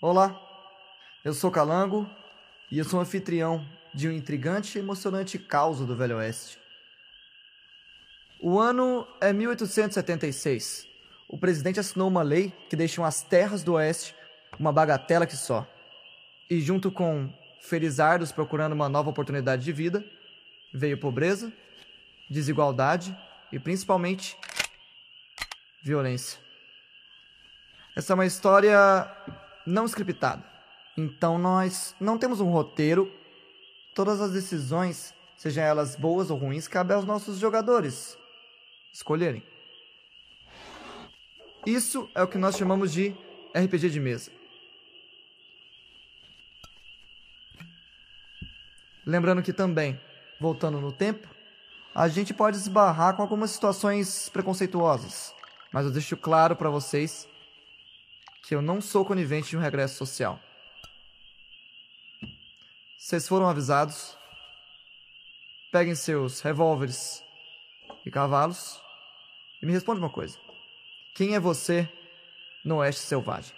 Olá, eu sou Calango e eu sou anfitrião de um intrigante e emocionante caos do Velho Oeste. O ano é 1876. O presidente assinou uma lei que deixou as terras do Oeste uma bagatela que só. E junto com felizardos procurando uma nova oportunidade de vida, veio pobreza, desigualdade e principalmente violência. Essa é uma história não scriptada. Então nós não temos um roteiro. Todas as decisões, sejam elas boas ou ruins, cabe aos nossos jogadores escolherem. Isso é o que nós chamamos de RPG de mesa. Lembrando que também, voltando no tempo, a gente pode esbarrar com algumas situações preconceituosas, mas eu deixo claro para vocês que eu não sou conivente de um regresso social. Vocês foram avisados. Peguem seus revólveres e cavalos e me responde uma coisa. Quem é você no Oeste Selvagem?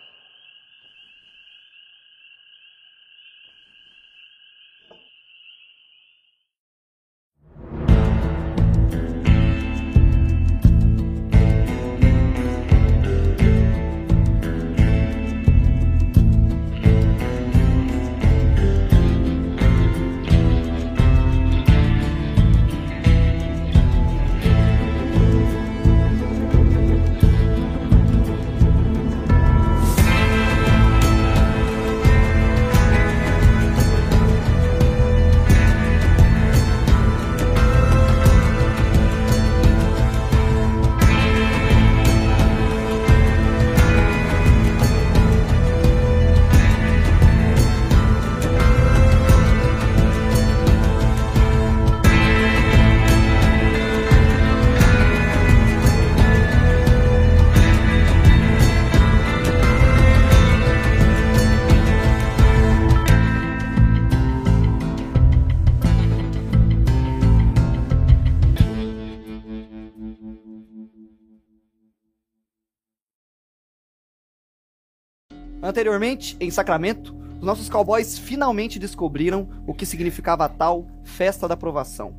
Anteriormente, em Sacramento, os nossos cowboys finalmente descobriram o que significava a tal Festa da Aprovação.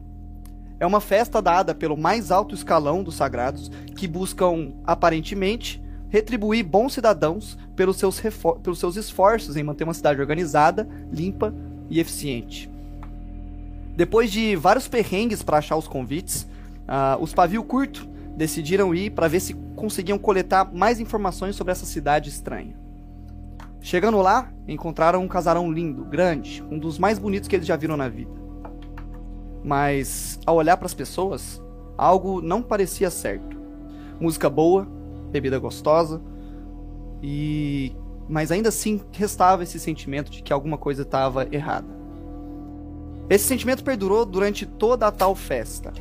É uma festa dada pelo mais alto escalão dos sagrados que buscam, aparentemente, retribuir bons cidadãos pelos seus, refor- pelos seus esforços em manter uma cidade organizada, limpa e eficiente. Depois de vários perrengues para achar os convites, ah, os pavio curto decidiram ir para ver se conseguiam coletar mais informações sobre essa cidade estranha. Chegando lá, encontraram um casarão lindo, grande, um dos mais bonitos que eles já viram na vida. Mas, ao olhar para as pessoas, algo não parecia certo. Música boa, bebida gostosa e. Mas ainda assim restava esse sentimento de que alguma coisa estava errada. Esse sentimento perdurou durante toda a tal festa.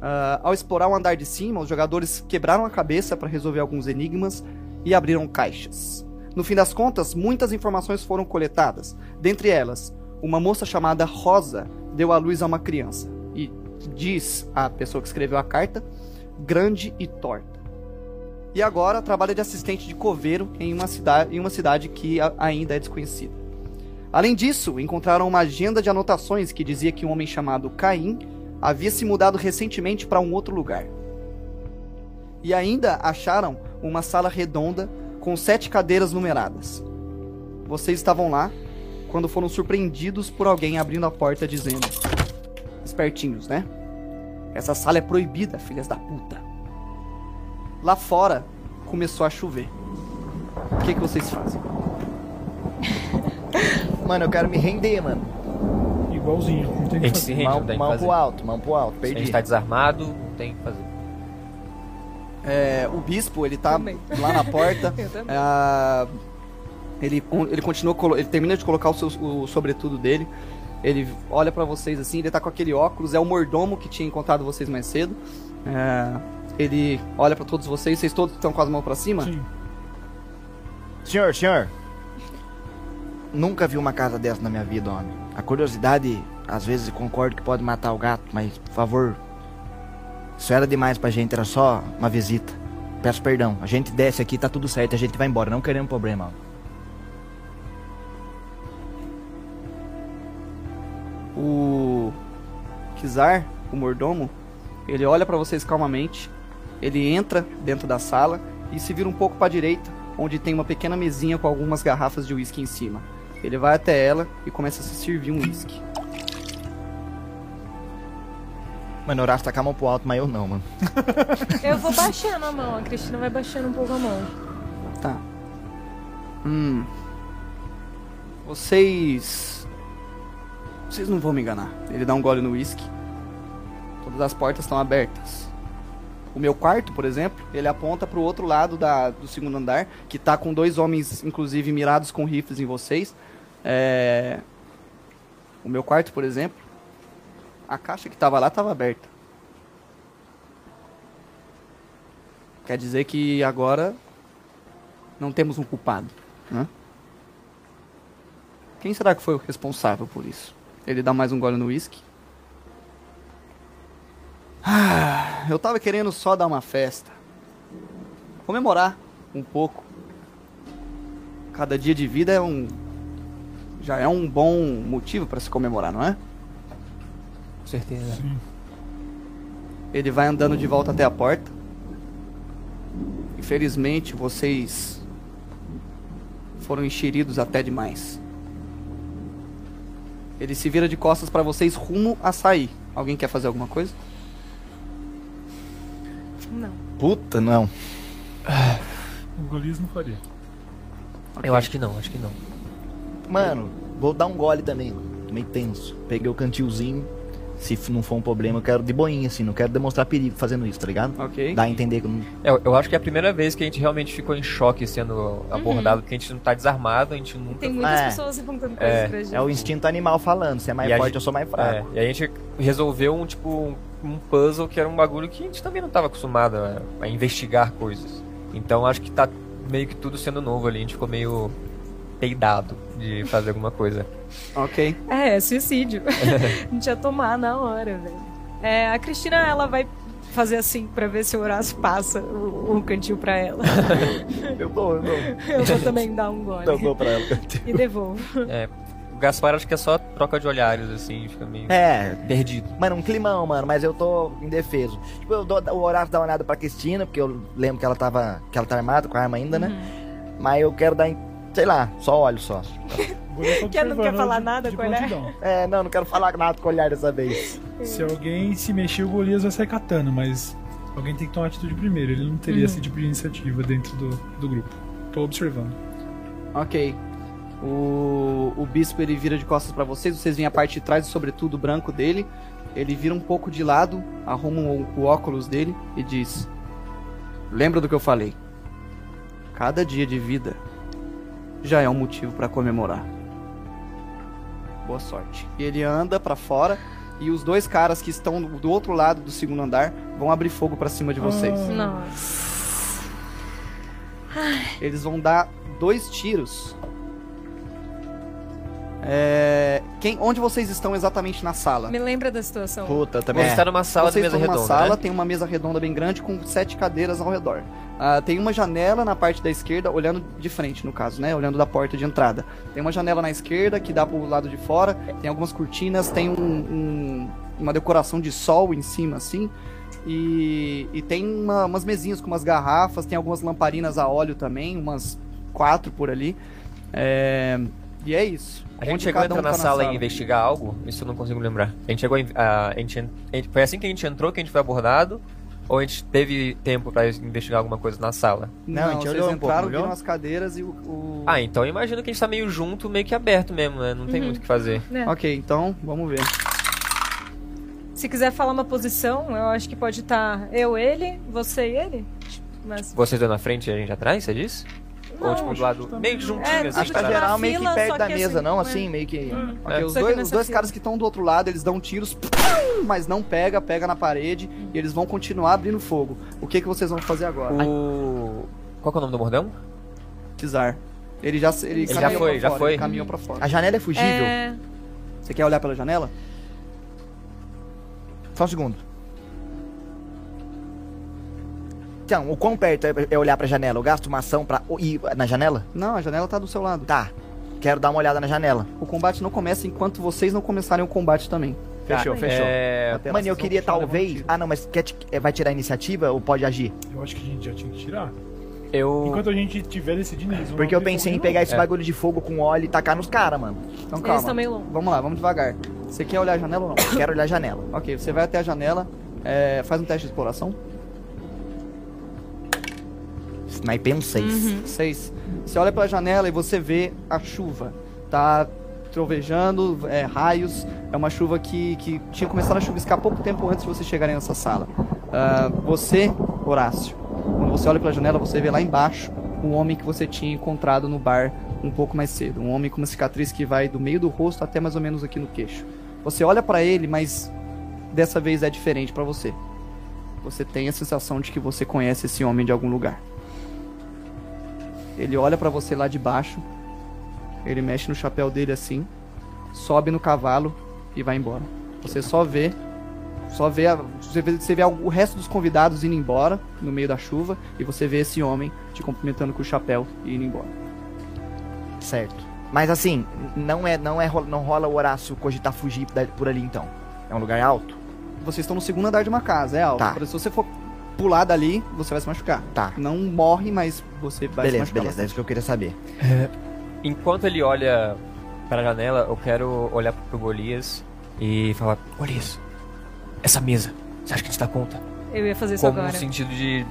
Ah, ao explorar o andar de cima, os jogadores quebraram a cabeça para resolver alguns enigmas e abriram caixas. No fim das contas, muitas informações foram coletadas. Dentre elas, uma moça chamada Rosa deu à luz a uma criança. E diz a pessoa que escreveu a carta, grande e torta. E agora trabalha de assistente de coveiro em uma, cida em uma cidade que a- ainda é desconhecida. Além disso, encontraram uma agenda de anotações que dizia que um homem chamado Caim havia se mudado recentemente para um outro lugar. E ainda acharam uma sala redonda com sete cadeiras numeradas. Vocês estavam lá quando foram surpreendidos por alguém abrindo a porta dizendo: Espertinhos, né? Essa sala é proibida, filhas da puta. Lá fora começou a chover. O que, que vocês fazem? Mano, eu quero me render, mano. Igualzinho, não tem A o que gente se fazer. rende, Mão, não tem o que mão fazer. pro alto, mão pro alto. Se a Perdi. gente tá desarmado, não tem o que fazer. É, o bispo, ele tá Também. lá na porta. Eu também. ah, ele, ele continua, colo- ele termina de colocar o, seu, o sobretudo dele. Ele olha pra vocês assim, ele tá com aquele óculos, é o mordomo que tinha encontrado vocês mais cedo. É, ele olha pra todos vocês, vocês todos estão com as mãos pra cima? Sim. tá- Senhor, senhor. Nunca vi uma casa dessa na minha vida, homem. A curiosidade, às vezes eu concordo que pode matar o gato, mas, por favor. Isso era demais pra gente, era só uma visita. Peço perdão. A gente desce aqui, tá tudo certo, a gente vai embora. Não queremos problema. homem. O Kizar, o mordomo, ele olha pra vocês calmamente, ele entra dentro da sala e se vira um pouco pra direita, onde tem uma pequena mesinha com algumas garrafas de uísque em cima. Ele vai até ela e começa a se servir um uísque. Mano, o Horácio tá com a mão pro alto, mas eu não, mano. Eu vou baixando a mão, a Cristina vai baixando um pouco a mão. Tá. Hum. Vocês. Vocês não vão me enganar. Ele dá um gole no uísque. Todas as portas estão abertas. O meu quarto, por exemplo, ele aponta pro outro lado da, do segundo andar, que tá com dois homens, inclusive, mirados com rifles em vocês. É... O meu quarto, por exemplo, a caixa que tava lá tava aberta. Quer dizer que agora não temos um culpado. Né? Quem será que foi o responsável por isso? Ele dá mais um gole no uísque. Ah, Eu tava querendo só dar uma festa. Comemorar um pouco. Cada dia de vida é um. Já é um bom motivo pra se comemorar, não é? Com certeza. Ele vai andando de volta até a porta. Infelizmente, vocês foram enxeridos até demais. Ele se vira de costas pra vocês rumo a sair. Alguém quer fazer alguma coisa? Não. Puta, não. O Golias não faria. Eu acho que não, acho que não. Mano, vou dar um gole também. Meio tenso. Peguei o cantilzinho. Se f- não for um problema, eu quero de boinha, assim. Não quero demonstrar perigo fazendo isso, tá ligado? Ok. Dá a entender que eu não. Eu, eu acho que é a primeira vez que a gente realmente ficou em choque sendo abordado, porque a gente não tá desarmado, a gente nunca. Tem muitas É. pessoas apontando coisas É, pra gente. É o instinto animal falando. Se é mais E a forte, gente- eu sou mais fraco. É, e a gente resolveu um tipo um- um puzzle que era um bagulho que a gente também não tava acostumado a, a investigar coisas. Então acho que tá meio que tudo sendo novo ali, a gente ficou meio peidado de fazer alguma coisa. Ok. É, é suicídio. a gente ia tomar na hora, velho. É, a Cristina, ela vai fazer assim pra ver se o Horácio passa o, o cantil pra ela. Eu dou, eu dou. Eu vou também dar um gole. Eu dou pra ela. E devolvo. O Gaspar acho que é só troca de olhares, assim, fica meio É, perdido. Mano, um climão, mano, mas eu tô indefeso. Tipo, eu dou o horário dá uma olhada pra Cristina, porque eu lembro que ela tava. que ela tá armada com a arma ainda, né? Mas eu quero dar. em- Sei lá, só olho só. O Golias tá Quer- não quer observando falar de- nada de com o olhar? prontidão. É, não, não quero falar nada com o olhar dessa vez. É. Se alguém se mexer, o Golias vai sair catando, mas alguém tem que tomar atitude primeiro. Ele não teria Uhum. esse tipo de iniciativa dentro do, do grupo. Tô observando. Ok. O, o bispo ele vira de costas pra vocês, vocês veem a parte de trás, sobretudo o branco dele. Ele vira um pouco de lado, arruma o, o óculos dele e diz: Lembra do que eu falei? Cada dia de vida já é um motivo pra comemorar. Boa sorte. E ele anda pra fora e os dois caras que estão do do outro lado do segundo andar vão abrir fogo pra cima de vocês. Ah. Nossa. Eles vão dar dois tiros. É, quem, onde vocês estão exatamente na sala? Me lembra da situação. Puta, eu também. é. Você tá numa sala de é. vocês mesa estão numa redonda, sala, né? tem uma mesa redonda bem grande com sete cadeiras ao redor. Ah, tem uma janela na parte da esquerda, olhando de frente, no caso, né? Olhando da porta de entrada. Tem uma janela na esquerda que dá pro lado de fora, tem algumas cortinas, tem um- um- uma decoração de sol em cima, assim. E, e tem uma- umas mesinhas com umas garrafas, tem algumas lamparinas a óleo também, umas quatro por ali. É, e é isso. A gente Onde chegou a cada um entrar na tá sala e investigar algo? Isso eu não consigo lembrar. A gente chegou a, in- a, a gente, en- a gente- Foi assim que a gente entrou, que a gente foi abordado? Ou a gente teve tempo pra investigar alguma coisa na sala? Não, Não, a gente vocês olhou um pouco, entraram, olhou? viram as cadeiras e o- o... Ah, então eu imagino que a gente tá meio junto, meio que aberto mesmo, né? Não tem Uhum. muito o que fazer. É. Ok, então, vamos ver. Se quiser falar uma posição, eu acho que pode estar eu, ele, você e ele. Tipo, Mas. Vocês dois na frente e a gente atrás, você disse? Ou tipo do lado. que tá Meio meio- que juntinho, É, assim, tipo, Pra tá parado. geral, na meio fila, que perto só da que mesa, assim, não? é. Assim, meio que. Ok, É. os Só que dois, nessa os dois fila. caras que estão do outro lado, eles dão tiros, mas não pega, pega na parede, e eles vão continuar abrindo fogo. O que que vocês vão fazer agora? O. Qual que é o nome do mordão? Atizar. Ele já se- ele Ele já caminhou foi, pra já fora, foi. ele caminhou para fora. A janela é fugível. É, Você quer olhar pela janela? Só um segundo. Então, o quão perto é é olhar pra janela? Eu gasto uma ação pra o- ir na janela? Não, a janela tá do seu lado. Tá. quero dar uma olhada na janela. O combate não começa enquanto vocês não começarem o combate também. Fechou, Tá, fechou. é, Até lá Mano, eu vocês vão queria continuar levando talvez. tiro. Ah, não, mas quer ti- é, vai tirar a iniciativa ou pode agir? Eu acho que a gente já tinha que tirar. Eu. Enquanto a gente tiver decidindo isso. Porque eu pensei em pegar esse É. bagulho de fogo com óleo e tacar nos caras, mano. Então Eles calma. estão meio longos. Vamos lá, vamos devagar. Você quer olhar a janela ou não? Quero olhar a janela. ok, você vai até a janela, é, faz um teste de exploração. Sniper um 6. Seis. Você olha pela janela e você vê a chuva. Tá trovejando, é, raios. É uma chuva que, que tinha começado a chuviscar pouco tempo antes de vocês chegarem nessa sala. Ah, você, Horácio, quando você olha pela janela, você vê lá embaixo o homem que você tinha encontrado no bar um pouco mais cedo. Um homem com uma cicatriz que vai do meio do rosto até mais ou menos aqui no queixo. Você olha pra ele, mas dessa vez é diferente pra você. Você tem a sensação de que você conhece esse homem de algum lugar. Ele olha pra você lá de baixo. Ele mexe no chapéu dele assim, sobe no cavalo e vai embora. Você só vê, só vê, a- você vê, você vê o resto dos convidados indo embora no meio da chuva e você vê esse homem te cumprimentando com o chapéu e indo embora. Certo. Mas assim, não é, não é, ro- não rola o Horácio cogitar fugir da- por ali então. É um lugar alto? Vocês estão no segundo andar de uma casa, é alto. Tá. Por isso, Se você for pular dali, você vai se machucar. Tá. Não morre, mas você vai beleza, se machucar. beleza, é isso que eu queria saber. Enquanto ele olha pra janela, eu quero olhar pro Golias e falar: Golias, essa mesa, você acha que a gente dá conta? Eu ia fazer isso Como agora. no sentido de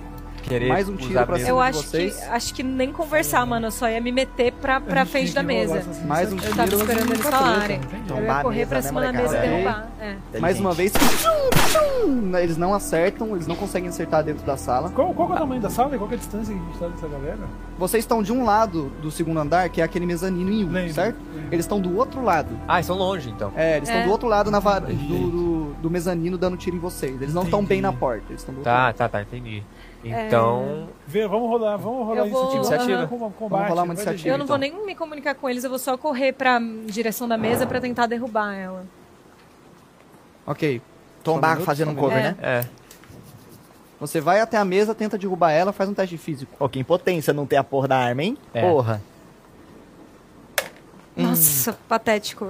querer Mais um tiro usar a pra mesa. cima. Eu de acho que, vocês. acho que nem conversar, mano. Eu só ia me meter pra, pra frente da mesa. Mais um Eu tava esperando eles falarem. Eu Tombar ia a correr mesa, pra né, cima da mesa molecada? e derrubar. É. Mais uma Inteligente. vez, né? eles não acertam, eles não conseguem acertar dentro da sala. Qual, qual que é o tamanho da sala e qual que é a distância que a gente tá dessa galera? Vocês estão de um lado do segundo andar, que é aquele mezanino em U, Lembro. certo? Eles estão do outro lado. Ah, eles são longe então. É, eles estão É. do outro lado na va- do, do, do mezanino dando tiro em vocês. Eles não estão Entendi. bem na porta. Eles estão do outro Tá, tá, tá, entendi. É. Então. Vê, vamos rolar, vamos rolar Eu vou- iniciativa. Iniciativa. Com- com- combate, Vamos rolar uma vai iniciativa. Eu não então. vou nem me comunicar com eles, eu vou só correr pra direção da mesa pra tentar derrubar ela. Ok. Tom Só um Barro minuto, fazendo só um um cover, minuto. né? É. Você vai até a mesa, tenta derrubar ela, faz um teste de físico. Ô, que impotência não ter a porra da arma, hein? É. Porra. Nossa, patético.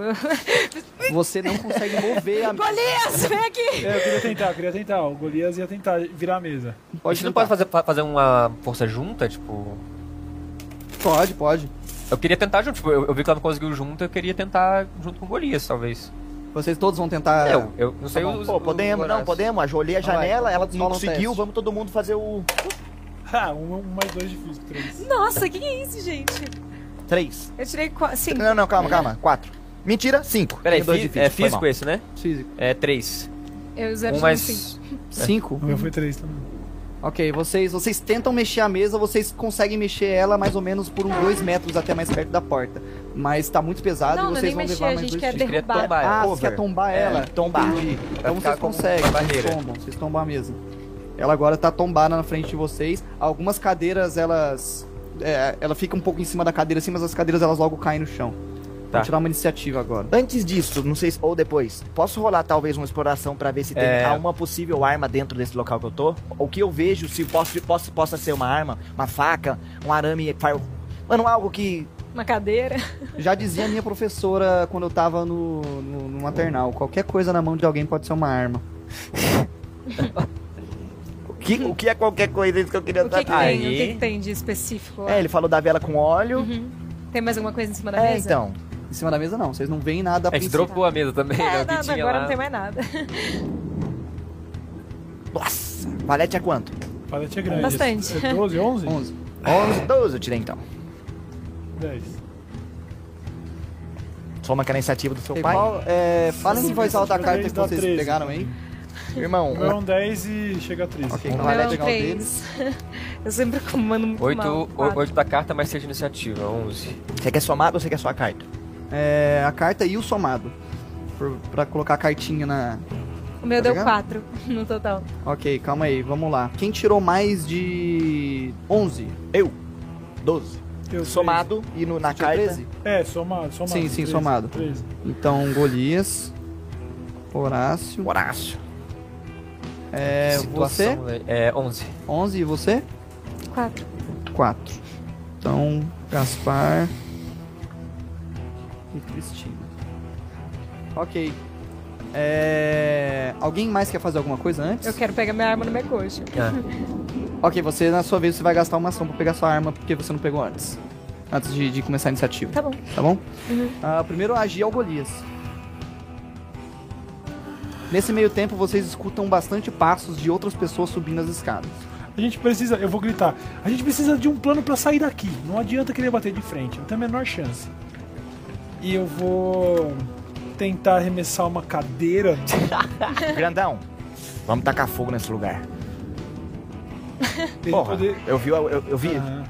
Você não consegue mover a Golias, vem aqui! É, eu queria tentar, eu queria tentar. O Golias ia tentar virar a mesa. a gente tentar. não pode fazer, fa- fazer uma força junta, tipo. Pode, pode. Eu queria tentar junto, tipo, eu, eu vi que ela não conseguiu junto, eu queria tentar junto com o Golias, talvez. Vocês todos vão tentar. É, eu, eu não sei tá bom. os- Pô, os podemos, não, horários. podemos. Ajolei a Então vai, janela, ela não rola um conseguiu. teste. Vamos todo mundo fazer o Ah, um, um mais dois difícil, três. Nossa, que que é isso, gente? 3. Eu tirei quase. Sim, Não, não, calma, calma. 4. Mentira, 5. Peraí, fi- é físico esse, né? Físico. É três. eu zero Um de sim. mais. É. Cinco? O meu foi três também. Ok, vocês, vocês tentam mexer a mesa, vocês conseguem mexer ela mais ou menos por uns dois metros até mais perto da porta. Mas tá muito pesado Não, e não é vocês nem vão mexer, levar a mais gente dois quer tiros. Queria derrubar. tombar. Ah, over. você quer tombar ela? Tombar. Entendi. Então É, ficar vocês como conseguem, uma vocês barreira. tombam, vocês tombam a mesa. Ela agora tá tombada na frente de vocês. Algumas cadeiras, elas... é, ela fica um pouco em cima da cadeira, assim, mas as cadeiras, elas logo caem no chão. Tá. Vou tirar uma iniciativa agora. Antes disso, não sei se, ou depois, posso rolar talvez uma exploração pra ver se tem É. alguma possível arma dentro desse local que eu tô? O que eu vejo, se posso, posso, possa ser uma arma, uma faca, um arame, far... mano, algo que Uma cadeira. Já dizia minha professora quando eu tava no, no, no maternal, qualquer coisa na mão de alguém pode ser uma arma. o que, o que é qualquer coisa isso que eu queria O que, que saber. tem? O que, Aí. que tem Uhum. de específico? É, ele falou da vela com óleo. Tem mais alguma coisa em cima da É, mesa? então. Em cima da mesa, não. Vocês não veem nada a A gente princípio. É dropou a mesa também, né? É, O que nada, tinha agora lá. não tem mais nada. Nossa, valete é quanto? Palete é grande. Bastante. É 12, 11? 11. 11, 12 eu tirei então. 10. Soma aquela iniciativa do seu Ei, pai. Paulo, é, falem em voz alta a carta que Três dá vocês treze. pegaram aí. Irmão, O meu é um 10 e chega a 13. Ok, O então meu vai lá é um pegar o deles. três. Eu sempre comando muito Oito, mal. o- Quatro. oito da carta, mais seis de iniciativa, onze. você quer somado ou você quer só a carta? É, a carta e o somado. Por- Pra colocar a cartinha na. O meu deu Tá ligado? 4 no total. Ok, calma aí, vamos lá. Quem tirou mais de 11? Eu, 12. Eu Somado e no, na Tirou carta. 13? É, somado, somado. Sim, sim, somado. 13. Então, Golias. Horácio. Horácio. É, você? você? É, onze. 11 e você? 4. 4. Então, Gaspar. e Cristina. Ok. É, Alguém mais quer fazer alguma coisa antes? Eu quero pegar minha arma na minha coxa. Ok, você na sua vez você vai gastar uma ação pra pegar sua arma porque você não pegou antes. Antes de, de começar a iniciativa, Tá bom. tá bom? Uhum. Ah, primeiro a agir ao Golias. Nesse meio tempo vocês escutam bastante passos de outras pessoas subindo as escadas. A gente precisa, eu vou gritar, a gente precisa de um plano pra sair daqui. Não adianta querer bater de frente, não tem a menor chance. E eu vou tentar arremessar uma cadeira. Grandão, vamos tacar fogo nesse lugar. Ele Porra, poder- Ah. eu vi, eu, eu vi. Aham.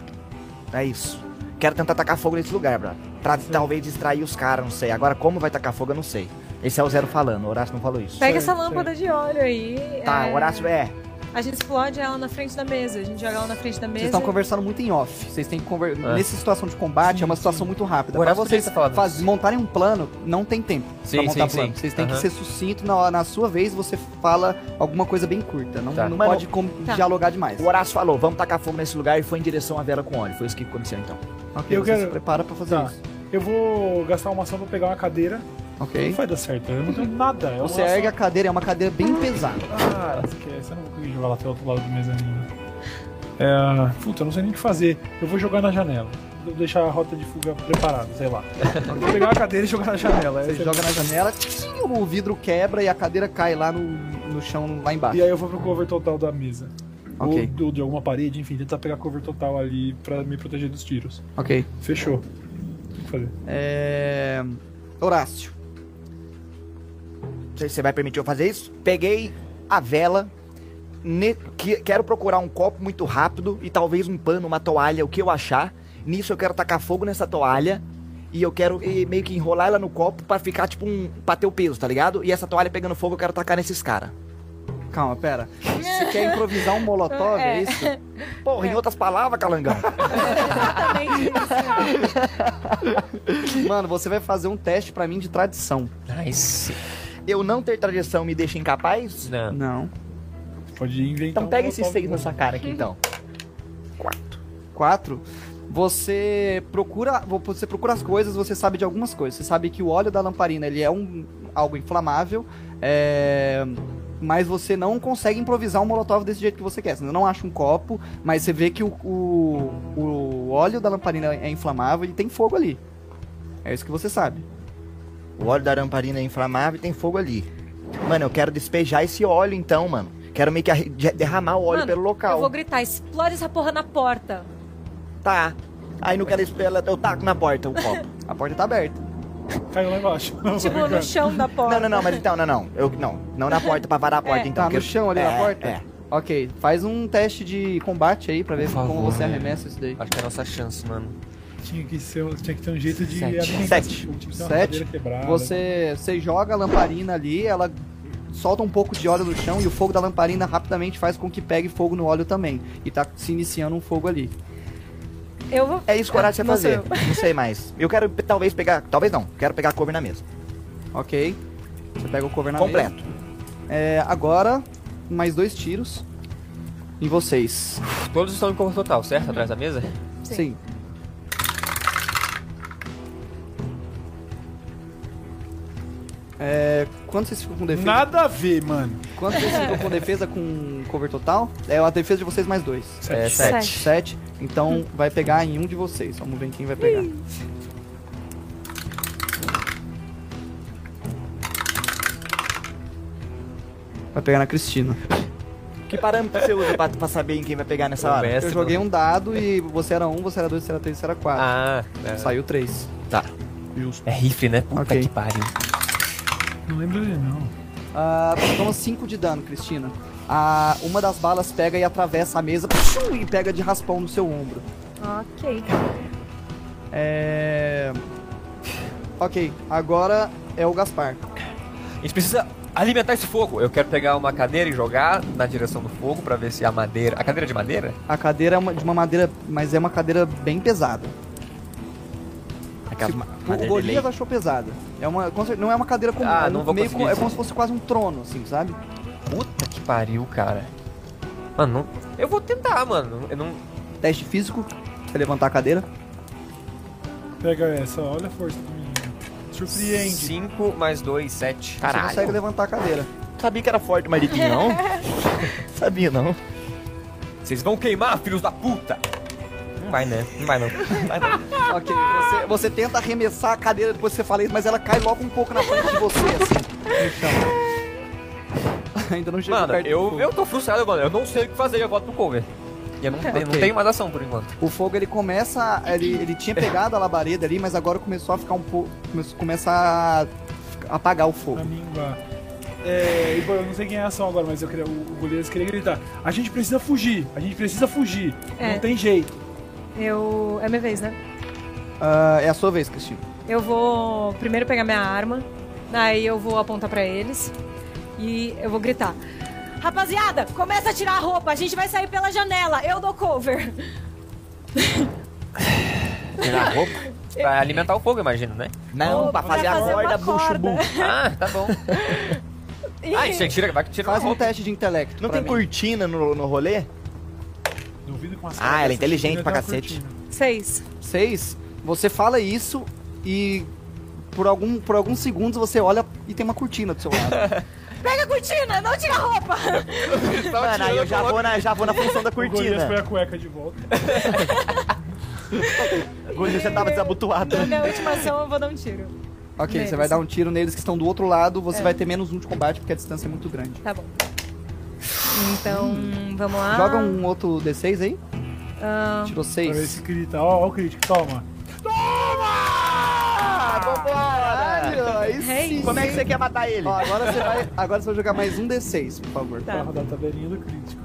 É isso. Quero tentar tacar fogo nesse lugar, brother. Pra talvez distrair os caras, não sei. Agora, como vai tacar fogo, eu não sei. Esse é o Zero falando, o Horácio não falou isso. Pega Certo, essa lâmpada de óleo aí. Tá, é, o Horácio é. A gente explode ela na frente da mesa. A gente joga ela na frente da Vocês mesa. estão conversando muito em off. Vocês têm que conversar. É. Nessa situação de combate é uma situação muito rápida. O Pra Horácio vocês podia ter falado faz- isso. montarem um plano, não tem tempo pra Sim, montar sim, sim. plano. Vocês têm que Aham. ser sucinto. Na, na sua vez você fala alguma coisa bem curta. Não, Tá. não Mano, pode com- Tá. dialogar demais. O Horácio falou, vamos tacar fogo nesse lugar e foi em direção à vela com óleo. Foi isso que aconteceu então. Ok, Eu você quero- se prepara pra fazer Tá. isso. Eu vou gastar uma ação pra pegar uma cadeira. Não Ok. vai dar certo, eu não tenho nada. é uma Você ação- ergue a cadeira, é uma cadeira bem pesada. Ah, esquece, eu não vou conseguir jogar lá até o outro lado do mezanino. É, puta, eu não sei nem o que fazer. Eu vou jogar na janela. Vou deixar a rota de fuga preparada, sei lá. Eu Vou pegar a cadeira e jogar na janela. Você Essa é- joga na janela, tchim, o vidro quebra e a cadeira cai lá no, no chão, lá embaixo. E aí eu vou pro cover total da mesa. Ok. Ou do- de alguma parede, enfim, tentar pegar cover total ali pra me proteger dos tiros. Ok. Fechou. O que fazer? É... Horácio. Não sei se você vai permitir eu fazer isso. Peguei a vela. ne- que- Quero procurar um copo muito rápido e talvez um pano, uma toalha, o que eu achar. Nisso eu quero tacar fogo nessa toalha. E eu quero eh, meio que enrolar ela no copo pra ficar tipo um. pra ter o peso, tá ligado? E essa toalha pegando fogo eu quero tacar nesses caras. Calma, pera. Você quer improvisar um molotov, é, É. isso? Porra, em outras palavras, calangão. Exatamente isso. Mano, você vai fazer um teste pra mim de tradição. Nice. eu não ter tradição me deixa incapaz? Não. Não. Pode inventar. Então um pega esses molotov seis novo. nessa cara aqui então. Quatro. Quatro. Você procura, você procura as coisas, você sabe de algumas coisas. Você sabe que o óleo da lamparina ele é um, algo inflamável, é, mas você não consegue improvisar um molotov desse jeito que você quer. Você não acha um copo, mas você vê que o, o, o óleo da lamparina é inflamável e tem fogo ali. É isso que você sabe. O óleo da lamparina é inflamável e tem fogo ali. Mano, eu quero despejar esse óleo então, mano. Quero meio que arre- de- derramar o óleo Mano, pelo local. Eu vou gritar, explode essa porra na porta. Tá. Aí não quero esperar, eu taco na porta o copo. A porta tá aberta. Caiu lá embaixo. Não, tô tipo, no brincando. chão da porta. não, não, não, mas então, não, não. Eu, não, não na porta pra varar a porta É. então. tá que eu- no chão ali na É, porta? É. Ok, faz um teste de combate aí pra ver Por como favor, né? você velho. arremessa isso daí. Acho que é a nossa chance, mano. Tinha que, ser, tinha que ter um jeito de Sete. alimentar- Sete. Tinha que ter uma Sete. cadeira quebrada. Você, você joga a lamparina ali, ela solta um pouco de óleo no chão e o fogo da lamparina rapidamente faz com que pegue fogo no óleo também. E tá se iniciando um fogo ali. Eu vou. É isso que o Horácio ia Não sou fazer. Não sei mais. Eu quero pe- talvez pegar. Talvez não. Quero pegar cover na mesa. Ok? Você pega o cover na Completo. mesa. É, agora, mais dois tiros. Em vocês. Todos estão em cor total, certo? Atrás da mesa? Sim. Sim. É, quanto vocês ficam com defesa? Nada a ver, mano. Quanto vocês ficam com defesa com cover total? É a defesa de vocês mais dois. É, Sete. sete. Sete. 7. Então vai pegar em um de vocês. Vamos ver quem vai pegar. Vai pegar na Cristina. Que parâmetro você usa pra, pra saber em quem vai pegar nessa hora? Conversa, Eu joguei mano. um dado e você era um, você era dois, você era três, você era quatro. Ah, é. Saiu três. tá. Deus, É rifle, né? Puta Ok. que pariu. não lembro ele não. Ah, toma 5 de dano, Cristina. Ah, uma das balas pega e atravessa a mesa e pega de raspão no seu ombro. Ok. É. Ok, agora é o Gaspar. A gente precisa alimentar esse fogo. Eu quero pegar uma cadeira e jogar na direção do fogo pra ver se a madeira. A cadeira é de madeira? A cadeira é uma- de uma madeira, mas é uma cadeira bem pesada. Aquelas Se- ma- o madeira de lei. Golias achou pesada. É uma, com cer- não é uma cadeira comum. Ah, é um não vou meio conseguir co- É isso. como se fosse quase um trono, assim, sabe? Puta que pariu, cara. Mano, não... eu vou tentar, mano. Eu não. Teste físico, você levantar a cadeira. Pega essa, olha a força do menino. surpreende. 5 mais 2, 7. Você consegue levantar a cadeira. Sabia que era forte, mas ele não. Sabia não. Vocês vão queimar, filhos da puta! Não vai, né? Não vai, não. Não vai, não. Ok, você, você tenta arremessar a cadeira depois que você fala isso, mas ela cai logo um pouco na frente de você, assim. no chão. Ainda não chegou Mano, perto do eu, fogo. eu tô frustrado agora. Eu não sei o que fazer. Eu volto pro cover. E eu não, tenho- não Ok. tenho mais ação por enquanto. O fogo ele começa. Ele, ele tinha É. pegado a labareda ali, mas agora começou a ficar um pouco. Começa, começa a fica- apagar o Na fogo. língua. É, e, pô, eu não sei quem é a ação agora, mas eu queria, o, o goleiro queria gritar. A gente precisa fugir, a gente precisa fugir. É. Não tem jeito. Eu. É minha vez, né? Ah, é a sua vez, Cristina. Eu vou primeiro pegar minha arma, aí eu vou apontar pra eles e eu vou gritar. Rapaziada, começa a tirar a roupa, a gente vai sair pela janela, eu dou cover. Tirar a roupa? É, Pra alimentar o fogo, imagino, né? Não, Ou pra fazer a uma corda, bucho, corda. bucho. Ah, tá bom. E- Ah, você tira, vai que tira Faz uma um roupa. teste de intelecto. Não pra tem mim. cortina no, no rolê? Duvido com as Ah, ela é inteligente tá pra cacete. Seis. Seis, você fala isso e por, algum, por alguns segundos você olha e tem uma cortina do seu lado. Pega a cortina, não tira a roupa. Tava Mano, aí tirando, eu já coloca- vou na, já vou na função da O Golias foi cortina. a cueca de volta. Golias já tava desabotoado. Na minha última ação eu vou dar um tiro. ok, Neles. você vai dar um tiro neles que estão do outro lado, É. você vai ter menos um de combate porque a distância é muito grande. Tá bom. Então, vamos lá. Joga Ah. um outro D6 aí. Ah, Tirou Pra ver seis. se grita. Ó, ó o crítico, toma. Ah, vambora! aí É sim. isso. Como é que você quer matar ele? Ó, agora você vai, agora você vai jogar mais um D6, por favor. Tá. Vai rodar a tabelinha do crítico.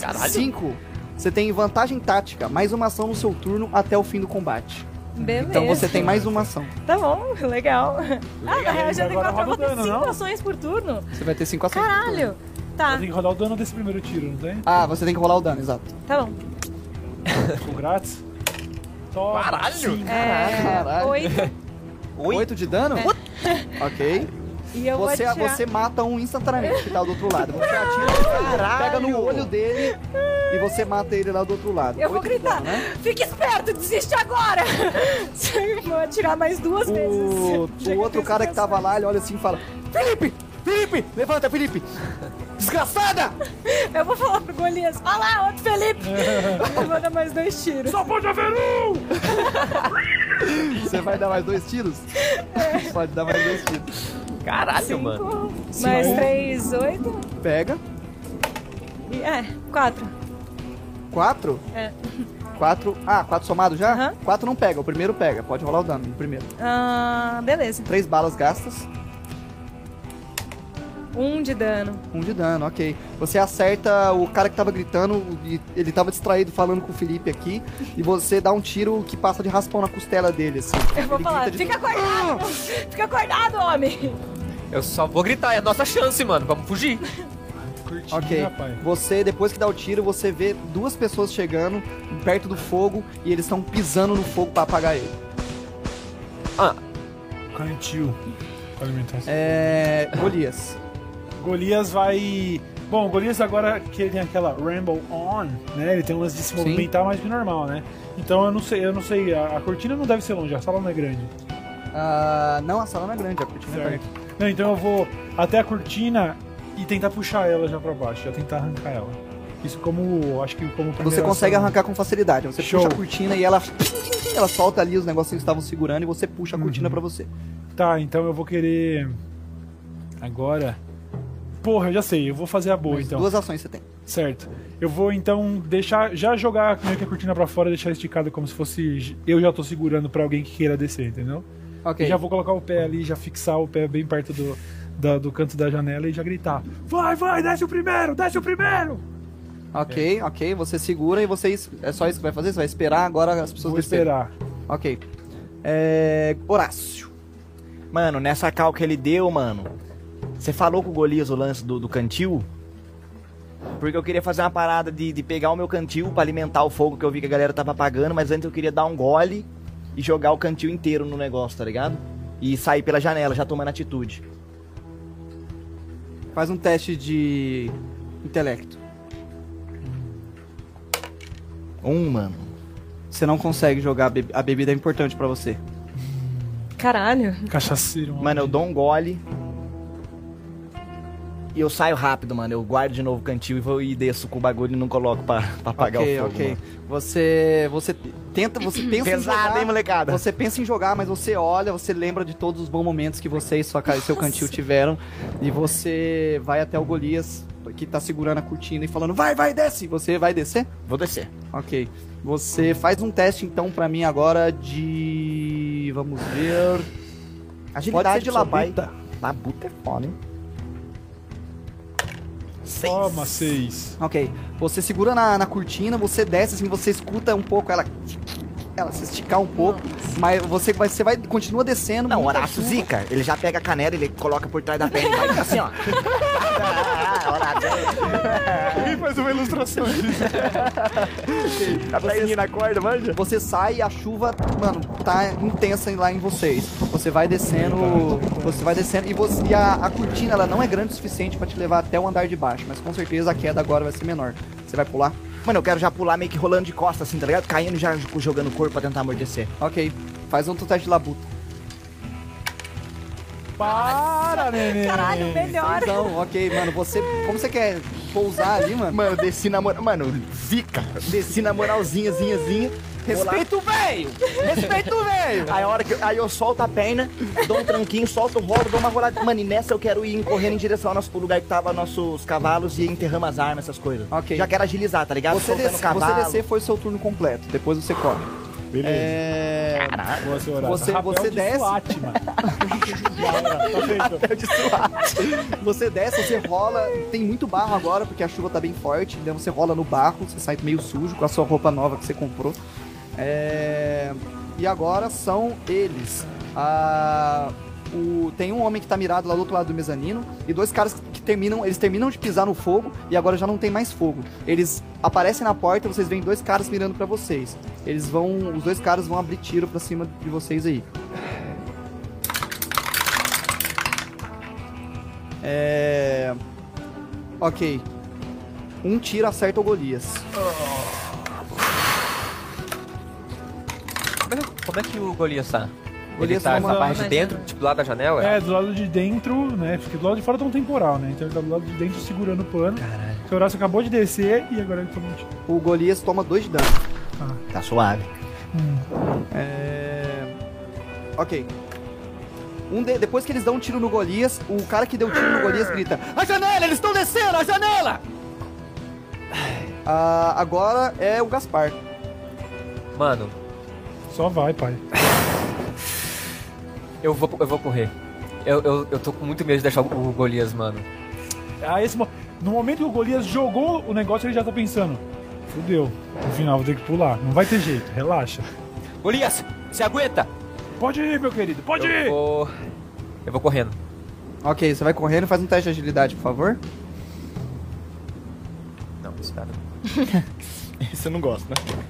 Caralho. Cinco. Você tem vantagem tática, mais uma ação no seu turno até o fim do combate. beleza. Então você tem mais uma ação. Tá bom, legal. Ah, na real já tem Agora quatro, eu roda vou o ter dano, cinco não? ações por turno. Você vai ter cinco ações. por turno. Caralho. Tá, Tem que rodar o dano desse primeiro tiro, não tem? Ah, você tem que rolar o dano, exato. tá bom. Ficou grátis. Toma. Caralho! Sim. É, Caralho. oito. Oito, Oito? de dano? É. Ok. E eu Você, vou atirar. você mata um instantaneamente que tá do outro lado. Você atira, pega no olho dele e você mata ele lá do outro lado. Eu vou Oito de gritar. dano, né? Fique esperto, desiste agora. vou atirar mais duas O, vezes. o outro cara que tava lá, ele olha assim e fala: Felipe! Felipe! Levanta, Felipe! Desgraçada! Eu vou falar pro Golias. Olha lá, outro Felipe. eu vou dar mais dois tiros. Só pode haver um! Você vai dar mais dois tiros? Pode dar mais dois tiros. Caralho, mano. Cinco, mais três, oito. Pega. E, é, quatro. Quatro? É. Quatro. Ah, quatro somado já? Aham. Quatro não pega. O primeiro pega. Pode rolar o dano. O primeiro. Ah, beleza. Três balas gastas. Um de dano. Um de dano, ok. Você acerta o cara que tava gritando, e ele tava distraído falando com o Felipe aqui, e você dá um tiro que passa de raspão na costela dele, assim. Eu vou Ele falar, grita de- Ah! fica acordado! Fica acordado, homem! Eu só vou gritar, é a nossa chance, mano. Vamos fugir. Curtinho, Ok. rapaz. Você, depois que dá o tiro, você vê duas pessoas chegando perto do fogo e eles estão pisando no fogo pra apagar ele. Cantil. Com alimentação. É. Golias. Golias vai. Bom, o Golias agora que ele tem aquela Ramble On, né? Ele tem um lance de se Sim. movimentar mais que normal, né? Então eu não sei, eu não sei, a, a cortina não deve ser longe, a sala não é grande. Ah, não, a sala não é grande, a cortina é Certo. perto. Não, então eu vou até a cortina e tentar puxar ela já pra baixo, já tentar arrancar ela. Isso como, acho que como primeira Você consegue ação. arrancar com facilidade. Você Show. puxa a cortina e ela. Ela solta ali os negocinhos que estavam segurando e você Uhum. puxa a cortina pra você. Tá, então eu vou querer agora Porra, eu já sei, eu vou fazer a boa então. Duas ações você tem. Certo. Eu vou então deixar já jogar meio que a cortina pra fora, deixar esticada como se fosse eu já tô segurando pra alguém que queira descer, entendeu? Ok. E já vou colocar o pé ali, já fixar o pé bem perto do, da- do canto da janela e já gritar: Vai, vai, desce o primeiro, desce o primeiro! É. Ok, ok, você segura e você. es- É só isso que vai fazer? Você vai esperar agora as pessoas Vou esperar. descerem. Ok. É. Horácio. Mano, nessa cal que ele deu, mano. Você falou com o Golias o lance do, do cantil? Porque eu queria fazer uma parada de, de pegar o meu cantil pra alimentar o fogo que eu vi que a galera tava apagando, mas antes eu queria dar um gole e jogar o cantil inteiro no negócio, tá ligado? E sair pela janela, já tomando atitude. Faz um teste de. intelecto. Um, mano. Um, Você não consegue jogar a, be- a bebida é importante pra você. Caralho. Cachaceiro. mano. Mano, eu dou um gole. E eu saio rápido, mano. Eu guardo de novo o cantil e vou e desço com o bagulho e não coloco pra, pra apagar ok, o fogo. ok. né? mano. Você. Você tenta. Você pensa em Pesado, jogar. hein, molecada? Você pensa em jogar, mas você olha, você lembra de todos os bons momentos que você e sua, ca- seu cantil tiveram. E você vai até o Golias, que tá segurando a cortina e falando: vai, vai, desce! Você vai descer? Vou descer. Ok. Uhum. Você faz um teste então pra mim agora de. Vamos ver. Pode ser de labuta. Labuta é foda, hein? Seis. Toma, seis. Ok. Você segura na, na cortina, você desce, assim, você escuta um pouco ela. Ela se esticar um pouco. Mas você vai, você vai. Continua descendo. Não, muita Horácio chuva. Zica. Ele já pega a canela, ele coloca por trás da perna e vai assim, ó. Ah, Horácio. Quem faz uma ilustração disso? Tá saindo na corda, manja? Você sai e a chuva, mano, tá intensa lá em vocês. Você vai descendo, você vai descendo e, você- e a, a cortina ela não é grande o suficiente pra te levar até o andar de baixo, mas com certeza a queda agora vai ser menor. Você vai pular? Mano, eu quero já pular meio que rolando de costa, assim, tá ligado? Caindo e já jogando o corpo pra tentar amortecer. Ok. Faz um teste de labuta. Para, neném. Caralho, melhor. Então, ok, mano, você. Como você quer pousar ali, mano? Mano, desci na moral. Mano, zica. Desci na moralzinha, zinha, zinha. Respeito Respeito. o velho! Respeito o velho! Aí, a hora que eu, aí eu solto a perna, dou um tranquinho, solto o rolo, dou uma rolada. Mano, e nessa eu quero ir correndo em direção ao nosso lugar que tava nossos cavalos e enterramos as armas, essas coisas. Ok. Já quero agilizar, tá ligado? Você, Soltando des- o você cavalo. descer foi seu turno completo, depois você corre. Beleza. É. Boa, seu Horácio. Você- Rapel você de desce. SWAT, mano. Tá feito. Você desce, você rola. Tem muito barro agora, porque a chuva tá bem forte. Então você rola no barro, você sai meio sujo com a sua roupa nova que você comprou. É, E agora são eles. Ah, o- Tem um homem que tá mirado lá do outro lado do mezanino. E dois caras que terminam. Eles terminam de pisar no fogo e agora já não tem mais fogo. Eles aparecem na porta e vocês veem dois caras mirando pra vocês. Eles vão. Os dois caras vão abrir tiro pra cima de vocês aí. É. Ok. Um tiro acerta o Golias. Como é, que- como é que o Golias tá? Ele Golias tá toma- na parte de Imagina. dentro, tipo lá da janela? É, do lado de dentro, né? Porque do lado de fora tá um temporal, né? Então ele tá do lado de dentro segurando o pano. Caralho. Seu Horácio acabou de descer e agora ele tomou um tiro. O Golias toma dois de dano. Tá suave. É... Ok. Um de- Depois que eles dão um tiro no Golias, o cara que deu o tiro no Golias grita: A janela! Eles estão descendo! A janela! Ah, agora é o Gaspar. Mano, Só vai, pai. eu vou, eu vou correr. Eu, eu, eu tô com muito medo de deixar o o Golias, mano. Ah, esse mo- No momento que o Golias jogou o negócio, ele já tá pensando. Fudeu. No final, vou ter que pular. Não vai ter jeito. Relaxa. Golias, se aguenta! Pode ir, meu querido. Pode ir. Eu vou. Eu vou correndo. Ok, você vai correndo e faz um teste de agilidade, por favor. Não, isso dá. Você não gosta, né?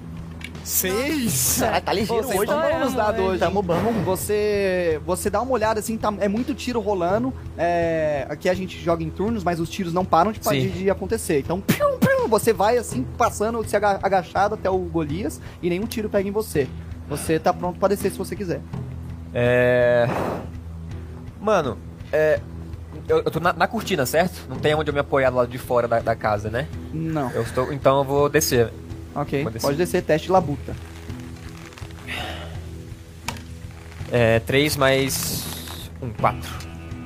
Seis! Caralho, tá Pô, ligeiro Vocês hoje. estão bons nos dados hoje. Tamo bom. Tá Você, você dá uma olhada assim, tá- é muito tiro rolando. é, aqui a gente joga em turnos, mas os tiros não param de, Sim. de, de acontecer. Então, pium, pium, você vai assim, passando, se aga- agachado até o Golias e nenhum tiro pega em você. Você tá pronto pra descer se você quiser. É. Mano, é. Eu, eu tô na, na cortina, certo? Não tem onde eu me apoiar do lado de fora da, da casa, né? Não. Eu estou. Então eu vou descer. Ok. Pode Pode descer, teste de labuta. É. 3 mais. 1, 4.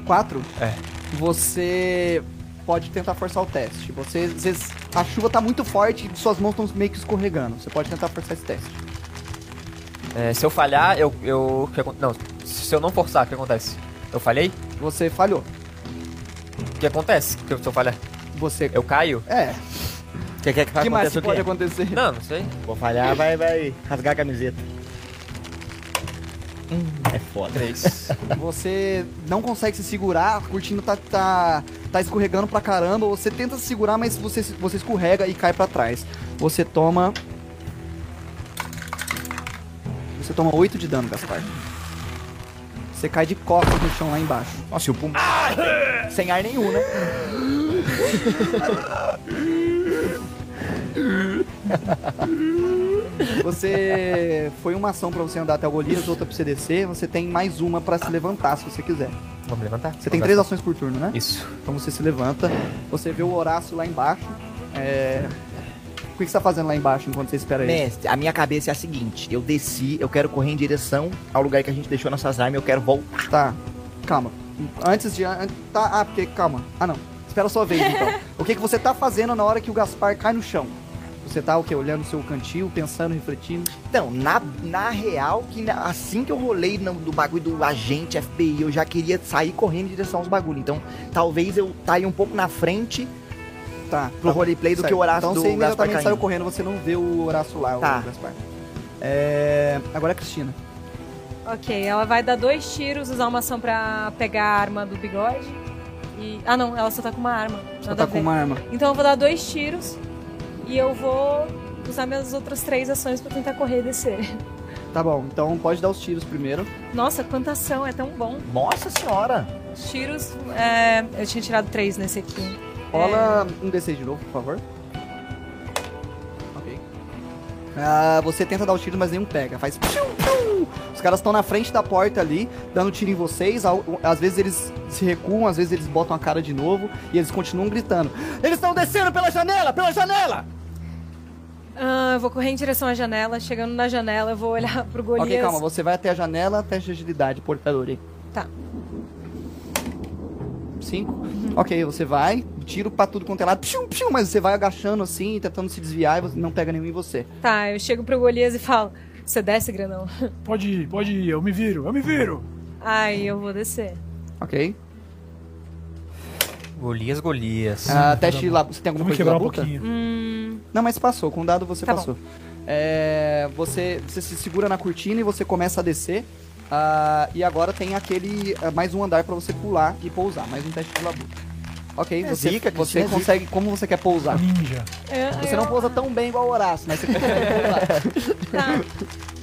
Quatro? É. Você pode tentar forçar o teste. Você, você- a chuva tá muito forte e suas mãos estão meio que escorregando. Você pode tentar forçar esse teste. É, se eu falhar, eu. eu o que acon- não, se eu não forçar, o que acontece? Eu falhei? Você falhou. O que acontece que eu- se eu falhar? Você. Eu caio? É. Você quer que O que tá mais aconteça que é? o quê? pode acontecer? Não, não sei. Vou falhar, vai, vai rasgar a camiseta. é foda. 3. Você não consegue se segurar, a cortina tá, tá, tá escorregando pra caramba. Você tenta se segurar, mas você, se- você escorrega e cai pra trás. Você toma. Você toma 8 de dano, Gaspar. Você cai de costas no chão lá embaixo. Nossa, e o pum. Sem ar nenhum, né? Você. Foi uma ação pra você andar até o Golias, outra pra você descer. Você tem mais uma pra se levantar se você quiser. Vamos levantar? Você tem três ações por turno, né? Isso. Então você se levanta, você vê o Horácio lá embaixo. É... O que que você tá fazendo lá embaixo enquanto você espera ele? Mestre, a minha cabeça é a seguinte: eu desci, eu quero correr em direção ao lugar que a gente deixou nossas armas, eu quero voltar. Tá, calma. Antes de. an- Tá, ah, porque. Calma. Ah, não. Espera a sua vez, então. o que, que você tá fazendo na hora que o Gaspar cai no chão? Você tá o quê? Olhando o seu cantil, pensando, refletindo? Então, na, na real, que na- assim que eu rolei no- do bagulho do agente FBI, eu já queria sair correndo em direção aos bagulhos. Então, talvez eu estaria um pouco na frente Tá. pro tá. roleplay do Certo. que o Horácio Então do você Gaspar imediatamente saiu caindo. correndo, você não vê o Horácio lá, Tá. o Gaspar. É... Agora é a Cristina. Ok, ela vai dar dois tiros, usar uma ação pra pegar a arma do bigode. E... Ah, não, ela só tá com uma arma. Você nada tá a ver. com uma arma. Então eu vou dar dois tiros e eu vou usar minhas outras três ações pra tentar correr e descer. Tá bom, então pode dar os tiros primeiro. Nossa, quanta ação, é tão bom. Nossa senhora! Os tiros, é, eu tinha tirado três nesse aqui. Rola um D6 de novo, por favor. Ok. Ah, você tenta dar o tiro, mas nenhum pega. Faz. piu, piu. Os caras estão na frente da porta ali, dando tiro em vocês. Al- Às vezes eles se recuam, às vezes eles botam a cara de novo e eles continuam gritando. Eles estão descendo pela janela! Pela janela! Ah, eu vou correr em direção à janela. Chegando na janela, eu vou olhar pro Golias. Ok, calma, você vai até a janela, teste de agilidade, portador aí. Tá. Cinco. Ok, você vai, tiro pra tudo quanto é lado, piu, piu, mas você vai agachando assim, tentando se desviar e você- não pega nenhum em você. Tá, eu chego pro Golias e falo: Você desce, grandão? Pode ir, pode ir, eu me viro, eu me viro. Ai, eu vou descer. Ok. Golias, Golias. Ah, teste lá. Você tem Vou alguma me coisa de quebrar um labuta? pouquinho. Hum, Não, mas passou. Com dado você Tá passou. É, você, você se segura na cortina e você começa a descer. Ah, e agora tem aquele. ah, Mais um andar pra você pular e pousar. Mais um teste de labuta. Ok, É você, zica, você Cristina, é zica. consegue. Como você quer pousar? Ninja. eu- Você eu- não pousa tão bem igual o Horácio, mas você consegue pousar. Tá,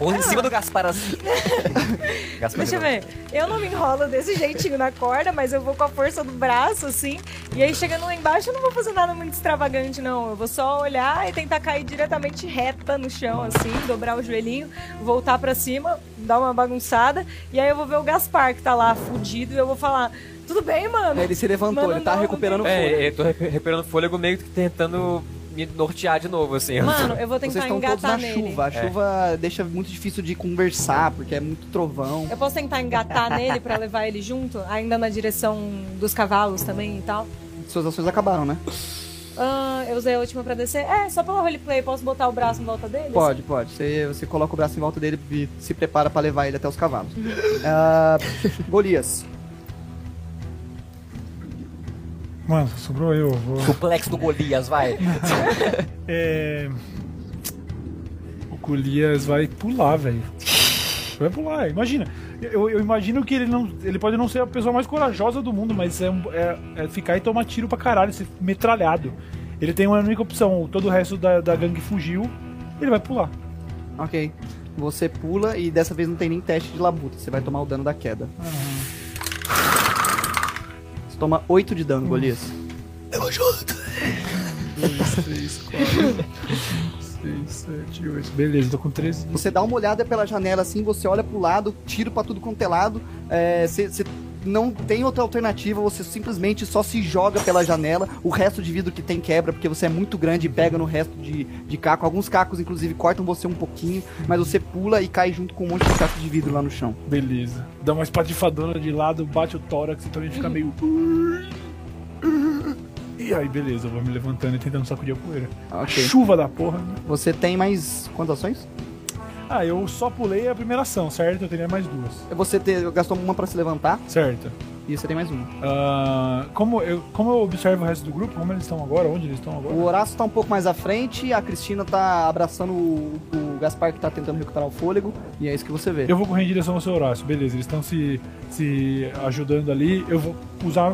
Ou em cima do Gaspar assim. Gaspar deixa eu ver. Eu não me enrolo desse jeitinho na corda, mas eu vou com a força do braço, assim. E aí, chegando lá embaixo, eu não vou fazer nada muito extravagante, não. Eu vou só olhar e tentar cair diretamente reta no chão, assim, dobrar o joelhinho, voltar pra cima, dar uma bagunçada. E aí, eu vou ver o Gaspar, que tá lá fudido, e eu vou falar: Tudo bem, mano? Ele se levantou, Mano, ele tá não, não recuperando tem- fôlego. É, eu tô recu- recuperando fôlego meio que tentando me nortear de novo, assim. Mano, eu vou tentar Vocês estão todos engatar na nele. chuva. A chuva deixa muito difícil de conversar, porque é muito trovão. Eu posso tentar engatar nele pra levar ele junto? Ainda na direção dos cavalos também e tal? Suas ações acabaram, né? Ah, eu usei a última pra descer. É, só pelo roleplay, posso botar o braço em volta dele? Pode, pode. Você, você coloca o braço em volta dele e se prepara pra levar ele até os cavalos. Ah, Golias, Mano, sobrou eu. Vou... Suplex do Golias, vai. É... O Golias vai pular, velho. Vai pular, imagina. Eu, eu imagino que ele não. Ele pode não ser a pessoa mais corajosa do mundo, mas é, um- é- é ficar e tomar tiro pra caralho, ser metralhado. Ele tem uma única opção, todo o resto da, da gangue fugiu, ele vai pular. ok. Você pula e dessa vez não tem nem teste de labuta. Você vai tomar o dano da queda. Você toma 8 de dano, Golias. Beleza, tô com 13. Você dá uma olhada pela janela assim, você olha pro lado, tiro pra tudo quanto é lado. é, Você você não tem outra alternativa, você simplesmente só se joga pela janela. O resto de vidro que tem quebra, porque você é muito grande e pega no resto de, de caco. Alguns cacos, inclusive, cortam você um pouquinho, mas você pula e cai junto com um monte de caco de vidro lá no chão. Beleza. Dá uma espatifadona de lado, bate o tórax e também fica meio. E aí, beleza, eu vou me levantando e tentando sacudir a poeira. Ok. Chuva da porra. né? Você tem mais quantas ações? Ah, eu só pulei a primeira ação, certo? Eu teria mais duas. Você te- gastou uma pra se levantar Certo. e você tem mais uma. Ah, como, eu, como eu observo o resto do grupo, como eles estão agora, onde eles estão O agora? Horácio tá um pouco mais à frente, a Cristina tá abraçando o, o Gaspar que tá tentando recuperar o fôlego, e é isso que você vê. Eu vou correr em direção ao seu Horácio, beleza. Eles estão se, se ajudando ali. Eu vou usar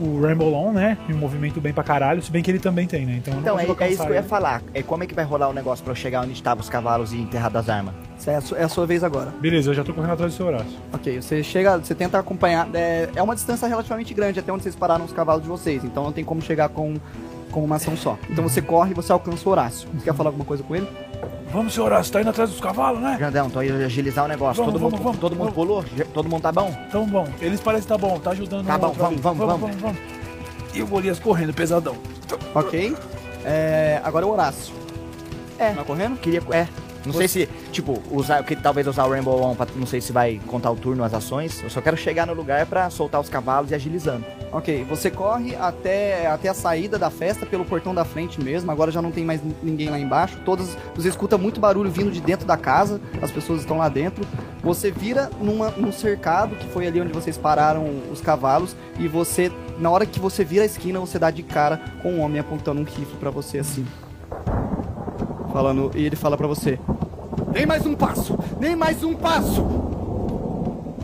o Ramble On, né? E um movimento bem pra caralho, se bem que ele também tem, né? Então, eu não Então, é, consigo é isso alcançar que eu ia ele. falar. É como é que vai rolar o negócio pra eu chegar onde estavam os cavalos e enterrar das armas? É a su- é a sua vez agora. Beleza, eu já tô correndo atrás do seu Horácio. Ok, você chega, você tenta acompanhar. É, é uma distância relativamente grande até onde vocês pararam os cavalos de vocês, então não tem como chegar com como uma ação só. Então você corre e você alcança o Horácio. Você quer falar alguma coisa com ele? Vamos, senhor Horácio, tá indo atrás dos cavalos, né? Grandão, tô aí agilizar o negócio. Vamos, todo vamos, mundo, vamos, todo mundo vamos. pulou? Já- Todo mundo tá bom? Então bom, eles parecem tá bom, tá ajudando. Tá um bom, outro vamos, ali. vamos, vamos, vamos. E o Golias correndo, pesadão. Ok. É, agora é o Horácio. É. Tá correndo? Queria. É. Não sei se, tipo, usar. Eu queria talvez usar o Rainbow On pra. Não sei se vai contar o turno, as ações. Eu só quero chegar no lugar pra soltar os cavalos e agilizando. Ok, você corre até, até a saída da festa pelo portão da frente mesmo. Agora já não tem mais n- ninguém lá embaixo. Todas, você escuta muito barulho vindo de dentro da casa. As pessoas estão lá dentro. Você vira numa, num cercado que foi ali onde vocês pararam os cavalos e você, na hora que você vira a esquina, você dá de cara com um homem apontando um rifle pra você assim. Falando, e ele fala pra você: "Nem mais um passo, nem mais um passo".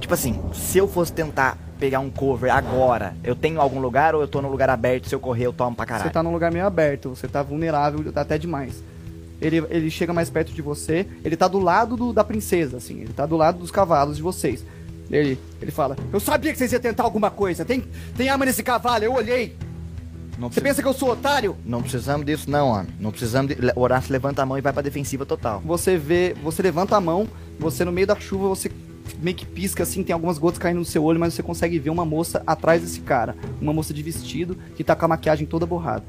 Tipo assim, se eu fosse tentar pegar um cover agora, eu tenho algum lugar ou eu tô num lugar aberto? Se eu correr, eu tomo pra caralho. Você tá num lugar meio aberto, você tá vulnerável até demais. Ele, ele chega mais perto de você, ele tá do lado do- da princesa, assim, ele tá do lado dos cavalos de vocês. Ele, ele fala: Eu sabia que vocês iam tentar alguma coisa, tem, tem arma nesse cavalo, eu olhei. Não, tá- Você pensa precisa- que eu sou otário? não precisamos disso, não, homem. Não precisamos. De... O Horácio levanta a mão e vai pra defensiva total. Você vê, você levanta a mão, você no meio da chuva, você meio que pisca assim, tem algumas gotas caindo no seu olho, mas você consegue ver uma moça atrás desse cara. Uma moça de vestido que tá com a maquiagem toda borrada.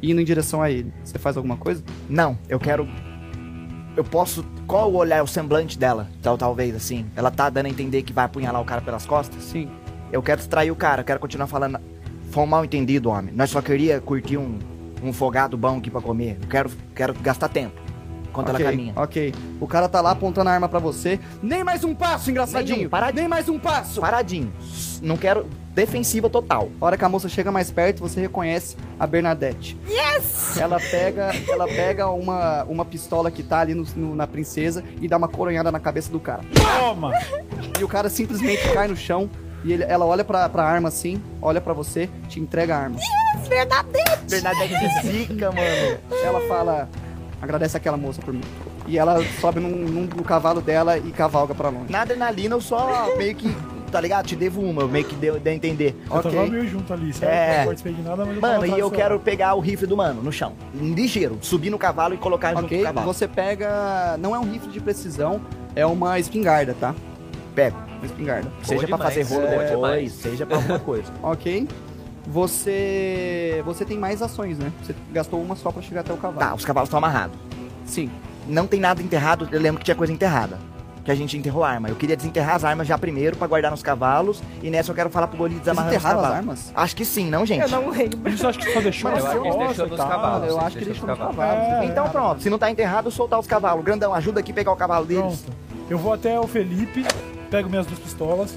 Indo em direção a ele. Você faz alguma coisa? Não, eu quero. Eu posso. Qual o olhar, o semblante dela? Tal, talvez, assim. Ela tá dando a entender que vai apunhalar o cara pelas costas? Sim. Eu quero distrair o cara, eu quero continuar falando. Foi um mal entendido, homem. Nós só queria curtir um, um folgado bom aqui pra comer. Eu quero, quero gastar tempo enquanto ok, ela caminha. Ok. O cara tá lá apontando a arma pra você. Nem mais um passo, engraçadinho. Nenhum, paradinho. Nem mais um passo. Paradinho. Não quero defensiva total. A hora que a moça chega mais perto, você reconhece a Bernadette. Yes! Ela pega, ela pega uma, uma pistola que tá ali no- no- na princesa e dá uma coronhada na cabeça do cara. Toma! E o cara simplesmente cai no chão. E ele- ela olha pra, pra arma assim, olha pra você, te entrega a arma. Bernadette zica, mano. Ela fala, agradece aquela moça por mim. E ela sobe num, num- no cavalo dela e cavalga pra longe. Na adrenalina eu só meio que. Tá ligado? Te devo uma, eu meio que deu, deu a entender. Eu tava Ok. meio junto ali, sabe? É. Não participei de nada, mas eu Mano, tava e atrás eu do quero pegar o rifle do mano no chão. Ligeiro. Subir no cavalo e colocar junto com Ok, o cavalo. você pega. Não é um rifle de precisão, é uma espingarda, tá? Pego. Uma espingarda. Seja pra fazer demais, É, rolo boa depois, demais. seja pra alguma coisa. Ok. Você. Você tem mais ações, né? Você gastou uma só pra chegar até o cavalo. Tá, os cavalos estão amarrados. Sim. Não tem nada enterrado, eu lembro que tinha coisa enterrada. Que a gente enterrou a arma. Eu queria desenterrar as armas já primeiro pra guardar nos cavalos. E nessa eu quero falar pro Goli Vocês desamarrar os enterraram as cavalos. armas? Acho que sim, não, gente? Eu não lembro. Isso acho que só deixou Mas na eu acho que roça deixou e nos tal. cavalos. eu vocês acho que deixou deixaram no os cavalos. cavalo. É. Então pronto, se não tá enterrado, soltar os cavalos. Grandão, ajuda aqui a pegar o cavalo deles. Pronto. Eu vou até o Felipe, pego minhas duas pistolas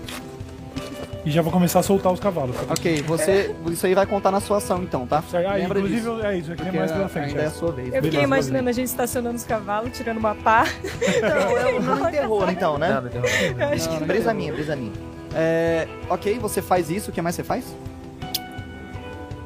e já vou começar a soltar os cavalos. Ok, você. É. Isso aí vai contar na sua ação então, tá? Ah, Lembra inclusive, disso. é isso, aqui é Porque mais pela frente. ainda é é. a sua vez. Eu Beleza, fiquei imaginando a gente estacionando os cavalos, tirando uma pá. Então, eu Tá não enterrou, então, né? Não, não interrompe, Eu né? acho que Brisa minha, brisa minha. É, ok, você faz isso, o que mais você faz?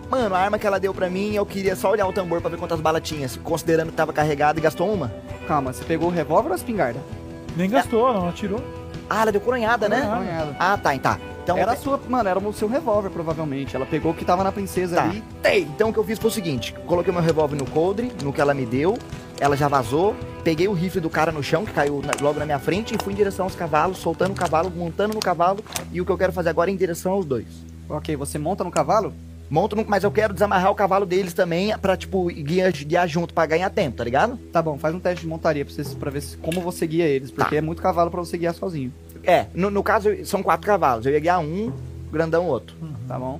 Mano, a arma que ela deu pra mim, eu queria só olhar o tambor pra ver quantas balas tinha. se- Considerando que tava carregada e gastou uma. Calma, você pegou o revólver ou a espingarda? é. Nem gastou, não atirou. Ah, ela deu coronhada, né? Coronhada. Ah, tá, tá. Então, é Era a sua. Mano, era o seu revólver, provavelmente. Ela pegou o que tava na princesa Tá. ali. Tem. Então o que eu fiz foi o seguinte: coloquei meu revólver no coldre, no que ela me deu, ela já vazou, peguei o rifle do cara no chão, que caiu na- logo na minha frente, e fui em direção aos cavalos, soltando o cavalo, montando no cavalo, e o que eu quero fazer agora é em direção aos dois. Ok, você monta no cavalo? Monto, no, mas eu quero desamarrar o cavalo deles também, pra, tipo, guiar, guiar junto, pra ganhar tempo, tá ligado? Tá bom, faz um teste de montaria pra, vocês, pra ver se- como você guia eles, porque Tá. é muito cavalo pra você guiar sozinho, É, no, no caso, eu- são quatro cavalos, eu ia guiar um, grandão outro. tá bom?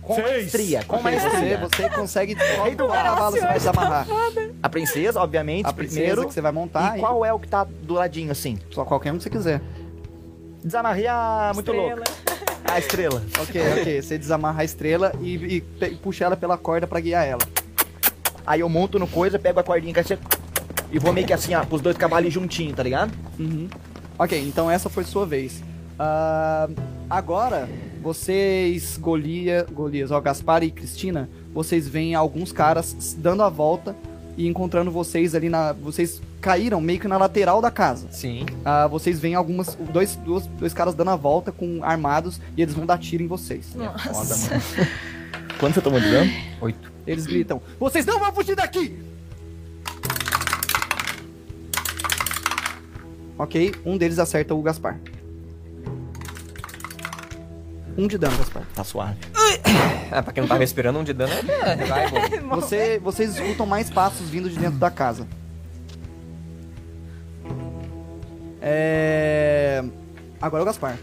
Com Seis. maestria, com Ok, você, maestria. você consegue qual do cavalo você vai desamarrar. A princesa, obviamente, A princesa primeiro. que você vai montar e e qual é o que tá do ladinho, assim? só qualquer um que você quiser. Desamarrei a... muito estrela. louca. A estrela. Ok, ok. Você desamarra a estrela e, e pe- puxa ela pela corda pra guiar ela. Aí eu monto no coisa, pego a cordinha que é seco- e vou meio que assim, ó, pros dois cavalos juntinho, tá ligado? Uhum. Ok, então essa foi sua vez. Ah, agora, vocês, Golia, Golias, ó, Gaspar e Cristina, vocês veem alguns caras s- dando a volta e encontrando vocês ali na. Vocês caíram meio que na lateral da casa. Sim. Ah, vocês veem algumas. Dois, dois, dois caras dando a volta com armados e eles vão dar tiro em vocês. Nossa. Quanto você tomou de dano? Oito. Eles gritam: Vocês não vão fugir daqui! Ok, um deles acerta o Gaspar. Um de dano, Gaspar. Tá suave. Ah, pra quem não tá respirando, um de dano é revival. Você, vocês escutam mais passos vindo de dentro da casa. É... Agora é o Gaspar.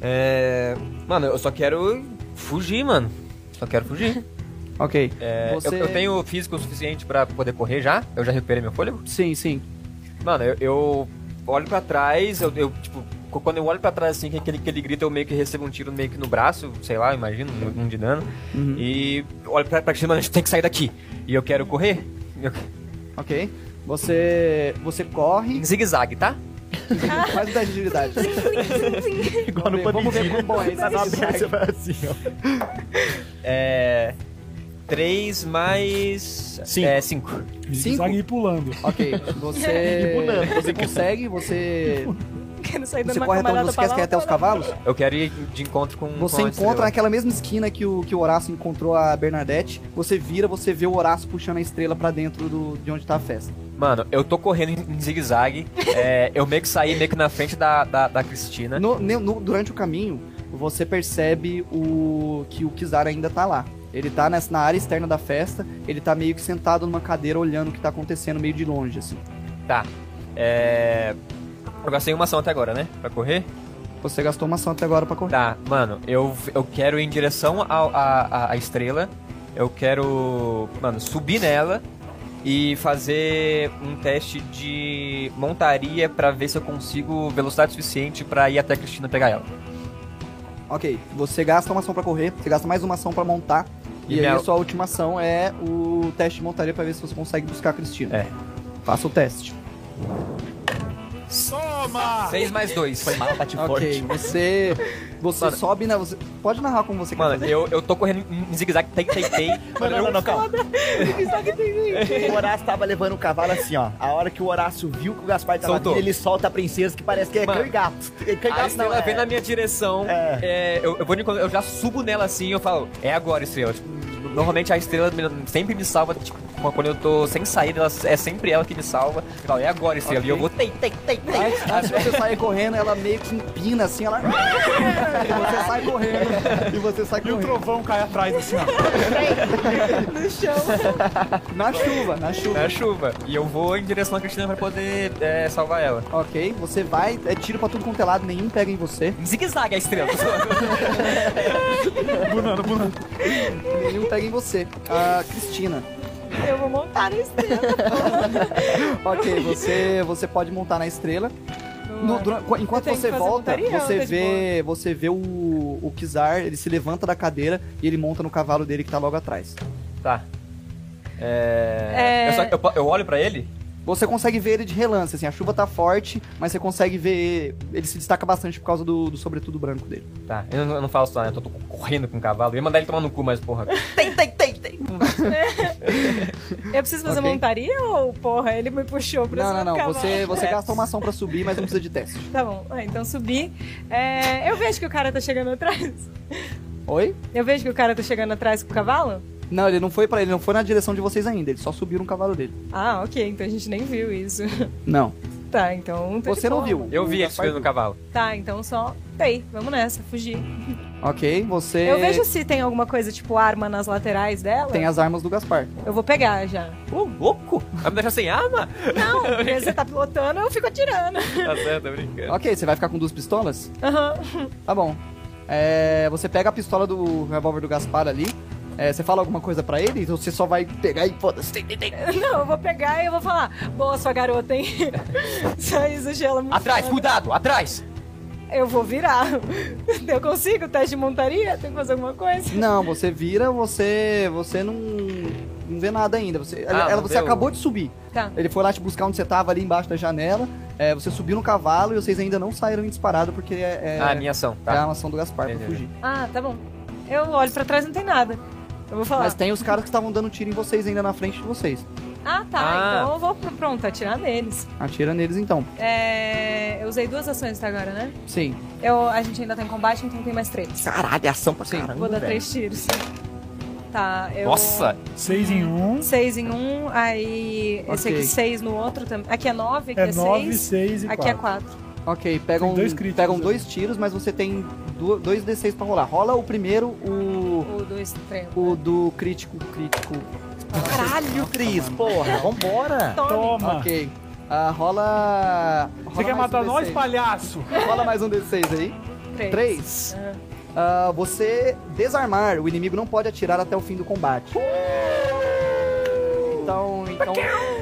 É. Mano, eu só quero fugir, mano. Só quero fugir. Ok. É, eu- Você- eu, tenho físico o suficiente pra poder correr já? Eu já recuperei meu fôlego? Sim, sim. Mano, eu, eu olho pra trás, eu, eu, tipo, co- quando eu olho pra trás assim, que aquele, aquele grito eu meio que recebo um tiro meio que no braço, sei lá, eu imagino, um, um de dano. Uhum. E olho pra, pra cima, mano, a gente tem que sair daqui. E eu quero correr. Eu, Ok. Você. Você corre. em zigue-zague, tá? Faz um teste de agilidade. Igual Vamos ver- vamos ver quão bom é Tá esse Você vai assim, ó. É. 3 mais. Cinco. É, 5. Zigue-zague e pulando. ok. Você. E pulando, Você consegue, você. Quero sair dando Você uma corre até onde camarada você pra quer, lá, quer até os cavalos? Eu quero ir de encontro com. Você com a encontra estrela. naquela mesma esquina que o, que o Horácio encontrou a Bernadette. Você vira, você vê o Horácio puxando a estrela pra dentro do, de onde tá a festa. Mano, eu tô correndo em em zigue-zague. é, eu meio que saí meio que na frente da, da, da Cristina. No- ne- no- durante o caminho, você percebe o que o Kizar ainda tá lá. Ele tá nessa, na área externa da festa, ele tá meio que sentado numa cadeira olhando o que tá acontecendo meio de longe, assim. Tá. É. Eu gastei uma ação até agora, né? Pra correr? Você gastou uma ação até agora pra correr. Tá, mano, eu, eu quero ir em direção ao- à à- à estrela. Eu quero, mano, subir nela e fazer um teste de montaria pra ver se eu consigo velocidade suficiente pra ir até a Cristina pegar ela. Ok, você gasta uma ação pra correr, você gasta mais uma ação pra montar. E, E aí minha- a sua última ação é o teste de montaria pra ver se você consegue buscar a Cristina. É. Faça o teste. Soma! 6 mais 2. Mal bate Ok, você. Você Mano. sobe na. Você, pode narrar como você Mano, quer. eu, eu tô correndo em zigue-zague, tem, tem, tem. Mano, não, não, não, calma. O Horácio tava levando o cavalo assim, ó. A hora que o Horácio viu que o Gaspar tava Soltou. vindo, ele solta a princesa que parece que é Mano, cão e gato. É Cão e A gato não, estrela é- vem na minha direção. É. é, eu, eu vou de encontro- eu já subo nela assim eu falo, é agora, estrela. Tipo, normalmente a estrela me- sempre me salva, tipo, quando eu tô sem saída, ela, é sempre ela que me salva. Eu falo, é agora, estrela. E eu vou, tem, tem, tem, tem. Aí, aí, se você sair correndo, ela meio que empina assim, ela. e você sai correndo. E você sai E o correndo. trovão cai atrás assim, ó. No chão. Na chuva, na chuva. É a chuva. E eu vou em direção à Cristina pra poder é, salvar ela. Ok, você vai, é tiro pra tudo quanto é lado, nenhum pega em você. Em zigue-zague a estrela. Bunando, bunando. Nenhum pega em você. A Cristina. Eu vou montar no estrela. Ok, você, você pode montar na estrela. No- dura- qu- enquanto Eu tenho que você fazer volta, montaria, você tá de vê, você vê o, o Kizar, ele se levanta da cadeira e ele monta no cavalo dele que tá logo atrás. tá. É. É. Eu, só- eu po- eu olho pra ele. Você consegue ver ele de relance, assim, a chuva tá forte, mas você consegue ver. Ele se destaca bastante por causa do, do sobretudo branco dele. Tá, eu não, eu não falo só, né? Eu tô, tô correndo com o cavalo. Eu ia mandar ele tomar no cu, mas porra. Eu preciso fazer Ok. montaria ou, porra, ele me puxou pra Não, não, cima do não. cavalo? Você, você É. gasta uma ação pra subir, mas não precisa de teste. Tá bom, Ah, então subi. É, eu vejo que o cara tá chegando atrás. Oi? Eu vejo que o cara tá chegando atrás com o cavalo? Não, ele não foi para ele, não foi na direção de vocês ainda, ele só subiu no cavalo dele. Ah, ok, então a gente nem viu isso. Não. Tá, então. tô de Você não boa. viu. Eu vi O ele subindo no cavalo. Tá, então só. Ei, vamos nessa, fugir. Ok, você. Eu vejo se tem alguma coisa tipo arma nas laterais dela. É. Tem as armas do Gaspar. Eu vou pegar já. Ô, louco! Vai me deixar sem arma? Não, porque você tá pilotando, eu fico atirando. Tá certo, tô brincando. Ok, você vai ficar com duas pistolas? Aham. Tá bom. É, você pega a pistola do revólver do Gaspar ali. é, você fala alguma coisa pra ele? Então você só vai pegar e foda-se. tem, tem, tem. Não, eu vou pegar e eu vou falar. Boa sua garota, hein? Só isso, Gela. muito Atrás, foda. cuidado, atrás! Eu vou virar. Eu consigo teste de montaria? Tem que fazer alguma coisa? Não, você vira, você. Você não. Não vê nada ainda. Você, ela- não você vê o- acabou de subir. Tá. Ele foi lá te buscar onde você tava ali embaixo da janela. é, você subiu no cavalo e vocês ainda não saíram em disparado porque é, é, Ah, minha ação, é tá. a ação do Gaspar pra Entendi. fugir. Ah, tá bom. Eu olho pra trás não tem nada. Eu vou falar. Mas tem os caras que estavam dando tiro em vocês ainda na frente de vocês. Ah, tá. Ah. Então eu vou pro- pronto, atirar neles. Atira neles então. É, Eu usei duas ações até agora, né? Sim. Eu... A gente ainda tá em combate, então tem mais três. Caralho, é ação pra Sim, caramba, Vou dar velho. três tiros. Tá, eu... Nossa! Seis em um. 6 em um, aí esse aqui Ok. 6 no outro também. Aqui é 9, aqui É é nove, 6, seis e aqui é quatro. 4. Ok, pegam, Tem dois dois, críticos pegam ali. dois tiros, mas você tem du- dois D6 pra rolar. Rola o primeiro, o, 1, 2, 3. o Um, do crítico. Crítico. é Caralho, Cris, porra, vambora. Tome! Toma! Ok. Ah, rola. Você rola quer mais matar um nós, D6. palhaço? Rola mais um D6 aí. 3. Três. Ah, você desarmar. O inimigo não pode atirar até o fim do combate. Então, então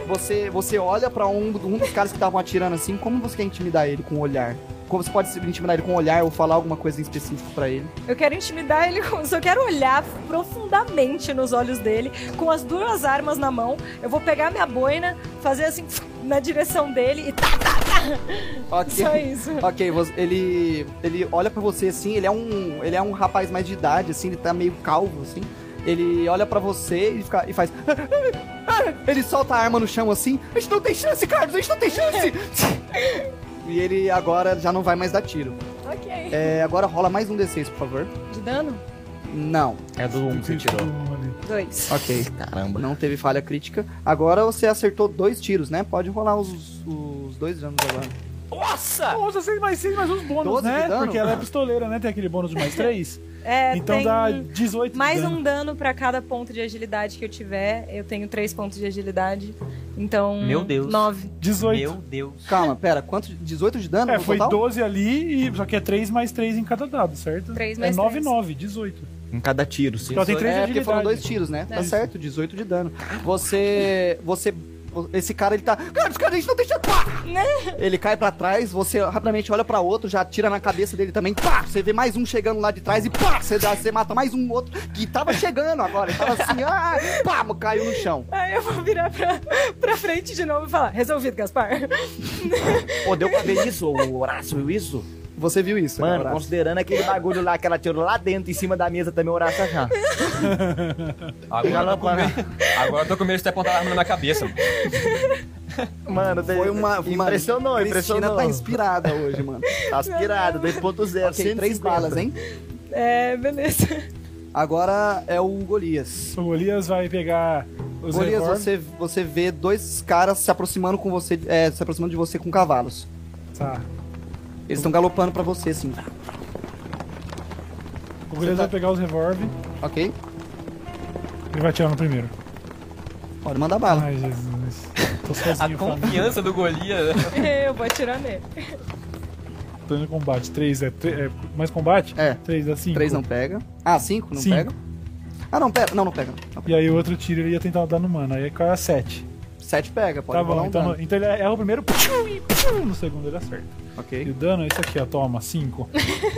você, você olha pra um, um dos caras que estavam atirando assim. Como você quer intimidar ele com o olhar? Como você pode intimidar ele com o olhar ou falar alguma coisa em específico pra ele? Eu quero intimidar ele com isso. Eu quero olhar profundamente nos olhos dele, com as duas armas na mão. Eu vou pegar minha boina, fazer assim na direção dele e tá, Ok. só isso. Ok, vo- ele ele olha pra você assim, ele é um ele é um rapaz mais de idade assim, ele tá meio calvo assim. Ele olha pra você e, fica- e faz Ele solta a arma no chão assim. A gente não tem chance, Carlos, a gente não tem chance. e ele agora já não vai mais dar tiro. Ok. É, agora rola mais um D6, por favor. De dano? Não. É do 1 um que você tirou. Dois. Ok. Caramba. Não teve falha crítica. Agora você acertou dois tiros, né? Pode rolar os, os dois danos agora. Nossa! Nossa, seis mais seis mais uns bônus, Doze de né? dano? Porque ela é pistoleira, né? Tem aquele bônus de mais três. É, então tem dá 18 de mais dano. um dano pra cada ponto de agilidade que eu tiver. Eu tenho três pontos de agilidade. Então. Meu Deus. Nove. 18. Meu Deus. Calma, pera, quanto? 18 de dano É, no foi total? 12 ali, e, só que é 3 mais 3 em cada dado, certo? Três é mais 9, três. 9, 18. Em cada tiro, sim. Então tem 3 de É, porque agilidade. foram dois tiros, né? Tá É. certo, 18 de dano. Você. Você. Esse cara, ele tá. Cara, os caras, a gente não deixa. Pá! Né? Ele cai pra trás, você rapidamente olha pra outro, já atira na cabeça dele também. Pá! Você vê mais um chegando lá de trás e pá! Você, dá- você mata mais um outro que tava chegando agora. Ele tava assim, ah! Pá! Caiu no chão. Aí eu vou virar pra, pra frente de novo e falar: resolvido, Gaspar. Pô, deu pra ver isso, o Horácio, viu isso? Você viu isso, né, Mano, Horácio? considerando aquele bagulho lá que ela tirou lá dentro, em cima da mesa também, o Horácio já. Agora eu tô com medo. Agora eu tô com medo de ter apontado a arma na minha cabeça. Mano, Foi uma. impressionou, mano, impressionou. É Cristina tá inspirada hoje, mano. Tá aspirado, 2.0, Ok, três 150. balas, hein? É, beleza. Agora é o Golias. O Golias vai pegar os Golias, revólver. você, você vê dois caras se aproximando com você, é, se aproximando de você com cavalos. Tá. Eles estão galopando pra você, assim. O Você Golias tá- vai pegar os revólver Ok? e vai atirar no primeiro. Pode mandar bala. Ai, Jesus. Tô A sozinho, cara. confiança do Golias. né? Eu vou atirar nele. Tô indo em combate. 3 é, tre- é mais combate? É. 3 dá 5. Três não pega. Ah, cinco não Cinco. pega? Ah, não, pega. Não, não pega. não. Não pega. E aí o outro tiro ele ia tentar dar no mano. Aí cai a 7. Sete pega, pode Tá rolar bom, um então, dano. no- então ele erra o primeiro, piu, e piu, no segundo ele acerta. E Ok. o dano é isso aqui, ó. Toma, 5.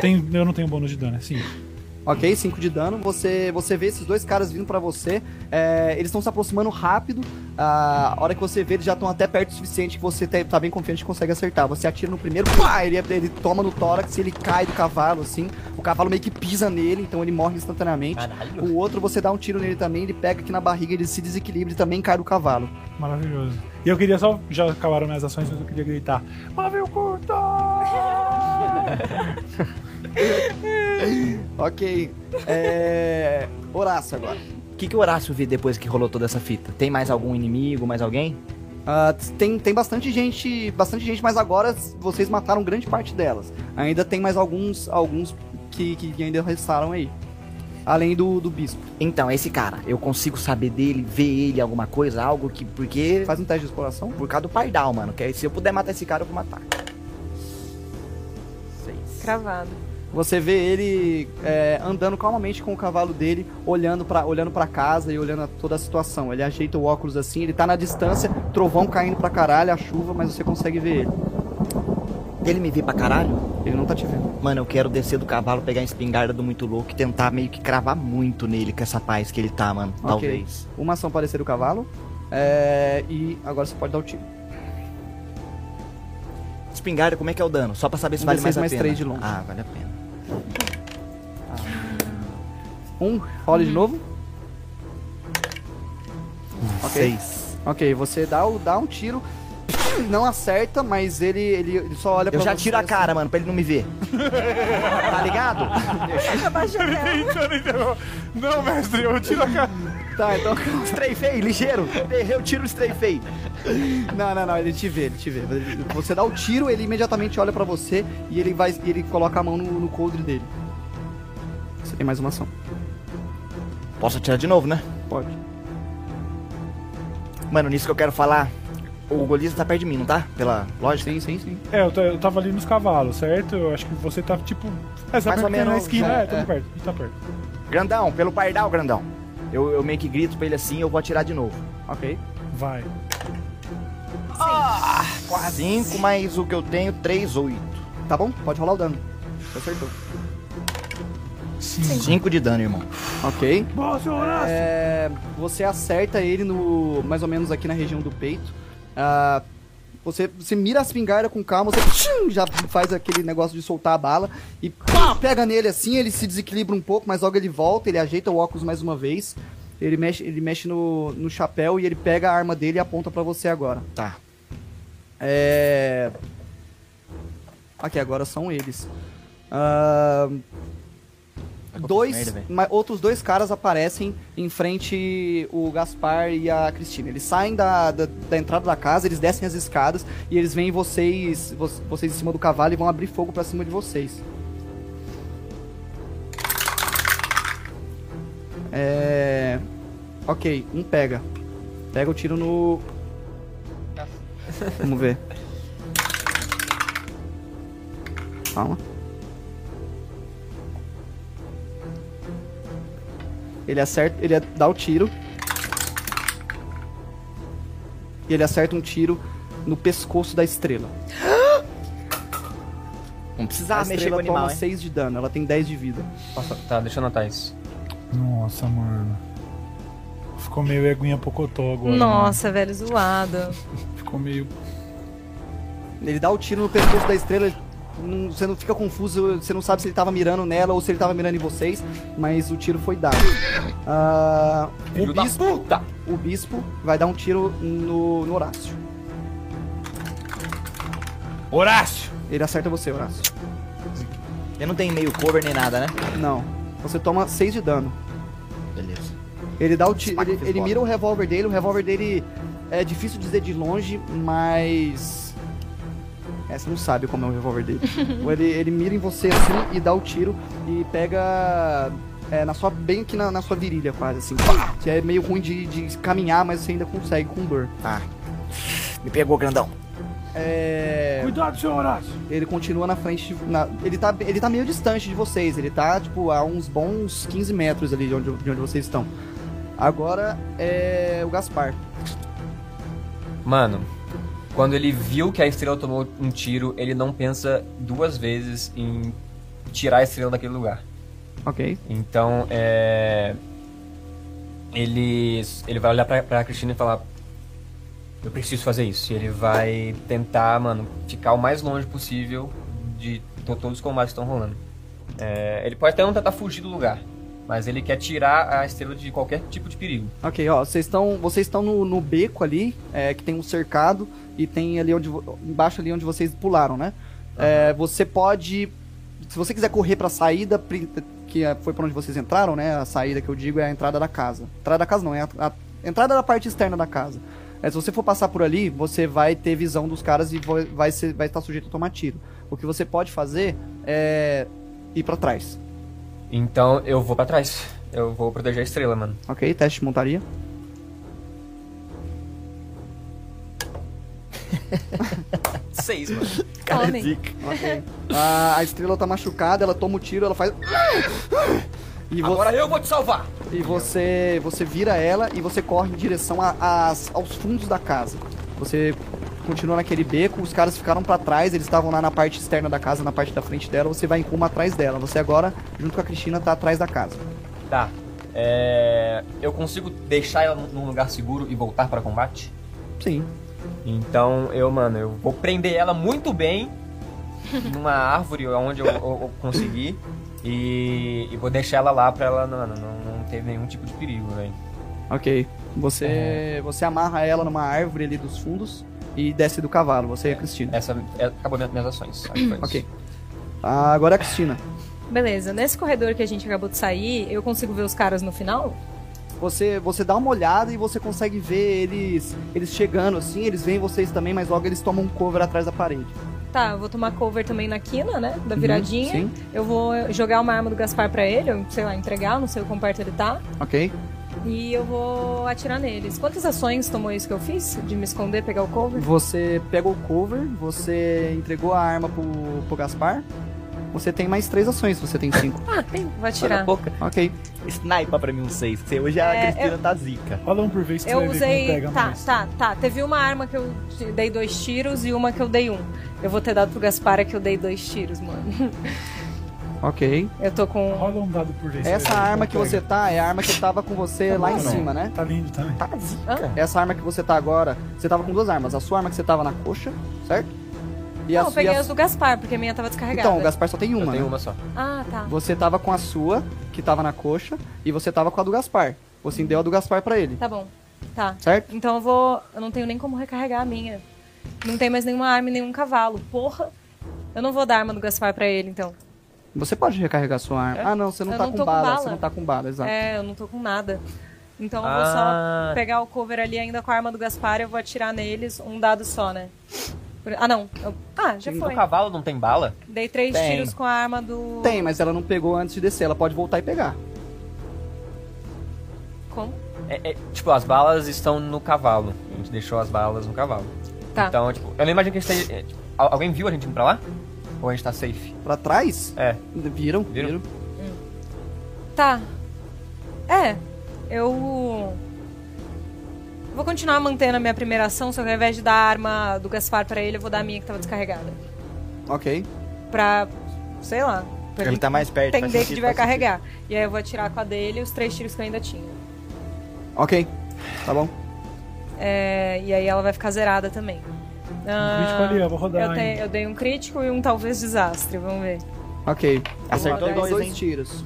Tem, eu não tenho bônus de dano, é 5. Ok, cinco de dano. Você, você vê esses dois caras vindo pra você. É, eles estão se aproximando rápido. Ah, a hora que você vê, eles já estão até perto o suficiente que você te- tá bem confiante que consegue acertar. Você atira no primeiro, pá! Ele, ele toma no tórax, ele cai do cavalo, assim. O cavalo meio que pisa nele, então ele morre instantaneamente. Caralho. O outro, você dá um tiro nele também, ele pega aqui na barriga, ele se desequilibra e também cai do cavalo. Maravilhoso. E eu queria só. Já acabaram minhas ações, mas eu queria gritar. Marvel curta! Ok. É. Horácio agora. O que, que o Horácio viu depois que rolou toda essa fita? Tem mais algum inimigo, mais alguém? Ah, tem, tem bastante gente, bastante gente, mas agora vocês mataram grande parte delas. Ainda tem mais alguns, alguns que, que ainda restaram aí. Além do, do bispo. Então, esse cara, eu consigo saber dele, ver ele, alguma coisa, algo que. Porque. Faz um teste de exploração. Por causa do pardal, mano. Que aí, se eu puder matar esse cara, eu vou matar. Cravado. Você vê ele é, andando calmamente com o cavalo dele, olhando pra olhando para casa e olhando a toda a situação. Ele ajeita o óculos assim, ele tá na distância, trovão caindo pra caralho, a chuva, mas você consegue ver ele. Ele me vê pra caralho? Ele não tá te vendo. Mano, eu quero descer do cavalo, pegar a espingarda do muito louco e tentar meio que cravar muito nele com essa paz que ele tá, mano. Talvez. Uma ação para descer do cavalo. é, e agora você pode dar o tiro. Espingarda, como é que é o dano? Só pra saber se Um vale D6 mais a mais pena. três de longo. Ah, vale a pena. Um, rola de novo. Ok. Seis. Ok, você dá, o- dá um tiro. Ele não acerta, mas ele, ele, ele só olha Eu pra já você tiro a assim. cara, mano, pra ele não me ver. tá ligado? Abaixa a tela. Não, mestre, eu tiro a cara. Tá, então. Strafei, ligeiro. Errei o tiro, strafei. Não, não, não, ele te vê, ele te vê. Ele- Você dá o tiro, ele imediatamente olha pra você e ele vai e ele coloca a mão no, no coldre dele. Você tem mais uma ação. Posso atirar de novo, né? Pode. Mano, nisso que eu quero falar. O Goliza tá perto de mim, não tá? Pela lógica. Sim, sim, sim. É, eu, ta- eu tava ali nos cavalos, certo? Eu acho que você tá tipo. É, sabe Mais ou que é na menos, esquina, né? é, tá É. perto, ele tá perto. Grandão, pelo pardal, grandão. Eu, eu meio que grito pra ele assim, eu vou atirar de novo. Ok. Vai. Quase. Cinco mais o que eu tenho, três, oito. Tá bom? Pode rolar o dano. Você Acertou. Cinco de dano, irmão. Ok. Bolsonaro! É, você acerta ele no. mais ou menos aqui na região do peito. Ah, você, você mira a espingarda com calma, você tchim, já faz aquele negócio de soltar a bala e pá, pega nele assim, ele se desequilibra um pouco, mas logo ele volta, ele ajeita o óculos mais uma vez, ele mexe, ele mexe no, no chapéu e ele pega a arma dele e aponta pra você agora. Tá. É. Aqui, agora são eles. Ah, dois, Tá merda, velho. ma- outros dois caras aparecem em frente o Gaspar e a Cristina. Eles saem da, da, da entrada da casa, eles descem as escadas e eles veem vocês, vo- vocês em cima do cavalo e vão abrir fogo pra cima de vocês. É. Ok, um pega. Pega o tiro no. Vamos ver. Calma. Ele acerta, ele dá o tiro. E ele acerta um tiro no pescoço da estrela. Não a precisava mexer Tá, com estrela o animal, toma hein? 6 de dano, ela tem 10 de vida. Nossa, tá, deixa eu anotar isso. Nossa, mano. Ficou meio eguinha pocotó agora. Nossa, velho, zoado. mano. Ficou meio. Ele dá o tiro no pescoço da estrela, ele não- você não fica confuso, você não sabe se ele tava mirando nela ou se ele tava mirando em vocês, mas o tiro foi dado. Ah, o, Filho da bispo, puta! o bispo vai dar um tiro no, no Horácio. Horácio! Ele acerta você, Horácio. Eu não tenho meio cover nem nada, né? Não. Você toma 6 de dano. Beleza. Ele dá o tiro. Espaca Ele, fez ele bola. mira o revólver dele. O revólver dele é difícil dizer de longe, mas. É, você não sabe como é o revólver dele. Ou ele, ele mira em você assim e dá o tiro e pega. É, na sua, bem aqui na, na sua virilha, quase assim. Pá! Que é meio ruim de, de caminhar, mas você ainda consegue com dor. Tá. Me pegou, grandão. É. Cuidado, seu Horácio! Ele continua na frente. de- na- ele, tá, ele tá meio distante de vocês. Ele tá, tipo, a uns bons 15 metros ali de onde, de onde vocês estão. Agora é o Gaspar. Mano, quando ele viu que a estrela tomou um tiro, ele não pensa duas vezes em tirar a estrela daquele lugar. Ok. Então, é. Ele, ele vai olhar pra, pra Cristina e falar: Eu preciso fazer isso. E ele vai tentar, mano, ficar o mais longe possível de to- todos os combates que estão rolando. É, ele pode até não tentar fugir do lugar, mas ele quer tirar a estrela de qualquer tipo de perigo. Ok, ó. Vocês estão vocês estão no, no beco ali, é, que tem um cercado e tem ali onde. vo- embaixo ali onde vocês pularam, né? É, você pode. Se você quiser correr pra saída, pri- que é- foi pra onde vocês entraram, né? A saída que eu digo é a entrada da casa. Entrada da casa não, é a, a entrada da parte externa da casa. É, se você for passar por ali, você vai ter visão dos caras e vai, vai, ser- vai estar sujeito a tomar tiro. O que você pode fazer é ir pra trás. Então eu vou pra trás. Eu vou proteger a estrela, mano. Ok? Teste de montaria. Seis, mano. Homem. Ok. A, a estrela tá machucada, ela toma o tiro, ela faz. E, vo- Agora eu vou te salvar! e você, você vira ela e você corre em direção a- às- aos fundos da casa. Você continua naquele beco, os caras ficaram pra trás, eles estavam lá na parte externa da casa, na parte da frente dela. Você vai em rumo atrás dela. Você agora, junto com a Cristina, tá atrás da casa. Tá. É, Eu consigo deixar ela num num lugar seguro e voltar pra combate? Sim. Então eu, mano, eu vou prender ela muito bem numa árvore onde eu, eu- eu conseguir e, e vou deixar ela lá pra ela não, não, não ter nenhum tipo de perigo, velho. É. Ok. Você, você amarra ela numa árvore ali dos fundos e desce do cavalo, você e a Cristina. Essa é, acabou minha- minhas ações. Acho que foi isso. Ok. Ah, agora é a Cristina. Beleza, nesse corredor que a gente acabou de sair, eu consigo ver os caras no final? Você, você dá uma olhada e você consegue ver eles eles chegando assim, eles veem vocês também, mas logo eles tomam um cover atrás da parede. Tá, eu vou tomar cover também na quina, né? Da viradinha. Uhum, sim, Eu vou jogar uma arma do Gaspar pra ele, ou, sei lá, entregar, não sei o quão perto ele tá. ok. E eu vou atirar neles. Quantas ações tomou isso que eu fiz? De me esconder, pegar o cover? Você pega o cover, você entregou a arma pro, pro Gaspar. Você tem mais três ações, você tem cinco. Ah, tem. Vou Cala a atirar. boca. ok. Snipa pra mim um 6. Você hoje a É, Cristina tá zica. Fala um por vez que Eu você vai ver como usei. pega Tá, mais. tá, tá. Teve uma arma que eu te- dei dois tiros e uma que eu dei um. Eu vou ter dado pro Gaspar a que eu dei dois tiros, mano. Ok. Eu tô com. Rola um dado por vez. Essa Vai ver arma como é que pega. você tá é a arma que tava com você lá em cima, né? Tá lindo também. Tá zica. Essa arma que você tá agora, você tava com duas armas. A sua arma que você tava na coxa, certo? E Não, eu su- peguei e as do Gaspar, porque a minha tava descarregada. Então, o Gaspar só tem uma, Eu né? tenho uma só. Ah, tá. Você tava com a sua, que tava na coxa, e você tava com a do Gaspar. Você deu a do Gaspar pra ele, Tá bom. Tá. certo? Então eu vou. Eu não tenho nem como recarregar a minha. Não tem mais nenhuma arma e nenhum cavalo. Porra! Eu não vou dar a arma do Gaspar pra ele, então. Você pode recarregar sua arma. Ah, não, você não É? Eu tá não com tô com bala, bala. Você não tá com bala, exato. É, eu não tô com nada. Então eu vou Ah. só pegar o cover ali ainda com a arma do Gaspar e eu vou atirar neles um dado só, né? Por- Ah, não. Eu- Ah, já Tem- foi. No cavalo não tem bala? Dei três Tem. tiros com a arma do. Tem, mas ela não pegou antes de descer. Ela pode voltar e pegar. Como? É, é, tipo, as balas estão no cavalo. A gente deixou as balas no cavalo. Tá. Então, tipo, eu não imagino que a gente tem. é, tipo, al- alguém viu a gente indo pra lá? Ou a gente tá safe? Pra trás? É. Viram? Viram? Tá. É, eu. Vou continuar mantendo a minha primeira ação, só que ao invés de dar a arma do Gaspar pra ele, eu vou dar a minha que tava descarregada. Ok. pra, sei lá, pra Ele tá mais perto. faz entender que sentido, vai faz sentido. carregar. E aí eu vou atirar com a dele os três tiros que eu ainda tinha. Ok. Tá bom. É, e aí ela vai ficar zerada também. Ah, Um crítico ali, eu vou rodar eu, dei, ainda. eu dei um crítico e um talvez desastre, vamos ver. Ok. Acertou Tem dois, dois hein? tiros.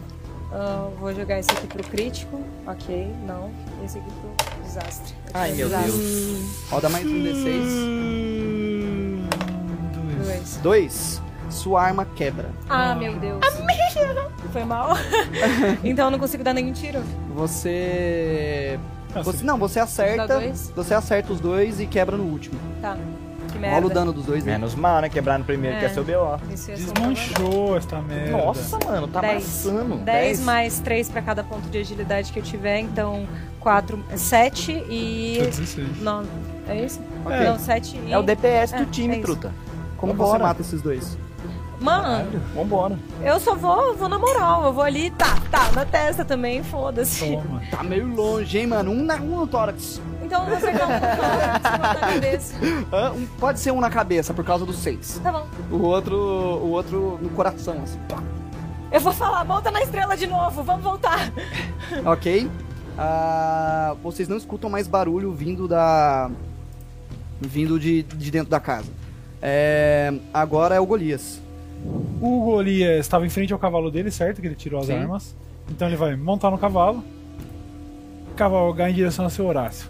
Ah, vou jogar esse aqui pro crítico, ok, não. E Esse aqui pro desastre. Ai, meu Desastre. Roda mais um D6. Dois. Dois. Sua arma quebra. Ah, meu Deus. Foi mal. então eu não consigo dar nenhum tiro. Você. Ah, você- você- Não, você acerta. Dá dois? Você acerta os dois e quebra no último. Tá. Que Rola o merda. dano dos dois, né? Menos mal, né? Quebrar no primeiro, que é É. seu BO. Isso ia ser um problema. Desmanchou esta merda. Nossa, mano, tá Dez. amassando. 10 mais 3 pra cada ponto de agilidade que eu tiver, então 4, 7 e. Tá 16. 9. É isso? É. Não, 7 e. É o DPS É, do time, é isso. truta. Como você Vambora. mata esses dois? Mano, Vambora. eu só vou, vou na moral, eu vou ali, tá, tá, na testa também, foda-se. Toma. Tá meio longe, hein, mano? Um, na, um no tórax. Então eu vou acertar um na cabeça. Ah, um- pode ser um na cabeça, por causa dos seis. Tá bom. O outro, o outro no coração, assim. Pá. Eu vou falar, volta na estrela de novo, vamos voltar. Ok? Ah, vocês não escutam mais barulho vindo da... Vindo de, de dentro da casa. É, agora é o Golias. O Golias estava em frente ao cavalo dele, certo? Que ele tirou as Sim. armas. Então ele vai montar no cavalo, cavalgar em direção a seu Horácio.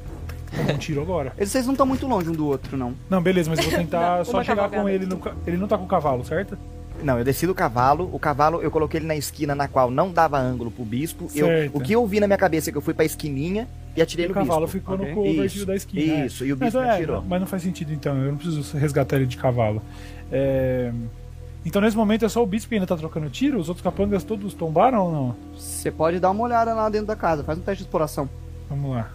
Toma um tiro agora. Eles- Vocês não estão muito longe um do outro, não. Não, beleza, mas eu vou tentar Não, só uma chegar com cavalgada. ele. No... ca- Ele não tá com o cavalo, certo? Não, eu desci do cavalo. O cavalo, eu coloquei ele na esquina na qual não dava ângulo pro bispo. Eu, Certo. o que eu vi na minha cabeça é que eu fui pra esquininha e atirei E o no cavalo bispo. ficou Ok. no cover Isso, da né? esquina. isso, e o Mas, bispo é, atirou. não- Mas não faz sentido então, eu não preciso resgatar ele de cavalo. É, Então nesse momento é só o bispo que ainda tá trocando tiro? Os outros capangas todos tombaram ou não? Você pode dar uma olhada lá dentro da casa. Faz um teste de exploração. Vamos lá.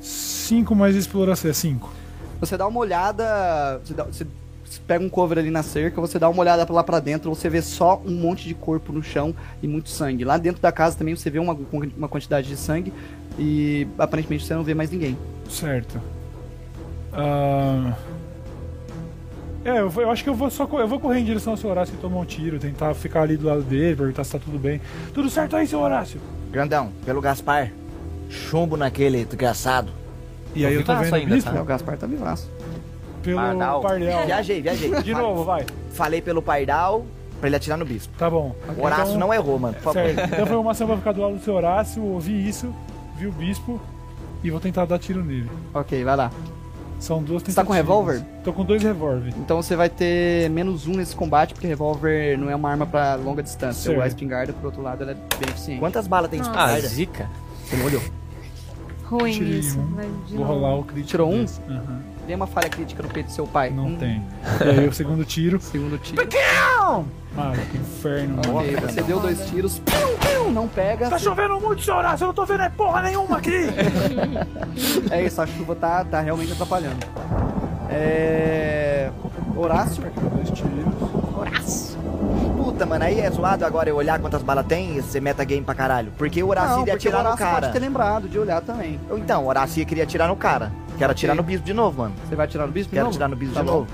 5 mais exploração, é 5. Você dá uma olhada... Você, dá- você- você pega um cover ali na cerca, você dá uma olhada lá pra dentro, você vê só um monte de corpo no chão e muito sangue. Lá dentro da casa também você vê uma, uma quantidade de sangue e aparentemente você não vê mais ninguém. Certo. Ah, É, eu, vou- eu acho que eu vou só co- eu vou correr em direção ao seu Horácio e tomar um tiro, tentar ficar ali do lado dele, perguntar se tá tudo bem. Tudo certo aí, seu Horácio? Grandão, pelo Gaspar. Chumbo naquele desgraçado. E aí eu tô Vivaço vendo o ainda, bispo É, o Gaspar tá vivaço. Tá, pelo Pardal. É. Pardal. Viajei, viajei. De novo, vai. Falei pelo Pardal pra ele atirar no bispo. Tá bom. O Horácio Então- é, não errou, mano. Por favor. Certo. Então foi uma ação pra ficar do lado do seu Horácio, ouvi isso, vi o bispo. e vou tentar dar tiro nele. Ok, vai lá. São duas tentativas. Você tá com revólver? Tô com dois revólver. Então você vai ter menos um nesse combate, porque revólver não é uma arma pra longa distância. Certo. O espingarda, por outro lado, ela é bem eficiente. Quantas balas tem Nossa. Ah, espingarda? zica. Você não olhou. Ruim Tirei isso. um. Vai de Vou novo. rolar o crítico. Tirou um? desse. Aham. Dê uma falha crítica no peito do seu pai. Não Um tem. E aí o segundo tiro. Segundo tiro. Mano, que inferno. Ok, mano. você deu dois tiros. Piu, piu, não pega. Tá chovendo muito, seu Horácio. Eu não tô vendo é porra nenhuma aqui. É isso, a chuva tá, tá realmente atrapalhando. É. Horácio? dois tiros. Puta, mano, aí é zoado agora eu olhar quantas balas tem e ser metagame pra caralho. Porque o não, Horaci ia porque o atirar no Horácio pode cara. ter lembrado de olhar também. Eu, Então, o Horaci queria atirar no cara. Quero atirar no bispo de novo, mano. Você vai atirar no bispo? Quero Não? atirar no bispo Tá de bom. novo.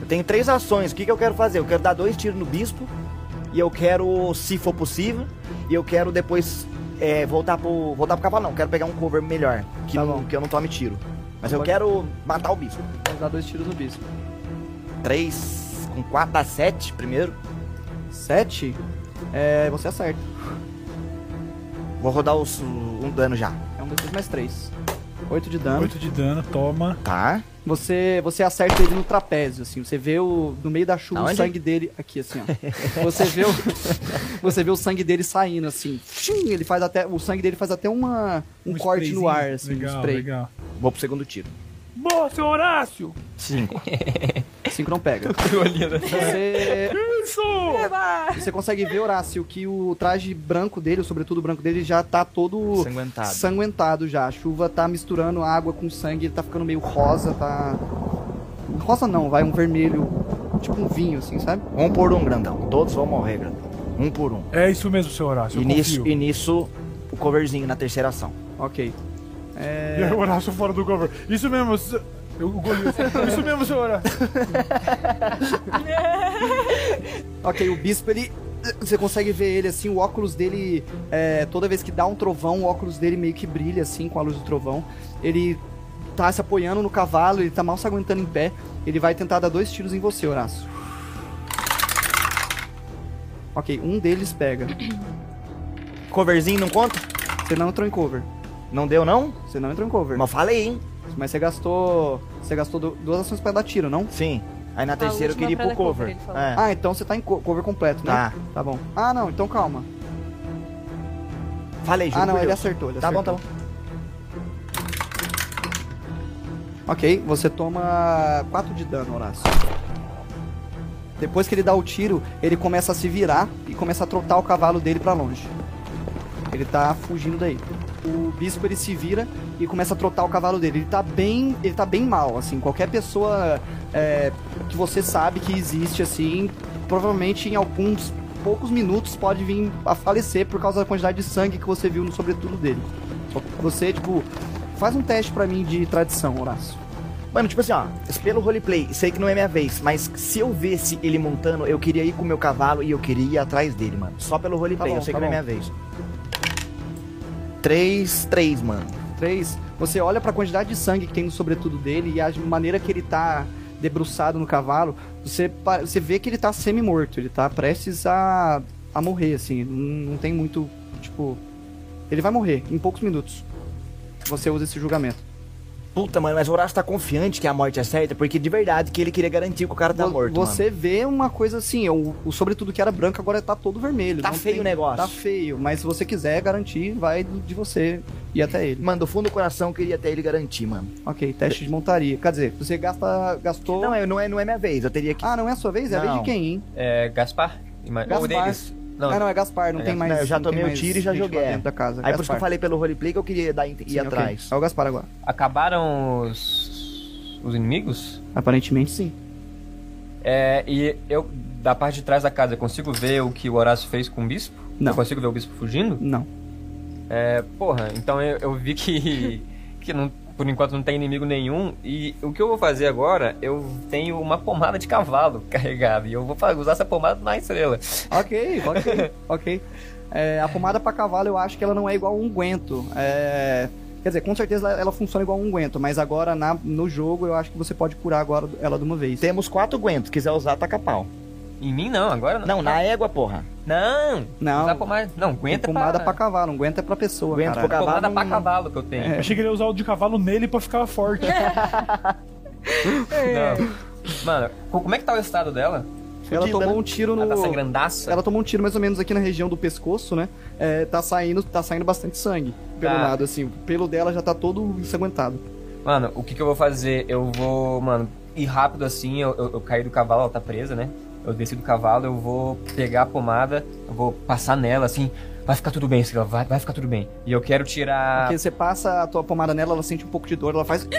Eu tenho três ações. O que, que eu quero fazer? Eu quero dar dois tiros no bispo. E eu quero, se for possível, e eu quero depois é, voltar pro. voltar pro cavalo, não. Quero pegar um cover melhor. Que, Tá não- bom. que eu não tome tiro. Mas eu Pode- quero matar o bispo. Vai dar dois tiros no bispo. Três. Com quatro dá sete primeiro. Sete? É. Você acerta. Vou rodar os- um dano já. É um D6 mais três. Oito de dano. Oito de dano, toma. Tá. Você, você acerta ele no trapézio, assim. Você vê o, no meio da chuva Aonde? o sangue dele. Aqui, assim, ó. Você vê o, você vê o sangue dele saindo, assim. Tchim, Ele faz até, o sangue dele faz até uma, um, corte no sprayzinho. ar, assim, um legal, spray. Legal. Vou pro segundo tiro. Boa, seu Horácio! Cinco. Cinco Assim não pega. Olhando. Você, Isso! Eba! você consegue ver, Horácio, que o traje branco dele, sobretudo o branco dele, já tá todo Sanguentado. sanguentado já. A chuva tá misturando água com sangue, ele tá ficando meio rosa, tá. Rosa não, vai um vermelho, tipo um vinho, assim, sabe? Um por um, grandão. Todos vão morrer, grandão. Um por um. É isso mesmo, seu Horácio. E eu nisso, confio. e nisso, o coverzinho na terceira ação. Ok. E aí É, o Horácio fora do cover. Isso mesmo, se- eu o Golias. Isso mesmo, seu Horácio. Ok, o bispo ele. Você consegue ver ele assim, o óculos dele. é, toda vez que dá um trovão, o óculos dele meio que brilha assim com a luz do trovão. Ele tá se apoiando no cavalo, ele tá mal se aguentando em pé. Ele vai tentar dar dois tiros em você, Horácio. Ok, um deles pega. Coverzinho não conta? Você não entrou em cover. Não deu, não? Você não entrou em cover. Mas falei, hein? Mas você gastou. Você gastou du- duas ações pra dar tiro, não? Sim. Aí na terceira eu última queria ir pra pro dar cover, cover. ele falou. É. Ah, então você tá em co- cover completo, né? Tá. Tá bom. Ah, não, então calma. Falei, juro Ah, não, por ele Deus. acertou, ele Tá bom, acertou. tá bom. Ok, você toma 4 de dano, Horácio. Depois que ele dá o tiro, ele começa a se virar e começa a trotar o cavalo dele pra longe. Ele tá fugindo daí. O bispo ele se vira e começa a trotar o cavalo dele. Ele tá bem, ele tá bem mal, assim. Qualquer pessoa é, que você sabe que existe, assim, provavelmente em alguns poucos minutos pode vir a falecer por causa da quantidade de sangue que você viu no sobretudo dele. Você, tipo, faz um teste pra mim de tradição, Horácio. Mano, tipo assim, ó, pelo roleplay, sei que não é minha vez, mas se eu visse ele montando, eu queria ir com o meu cavalo e eu queria ir atrás dele, mano. Só pelo roleplay, Tá bom, eu sei tá que não é minha vez. Três, três, mano. 3, você olha pra quantidade de sangue que tem no sobretudo dele e a maneira que ele tá debruçado no cavalo, você, pa- você vê que ele tá semi-morto, ele tá prestes a, a morrer, assim, não, não tem muito, tipo... Ele vai morrer em poucos minutos. Você usa esse julgamento. Puta, mano, mas o Horácio tá confiante que a morte é certa, porque de verdade que ele queria garantir que o cara tá Vo- morto, você vê uma coisa assim, o, o sobretudo que era branco agora tá todo vermelho. Tá não feio tem- o negócio. Tá feio, mas se você quiser garantir, vai do- de você ir até ele. mano. Mano, do fundo do coração eu queria até ele garantir, mano. Ok, teste de montaria. Quer dizer, você gasta, gastou... Não, eu- não é, não é minha vez, eu teria que... Ah, não é a sua vez? É a vez de Não. quem, hein? É, Gaspar? Ima- Gaspar. Ou deles? Não, ah, não, é Gaspar, não É tem Gaspar. mais. Não, eu já tem tomei o mais tiro e já gente lá joguei, dentro é. da casa. Aí por isso que eu Gaspar. falei pelo roleplay que eu queria dar, ir Ah, Sim, ok. atrás. É o Gaspar agora. acabaram os. os inimigos? Aparentemente sim. É, e eu, da parte de trás da casa, eu consigo ver o que o Horácio fez com o bispo? Não. Eu consigo ver o bispo fugindo? Não. É, porra, então eu, eu vi que. que não, por enquanto não tem inimigo nenhum. E o que eu vou fazer agora, eu tenho uma pomada de cavalo carregada. E eu vou fa- usar essa pomada na estrela. Ok, ok, ok. É, a pomada pra cavalo eu acho que ela não é igual a um unguento. É, Quer dizer, com certeza ela, ela funciona igual a um unguento, mas agora na- no jogo eu acho que você pode curar agora ela de uma vez. Temos quatro guentos, quiser usar, taca pau. Em mim não, agora não. Não, na égua, porra. Não! Não. Usar pomada. Não, aguenta pomada pra pra... cavalo, não aguenta pra pessoa. Aguenta caralho. pra Pomada cavalo, pra não- cavalo que eu tenho. Achei que ele ia usar o de cavalo nele pra ficar forte. É. Não. Mano, co- como é que tá o estado dela? Ela Fudida, tomou um tiro no. Ela tá sangrandaça? Ela tomou um tiro mais ou menos aqui na região do pescoço, né? É, tá saindo, tá saindo bastante sangue. Pelo Tá. lado, assim. O pelo dela já tá todo ensanguentado. Mano, o que que eu vou fazer? Eu vou, mano, ir rápido assim, eu, eu, eu caí do cavalo, ela tá presa, né? Eu desci do cavalo, eu vou pegar a pomada, eu vou passar nela assim, vai ficar tudo bem, Silas, vai, vai ficar tudo bem. E eu quero tirar... Porque você passa a tua pomada nela, ela sente um pouco de dor, ela faz.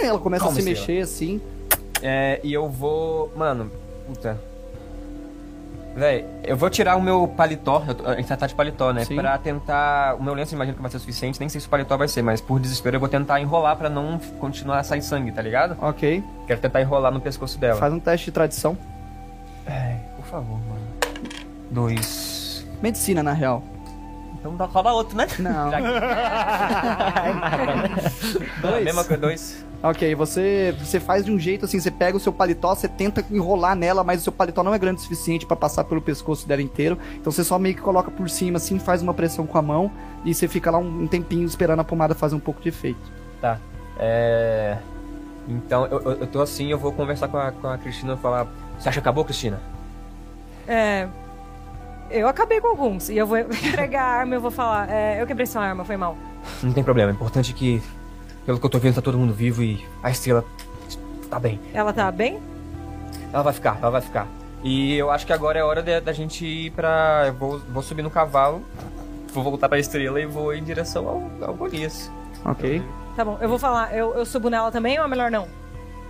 Ela começa Calma, a se Estela. mexer assim. É, e eu vou. Mano, puta. Véi, eu vou tirar o meu paletó. eu tô- a gente tá de paletó, né? Sim. Pra tentar. O meu lenço, eu imagino que vai ser o suficiente. Nem sei se o paletó vai ser, mas por desespero eu vou tentar enrolar pra não f- continuar a sair sangue, tá ligado? Ok. Quero tentar enrolar no pescoço dela. Faz um teste de tradição. É, Por favor, mano. Dois. Medicina, na real. Então dá rola outro, né? Não. Já que- Não, é a Mesma coisa, dois. Ok, você, você faz de um jeito assim, você pega o seu paletó, você tenta enrolar nela, mas o seu paletó não é grande o suficiente pra passar pelo pescoço dela inteiro. Então você só meio que coloca por cima assim, faz uma pressão com a mão e você fica lá um, um tempinho esperando a pomada fazer um pouco de efeito. É. Então, eu, eu- eu tô assim, eu vou conversar com a, com a Cristina e falar. Você acha que acabou, Cristina? É, eu acabei com alguns. E eu vou entregar a arma e eu vou falar. é, eu quebrei sua arma, foi mal. Não tem problema. O importante é que, pelo que eu tô vendo, tá todo mundo vivo e a estrela tá bem. Ela tá bem? Ela vai ficar, ela vai ficar. E eu acho que agora é hora de- da gente ir pra. Eu vou, vou subir no cavalo, vou voltar pra estrela e vou em direção ao, ao Golias. Ok? Tá bom, eu vou falar. Eu, eu subo nela também ou é melhor não?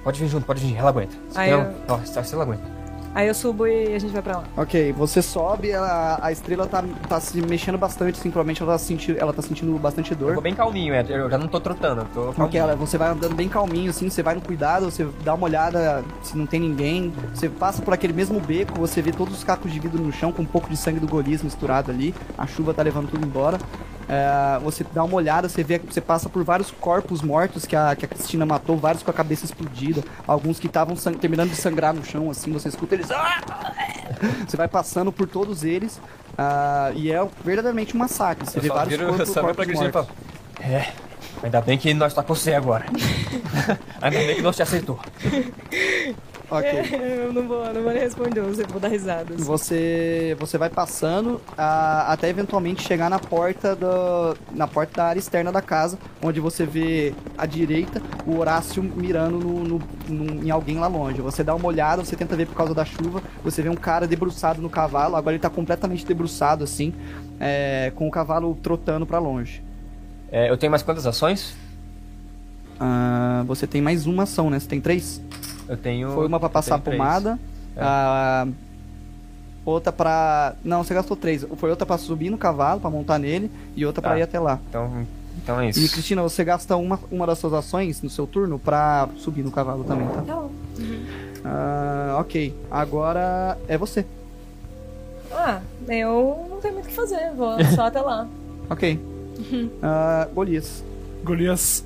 Pode vir junto, pode vir, ela aguenta. Aí Não, eu- ó, a estrela aguenta. Aí eu subo e a gente vai pra lá. Ok, você sobe, ela- a estrela tá, tá se mexendo bastante, assim, provavelmente ela tá, senti- ela tá sentindo bastante Eu dor. vou bem calminho, é, eu já não tô trotando, eu tô. Ok, calminho. ela, é, você vai andando bem calminho, assim, você vai no cuidado, você dá uma olhada se não tem ninguém, você passa por aquele mesmo beco, você vê todos os cacos de vidro no chão com um pouco de sangue do Golias misturado ali, a chuva tá levando tudo embora. É, você dá uma olhada, você vê, você passa por vários corpos mortos que a, que a Cristina matou, vários com a cabeça explodida, alguns que estavam sang- terminando de sangrar no chão, assim, você escuta eles. Você vai passando por todos eles. ah, e é verdadeiramente um massacre. Você Eu vê só vários viro- corpos, só viro pra corpos Cristina e mortos. falo, É, ainda bem que nós tá com você agora. ainda bem que nós te aceitou. Ok. eu não vou, não vou nem responder, eu vou dar assim. risadas. Você, você vai passando a- até eventualmente chegar na porta, do, na porta da área externa da casa, onde você vê à direita o Horácio mirando no- no- no- em alguém lá longe. Você dá uma olhada, você tenta ver por causa da chuva, você vê um cara debruçado no cavalo, agora ele tá completamente debruçado assim, é, com o cavalo trotando pra longe. É, eu tenho mais quantas ações? Ah, você tem mais uma ação, né? Você tem três? Eu tenho. Foi uma pra eu passar a tenho três. pomada. É. a- outra pra. Não, você gastou três. Foi outra pra subir no cavalo, pra montar nele. E outra pra Tá. ir até lá. Então, então é E, isso. Cristina, você gasta uma, uma das suas ações no seu turno pra subir no cavalo também, tá? Tá bom. Ah, ok. Agora é você. Ah, eu não tenho muito o que fazer, vou só até lá. Ok. Ah, Golias. Golias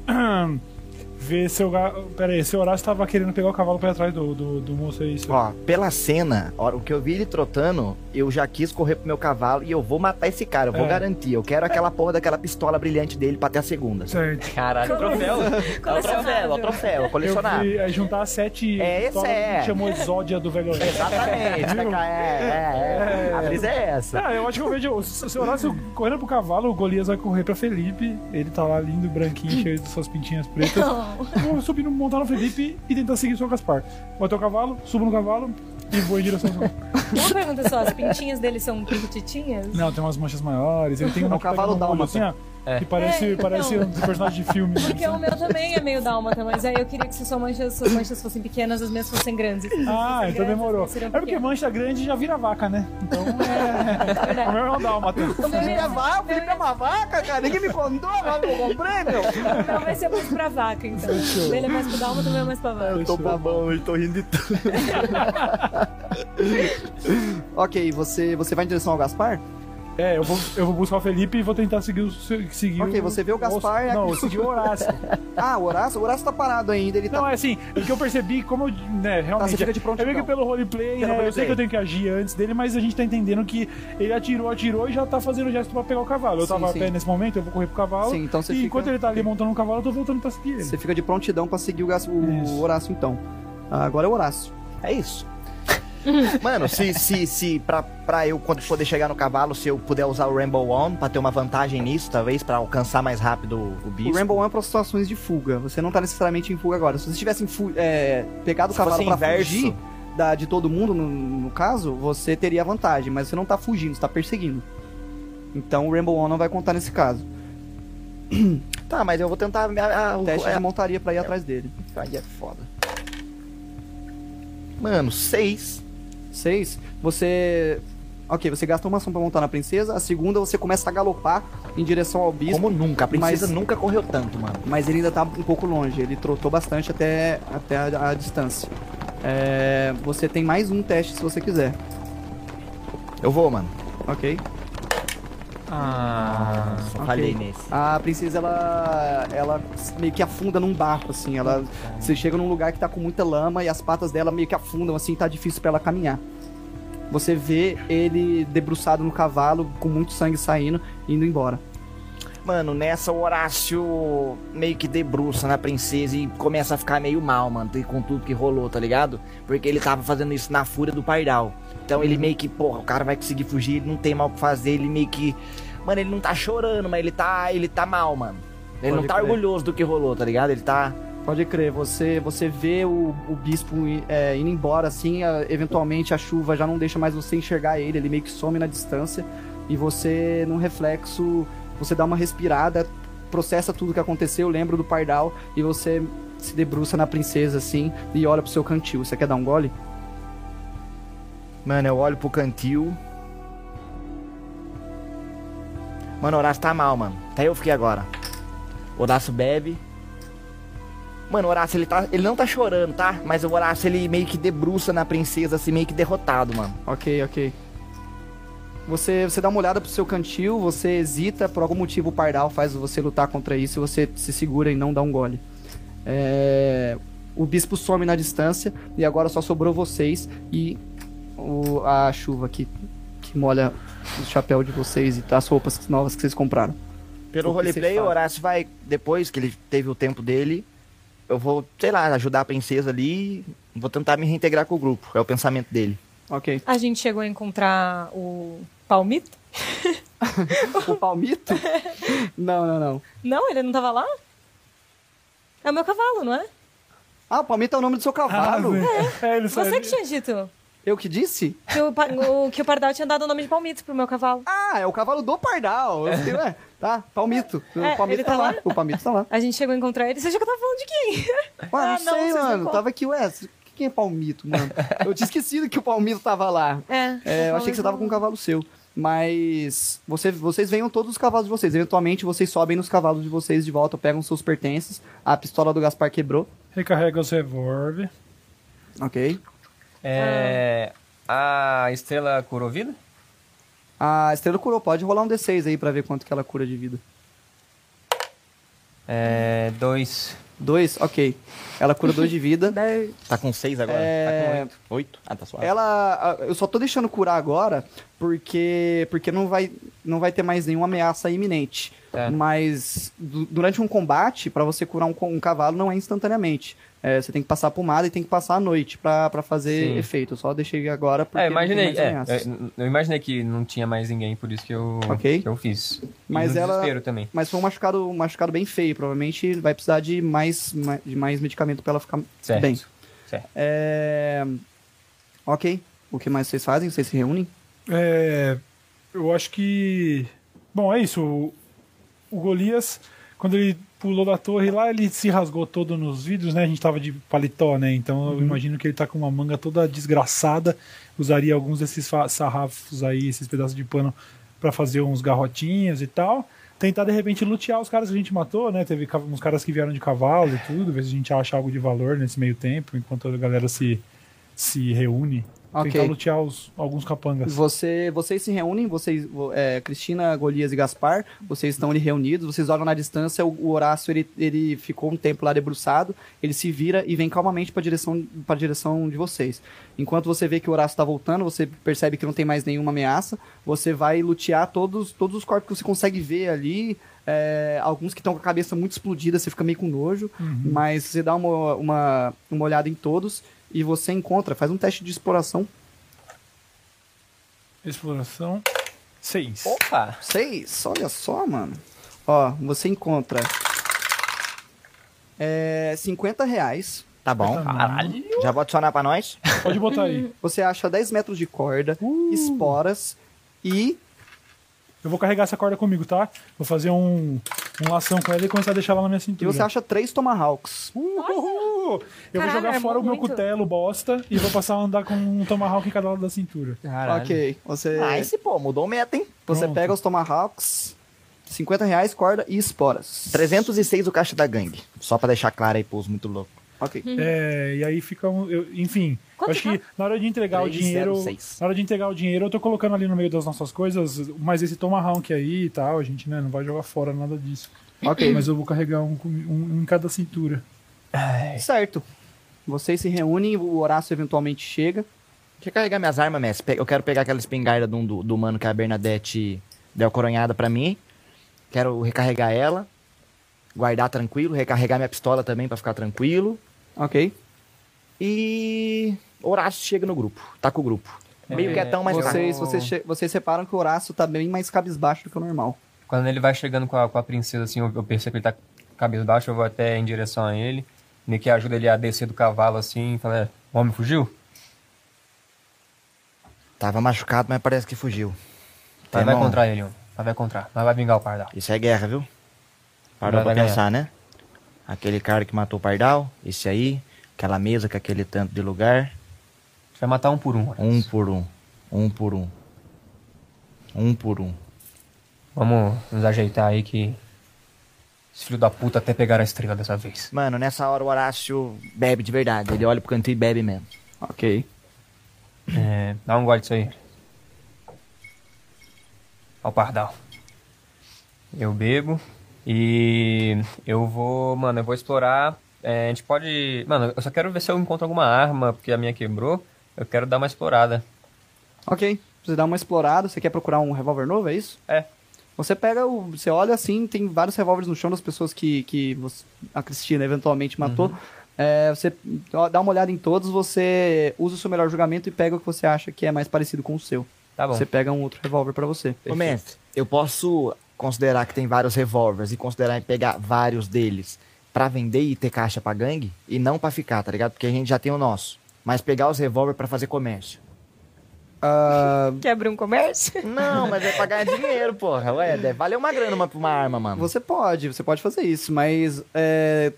vê seu. ga- Pera aí, seu Horácio tava querendo pegar o cavalo pra ir atrás do, do, do moço aí. seu- Ó, pela cena, ó, o que eu vi ele trotando, eu já quis correr pro meu cavalo e eu vou matar esse cara, eu vou É. garantir. Eu quero aquela porra daquela pistola brilhante dele pra ter a segunda. Certo. Caralho, troféu. tá É o troféu, é o Colecionável. troféu, é Eu colecionar. vi, é, juntar as sete. É, esse pistolas é. que chamou Exódia do Velho Oeste. Exatamente, né, cara? é, é, é. A brisa é essa. Ah, eu acho que eu vejo. Se se eu Horácio correndo pro cavalo, o Golias vai correr pra Felipe. Ele tá lá lindo, branquinho, cheio de suas pintinhas pretas. Eu vou subir no montar no Felipe e tentar seguir o seu Gaspar. Botei o cavalo, subo no cavalo e vou em direção ao. Uma pergunta só, as pintinhas dele são pintitinhas? Não, tem umas manchas maiores. Ele tem uma O que cavalo pega no olho, dálmata. assim, ó. É. Que parece, É, então. parece um personagem de filme. assim, Porque o meu também é meio dálmata, mas aí eu queria que se suas manchas, suas manchas fossem pequenas, as minhas fossem grandes. Ah, então demorou. É porque mancha grande já vira vaca, né? Então, é. o meu é um dálmata. vaca, Felipe é uma vaca, cara. Ninguém me contou, mas eu comprei, meu. Não, vai ser mais pra vaca, então. O dele é mais pro dálmata, o meu é mais pra vaca. Tô babão, eu tô rindo de tudo. Ok, você, você vai em direção ao Gaspar? É, eu vou, eu vou buscar o Felipe e vou tentar seguir o. se- Seguir Ok, você vê o Gaspar e a- Não, eu segui o Horácio. Ah, o Horácio? O Horácio tá parado ainda, ele tá. Não, é assim, o que eu percebi, como eu. Né, realmente. você um fica de prontidão. eu meio que pelo Pelo roleplay, né? Eu sei roleplay. que eu tenho que agir antes dele, mas a gente tá entendendo que ele atirou, atirou e já tá fazendo o gesto pra pegar o cavalo. Eu Sim, tava a sim. pé nesse momento, eu vou correr pro cavalo. Sim, então você e fica- enquanto ele tá ali montando um cavalo, eu tô voltando pra seguir ele. Você fica de prontidão pra seguir o, Gas- o Isso. Horácio, então. Ah, Agora é o Horácio. É isso. Mano, se, se, se pra, pra eu, quando poder chegar no cavalo, se eu puder usar o Ramble On pra ter uma vantagem nisso, talvez, pra alcançar mais rápido o bicho. O Ramble One é para situações de fuga. Você não tá necessariamente em fuga agora. Se você tivesse em fu- é, pegado o Se cavalo fosse pra inverso. fugir da- de todo mundo, no, no caso, você teria vantagem, mas você não tá fugindo, você tá perseguindo. Então o Ramble One não vai contar nesse caso. Tá, mas eu vou tentar. A, a, o, Teste é, de montaria pra ir atrás dele. aí é foda. Mmano, seis. Seis, você. Ok, você gasta uma ação pra montar na princesa, a segunda você começa a galopar em direção ao bispo. Como nunca. A princesa Mas- nunca correu tanto, mano. mas ele ainda tá um pouco longe, ele trotou bastante até, até a, a distância. É, você tem mais um teste se você quiser, Eu vou, mano. ok? Ah. Só ok. falhei nesse. A princesa, ela, ela meio que afunda num barco, assim, ela... Você chega num lugar que tá com muita lama e as patas dela meio que afundam, assim, tá difícil pra ela caminhar. Você vê ele debruçado no cavalo, com muito sangue saindo, indo embora. Mano, nessa o Horácio meio que debruça na princesa e começa a ficar meio mal, mano, tem- com tudo que rolou, tá ligado? Porque ele tava fazendo isso na fúria do pardal. Então Uhum. ele meio que, porra, o cara vai conseguir fugir, ele não tem mal o que fazer, ele meio que. Mano, ele não tá chorando, mas ele tá. ele tá mal, mano. Ele Pode não tá crer. orgulhoso do que rolou, tá ligado? Ele tá. Pode crer, você, você vê o, o bispo é, indo embora, assim, a- eventualmente a chuva já não deixa mais você enxergar ele, ele meio que some na distância, e você, num reflexo, você dá uma respirada, processa tudo que aconteceu, lembra do pardal, e você se debruça na princesa, assim, e olha pro seu cantil. Você quer dar um gole? Mano, eu olho pro cantil. Mano, o Horácio tá mal, mano. Até eu fiquei agora. O Horácio bebe. Mano, o Horácio, ele, tá, ele não tá chorando, tá? Mas o Horácio, ele meio que debruça na princesa, assim, meio que derrotado, mano. Ok, ok. Você, você dá uma olhada pro seu cantil, você hesita, por algum motivo o pardal faz você lutar contra isso e você se segura e não dá um gole. É, O bispo some na distância e agora só sobrou vocês e o- a chuva que, que molha o chapéu de vocês e as roupas novas que vocês compraram. Pelo O que vocês roleplay, o fazem? Horácio vai, depois que ele teve o tempo dele, eu vou, sei lá, ajudar a princesa ali e vou tentar me reintegrar com o grupo. É o pensamento dele. Ok. A gente chegou a encontrar o Palmito? O palmito? não, não, não. Não, ele não tava lá? É o meu cavalo, não é? Ah, o palmito é o nome do seu cavalo. É, ele só- Você que tinha dito Eu que disse? que o, pa- o- que o Pardal tinha dado o nome de Palmito pro meu cavalo. Ah, é o cavalo do Pardal. Eu fiquei, ué, tá, Palmito. É, o Palmito ele tá, tá lá. lá? O Palmito tá lá. A gente chegou a encontrar ele. Você achou que eu tava falando de quem? Ué, não Ah, não, sei, vocês não mano. contam. Tava aqui, ué, quem é Palmito, mano? Eu tinha esquecido que o Palmito tava lá. É, É, eu achei que você tava com um cavalo seu. Mas você- vocês venham todos os cavalos de vocês. Eventualmente vocês sobem nos cavalos de vocês de volta, pegam seus pertences. A pistola do Gaspar quebrou. Recarrega os revólver. Ok. É. A estrela curou vida? A estrela curou. Pode rolar um D6 aí pra ver quanto que ela cura de vida. É. Dois. Dois? Ok. Ela cura dois de vida. Tá com seis agora? É. Tá com oito. Oito? Ah, tá suave. Ela. a- Eu só tô deixando curar agora porque. Porque não vai, não vai ter mais nenhuma ameaça iminente. Tá. Mas du- durante um combate, pra você curar um, co- um cavalo não é instantaneamente. É, você tem que passar a pomada e tem que passar a noite pra pra fazer Sim. efeito. Eu só deixei agora porque. É, não tem imaginei. mais é, ameaças. eu- eu imaginei que não tinha mais ninguém, por isso que eu, Ok. que eu fiz. E Mas no ela- desespero também. Mas foi um machucado, um machucado bem feio. Provavelmente vai precisar de mais, ma- de mais medicamento pra ela ficar Certo. bem. Certo. É, Ok. O que mais vocês fazem? Vocês se reúnem? É, eu acho que. Bom, é isso. O, o Golias, quando ele pulou da torre lá, ele se rasgou todo nos vidros, né? A gente tava de paletó, né? Então eu imagino que ele tá com uma manga toda desgraçada. Usaria alguns desses fa- sarrafos aí, esses pedaços de pano, pra fazer uns garrotinhos e tal. Tentar de repente lutear os caras que a gente matou, né? Teve ca- uns caras que vieram de cavalo e tudo, ver se a gente acha algo de valor nesse meio tempo, enquanto a galera se, se reúne. Tentar Ok. lutear os- alguns capangas. Você, vocês se reúnem, vocês, vo- é, Cristina, Golias e Gaspar, vocês estão ali reunidos, vocês olham na distância, o, o Horácio ele, ele ficou um tempo lá debruçado, ele se vira e vem calmamente para direção para direção de vocês. Enquanto você vê que o Horácio tá voltando, você percebe que não tem mais nenhuma ameaça, você vai lutear todos todos os corpos que você consegue ver ali, é, alguns que estão com a cabeça muito explodida, você fica meio com nojo, mas você dá uma, uma, uma olhada em todos e você encontra, faz um teste de exploração Exploração. Seis. Opa! Seis, olha só, mano. Ó, você encontra é, 50 reais. Tá bom. Caralho! Já vou adicionar pra nós? Pode botar aí. Você acha 10 metros de corda, esporas e. Eu vou carregar essa corda comigo, tá? Vou fazer um, um lação com ela e começar a deixar ela na minha E cintura. Uh, você acha três tomahawks. Uhul! Eu vou Caralho, jogar é fora o meu muito. cutelo bosta e vou passar a andar com um tomahawk em cada lado da cintura. Ok, você, Ah, esse pô, mudou o meta, hein? você pronto. pega os tomahawks, 50 reais, corda e esporas. 306 o caixa da gangue. Só pra deixar claro aí pros muito loucos. Ok. É, e aí fica um. eu- enfim, Quanto eu acho que tá? na hora de entregar o dinheiro. 306. Na hora de entregar o dinheiro, eu tô colocando ali no meio das nossas coisas, mas esse tomahawk aí e tal, a gente né, não vai jogar fora nada disso. Ok. Mas eu vou carregar um, com- um em cada cintura. Certo. Vocês se reúnem, o Horácio eventualmente chega. Quer carregar minhas armas, Messi? Pe- Eu quero pegar aquela espingarda do, do, do mano que é a Bernadette deu coronhada pra mim. Quero recarregar ela. Guardar tranquilo. Recarregar minha pistola também pra ficar tranquilo. Ok. E. Horácio chega no grupo. Tá com o grupo. Meio É, quietão, mas tá. Vocês, vocês, che- vocês separam que o Horácio tá bem mais cabisbaixo do que o normal. Quando ele vai chegando com a, com a princesa, assim, eu, eu percebo que ele tá cabelo baixo, eu vou até em direção a ele. Nick ajuda ele a descer do cavalo, assim, e fala, "É, o homem fugiu? Tava machucado, mas parece que fugiu. Mas vai Temão, encontrar ele, homem. Mas vai encontrar. Mas vai vingar o pardal. Isso é guerra, viu? Parou pra Vai, vai pensar, né? Aquele cara que matou o Pardal, esse aí, aquela mesa com aquele tanto de lugar. A gente vai matar um por um. Horace. Um por um. Um por um. Um por um. Vamos nos ajeitar aí que... Esse filho da puta até pegar a estrela dessa vez. Mano, nessa hora o Horácio bebe de verdade. Ele olha pro canto e bebe mesmo. Ok. É, dá um gole disso aí. Ao pardal. Eu bebo e eu vou, mano, eu vou explorar. é, a gente pode. Mano, eu só quero ver se eu encontro alguma arma, porque a minha quebrou. Eu quero dar uma explorada. Ok. Você dá uma explorada, você quer procurar um revólver novo, é isso? É. Você pega o. Você olha assim, tem vários revólveres no chão das pessoas que, que você- a Cristina eventualmente Uhum. matou. É, você ó, dá uma olhada em todos, você usa o seu melhor julgamento e pega o que você acha que é mais parecido com o seu. Tá bom. Você pega um outro revólver pra você. Ô, mestre, eu posso considerar que tem vários revólveres e considerar em pegar vários deles pra vender e ter caixa pra gangue e não pra ficar, tá ligado? Porque a gente já tem o nosso. Mas pegar os revólver pra fazer comércio. Ah, Quer abrir um comércio? Não, mas é pra ganhar dinheiro, porra. Ué, deve valer uma grana uma, uma arma, mano. você pode, você pode fazer isso, mas. é,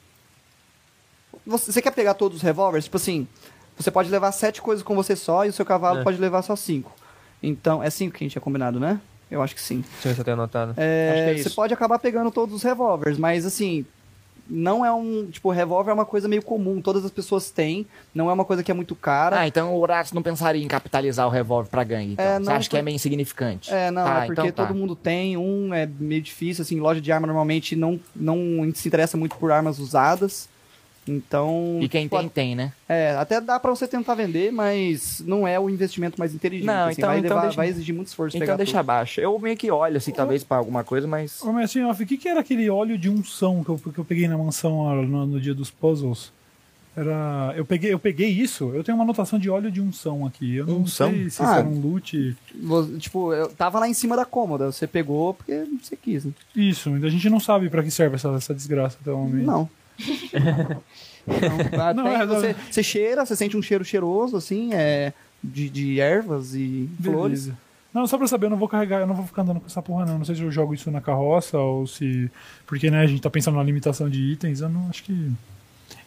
Você, você quer pegar todos os revólveres? Tipo assim, você pode levar sete coisas com você só e o seu cavalo É. pode levar só cinco. Então, é cinco que a gente tinha combinado, né? Eu acho que sim. Deixa eu ver se eu tenho anotado. É, Acho que é você isso. pode acabar pegando todos os revólveres, mas assim, não é um. Tipo, revólver é uma coisa meio comum, todas as pessoas têm, não é uma coisa que é muito cara. Ah, então o Horácio não pensaria em capitalizar o revólver pra gangue. Então. É, não, Você acha que por- é meio insignificante? é, não, Tá, é porque então tá. todo mundo tem, um é meio difícil, assim, loja de arma normalmente não, não se interessa muito por armas usadas. Então. E quem pode- tem, tem, né? É, até dá pra você tentar vender, mas não é o investimento mais inteligente. Não, assim, então- vai, então levar- deixa- vai exigir muito esforço pegar Então deixa tudo. abaixo. Eu meio que olho, assim, talvez pra alguma coisa, mas... Ô, Mestre Off, o que, que era aquele óleo de unção que eu, que eu peguei na mansão ah, no, no dia dos puzzles? Era. Eu peguei, eu peguei isso, eu tenho uma anotação de óleo de unção aqui. Eu não Unção? sei se Ah. isso era um loot. Vo- Tipo, eu tava lá em cima da cômoda, você pegou porque você quis. né? Isso, a gente não sabe pra que serve essa, essa desgraça até o momento. Não. Não, até Não, é, não. você, você cheira, você sente um cheiro cheiroso, assim, é, de, de ervas e Beleza. flores. Não, só pra saber, eu não vou carregar, eu não vou ficar andando com essa porra, não. Não sei se eu jogo isso na carroça ou se. Porque, né, a gente tá pensando na limitação de itens, eu não acho que.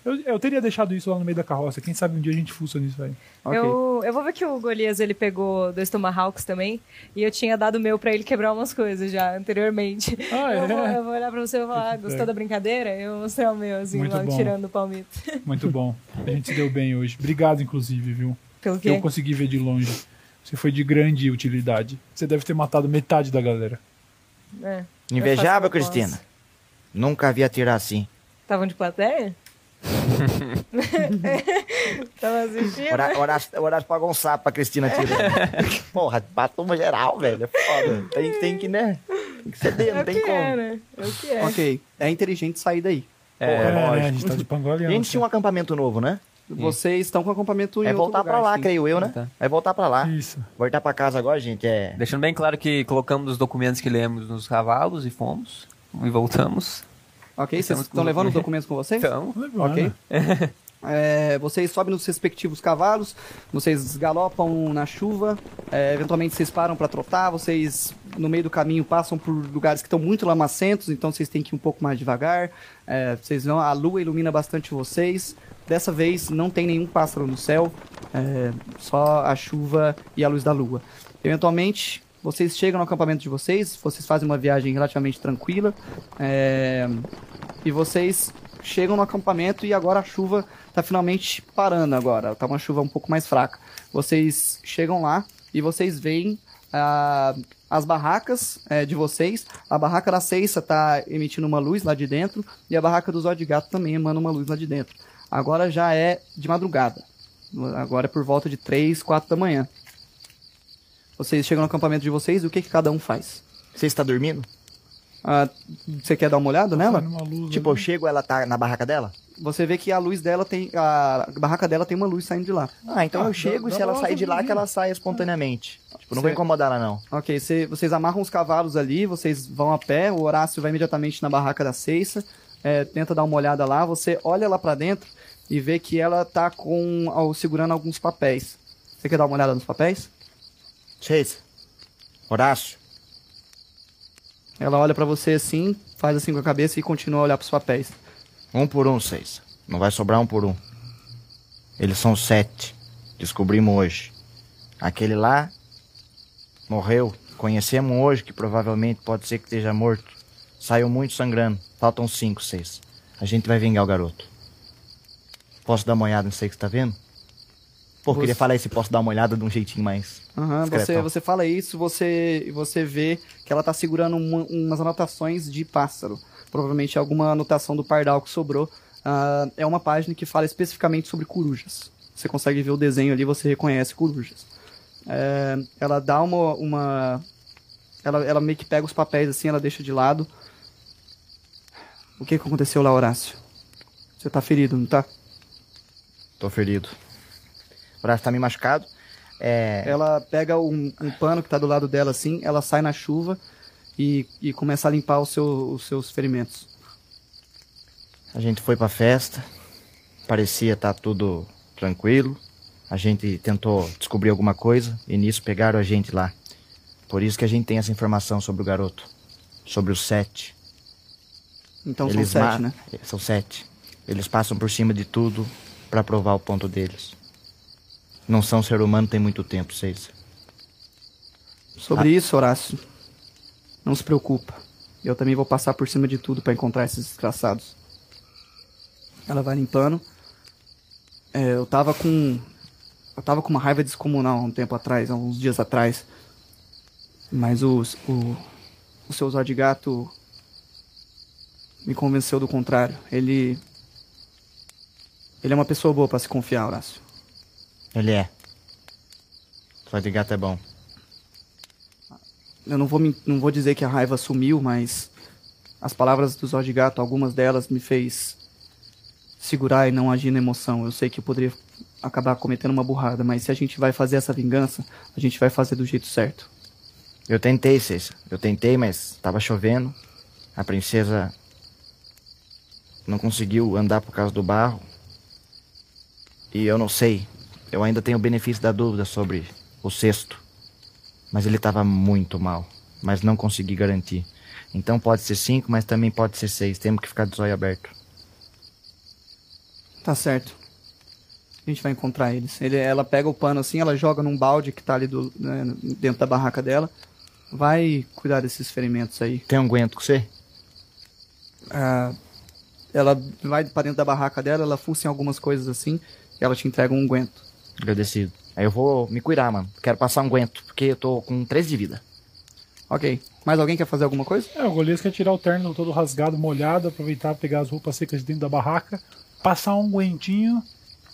Eu, eu teria deixado isso lá no meio da carroça. Quem sabe um dia a gente fuça nisso aí. Ok. Eu, eu vou ver que o Golias ele pegou dois Tomahawks também. E eu tinha dado o meu pra ele quebrar umas coisas já anteriormente. Ah, é? eu, vou, eu vou olhar pra você e vou falar, ah, gostou da brincadeira? Eu vou mostrar o meu, assim, Muito logo bom. tirando o palmito. Muito bom. A gente se deu bem hoje. Obrigado, inclusive, viu? Pelo que eu quê? consegui ver de longe. Você foi de grande utilidade. Você deve ter matado metade da galera. É, Invejável, eu faço o que eu Cristina? posso. Nunca vi atirar assim. Estavam de plateia? Estavam assistindo? Hora- Horácio Horácio pagou um sapo pra Cristina tirar. Porra, bateu uma geral, velho. É foda. Tem, tem que, né? Tem que ceder, É não o tem que é, como. né? É o que é. Ok, é inteligente sair daí. É, né? lógico. a gente tá de A pangoleão. gente tinha um acampamento novo, né? Vocês estão com acampamento em É outro voltar lugar, pra lá, sim. creio eu, né? Tá. É voltar pra lá. Isso. Voltar pra casa agora, gente, é. Deixando bem claro que colocamos os documentos que lemos nos cavalos e fomos. E voltamos. Ok, vocês Estamos com- estão levando os documentos com vocês? Então, Ok. né? É, vocês sobem nos respectivos cavalos, vocês galopam um na chuva, é, eventualmente vocês param pra trotar, vocês no meio do caminho passam por lugares que estão muito lamacentos, então vocês têm que ir um pouco mais devagar. é, vocês vão, a lua ilumina bastante vocês. Dessa vez não tem nenhum pássaro no céu, é, só a chuva e a luz da lua. Eventualmente vocês chegam no acampamento de vocês, vocês fazem uma viagem relativamente tranquila. é, e vocês chegam no acampamento e agora a chuva tá finalmente parando agora. Tá uma chuva um pouco mais fraca. Vocês chegam lá e vocês veem ah, as barracas eh, de vocês. A barraca da Ceissa tá emitindo uma luz lá de dentro e a barraca do Zóio de Gato também emana uma luz lá de dentro. Agora já é de madrugada. Agora é por volta de 3, 4 da manhã. Vocês chegam no acampamento de vocês e o que, que cada um faz? Você está dormindo? Ah, você quer dar uma olhada nela? Uma luz, Tipo, eu chego, ela tá na barraca dela? Você vê que a luz dela tem. A barraca dela tem uma luz saindo de lá. Ah, então Ah, eu chego dá- e se dá ela uma sair de lá, que olhadinha. ela saia espontaneamente. Tipo, não Cê- vou incomodar ela, não. Ok, cê- vocês amarram os cavalos ali, vocês vão a pé, o Horácio vai imediatamente na barraca da Ceissa, é, tenta dar uma olhada lá, você olha lá pra dentro e vê que ela tá com. ao- segurando alguns papéis. Você quer dar uma olhada nos papéis? Chase. Horácio. Ela olha pra você assim, faz assim com a cabeça e continua a olhar pros papéis. Um por um, seis. Não vai sobrar um por um. Eles são sete. Descobrimos hoje. Aquele lá morreu. Conhecemos hoje que provavelmente pode ser que esteja morto. Saiu muito sangrando. Faltam cinco, seis. A gente vai vingar o garoto. Posso dar uma olhada nisso aí que você tá vendo? Pô, Você- queria falar esse posso dar uma olhada de um jeitinho mais. Aham, você, Discretão. você fala isso, você você vê que ela tá segurando uma- umas anotações de pássaro. Provavelmente alguma anotação do pardal que sobrou. Ah, é uma página que fala especificamente sobre corujas. Você consegue ver o desenho ali, você reconhece corujas. É, ela dá uma. uma ela, ela meio que pega os papéis assim, ela deixa de lado. O que, que aconteceu lá, Horácio? Você tá ferido, não tá? Tô ferido. O braço tá meio machucado. É. Ela pega um, um pano que tá do lado dela assim, ela sai na chuva e, e começa a limpar o seu- os seus ferimentos. A gente foi pra festa. Parecia estar tudo tranquilo. A gente tentou descobrir alguma coisa e nisso pegaram a gente lá. Por isso que a gente tem essa informação sobre o garoto. Sobre os sete. Então são sete, ma- É, né? São sete. Eles passam por cima de tudo pra provar o ponto deles. Não são ser humano tem muito tempo, vocês. Sobre isso, Horácio, não se preocupa. Eu também vou passar por cima de tudo pra encontrar esses desgraçados. Ela vai limpando. É, eu tava com. Eu tava com uma raiva descomunal há um tempo atrás, há uns dias atrás. Mas os, o. O seu Zó de Gato. Me convenceu do contrário. Ele. Ele é uma pessoa boa pra se confiar, Horácio. Ele é. Só de gato é bom. Eu não vou, me- não vou dizer que a raiva sumiu, mas as palavras do Zó de Gato, algumas delas me fez segurar e não agir na emoção. Eu sei que eu poderia acabar cometendo uma burrada, mas se a gente vai fazer essa vingança, a gente vai fazer do jeito certo. Eu tentei, Cessa. Eu tentei, mas tava chovendo. A princesa não conseguiu andar por causa do barro. E eu não sei. Eu ainda tenho o benefício da dúvida sobre o cesto. Mas ele tava muito mal. Mas não consegui garantir. Então pode ser cinco, mas também pode ser seis. Temos que ficar de zóio aberto. Tá certo. A gente vai encontrar eles. Ele, ela pega o pano assim, ela joga num balde que tá ali do- né, dentro da barraca dela. Vai cuidar desses ferimentos aí. Tem um aguento com você? Ah, ela vai pra dentro da barraca dela, ela fuça em algumas coisas assim, e ela te entrega um unguento. Agradecido. Aí eu vou me cuidar, mano. Quero passar um guento, porque eu tô com 3 de vida. Ok. Mais alguém quer fazer alguma coisa? É, o Golias quer tirar o terno todo rasgado, molhado, aproveitar, pegar as roupas secas de dentro da barraca, passar um guentinho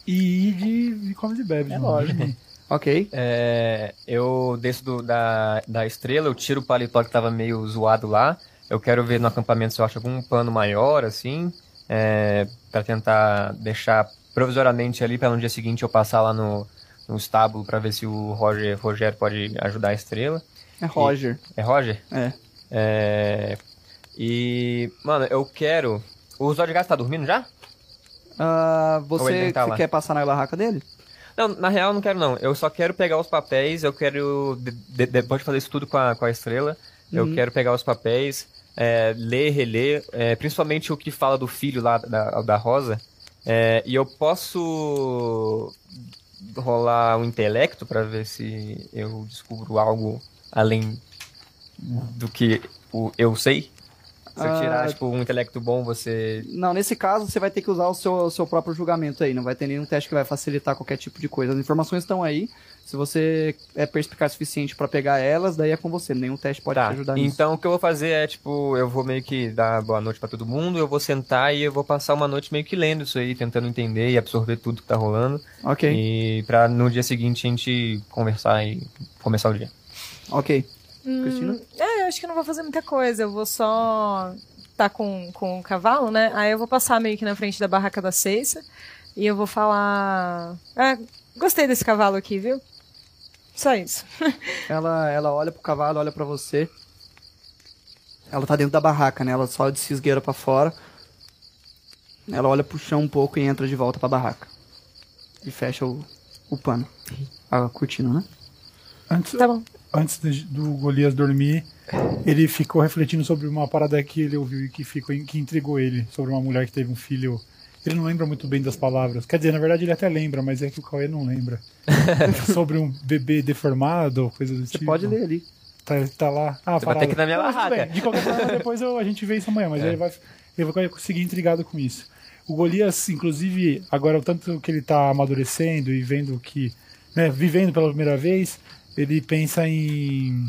e ir de, de come de bebe. É lógico. Ok. É, eu desço do- da, da estrela, eu tiro o paletó que tava meio zoado lá. Eu quero ver no acampamento se eu acho algum pano maior, assim, é, para tentar deixar provisoriamente ali para no dia seguinte eu passar lá no, no estábulo para ver se o Roger, Rogério pode ajudar a estrela. É Roger. É Roger? É. É, e, mano, eu quero. O Zóio de Gato tá dormindo já? Ah, Ou ele você nem tá você lá. quer passar na barraca dele? Não, na real eu não quero não. Eu só quero pegar os papéis, eu quero. de- de- depois de fazer isso tudo com a, com a estrela, eu quero pegar os papéis, é, ler, reler, é, principalmente o que fala do filho lá da, da Rosa. É, e eu posso rolar o intelecto pra ver se eu descubro algo além do que o, eu sei. Se eu tirar, Ah. tipo, um intelecto bom, você. Não, nesse caso você vai ter que usar o seu, o seu próprio julgamento aí. Não vai ter nenhum teste que vai facilitar qualquer tipo de coisa. As informações estão aí. Se você é perspicaz o suficiente pra pegar elas, daí é com você. Nenhum teste pode te ajudar nisso. Então o que eu vou fazer é, tipo, eu vou meio que dar boa noite pra todo mundo, eu vou sentar e eu vou passar uma noite meio que lendo isso aí, tentando entender e absorver tudo que tá rolando. Ok, E pra no dia seguinte a gente conversar e começar o dia. ok. Cristina? É, eu acho que eu não vou fazer muita coisa. Eu vou só tá com, com o cavalo, né? Aí eu vou passar meio que na frente da barraca da Ceiça e eu vou falar. Ah, gostei desse cavalo aqui, viu? Só isso. Ela, ela olha pro cavalo, olha pra você. Ela tá dentro da barraca, né? Ela só de cisgueira pra fora. Ela olha pro chão um pouco e entra de volta pra barraca. E fecha o, o pano. A cortina, né? Antes, Tá bom. antes de- do Golias dormir, ele ficou refletindo sobre uma parada que ele ouviu e que, ficou, que intrigou ele, sobre uma mulher que teve um filho. Ele não lembra muito bem das palavras. Quer dizer, na verdade ele até lembra, mas é que o Cauê não lembra. sobre um bebê deformado, coisa do Você tipo. pode ler ali. Tá, tá lá. Ah, Você vai parada. ter que ir na minha Não, mas tudo barraca. É. bem. De qualquer forma, depois eu- a gente vê isso amanhã, mas ele, vai, ele vai conseguir intrigado com isso. O Golias, inclusive, agora o tanto que ele tá amadurecendo e vendo que. Né, vivendo pela primeira vez, ele pensa em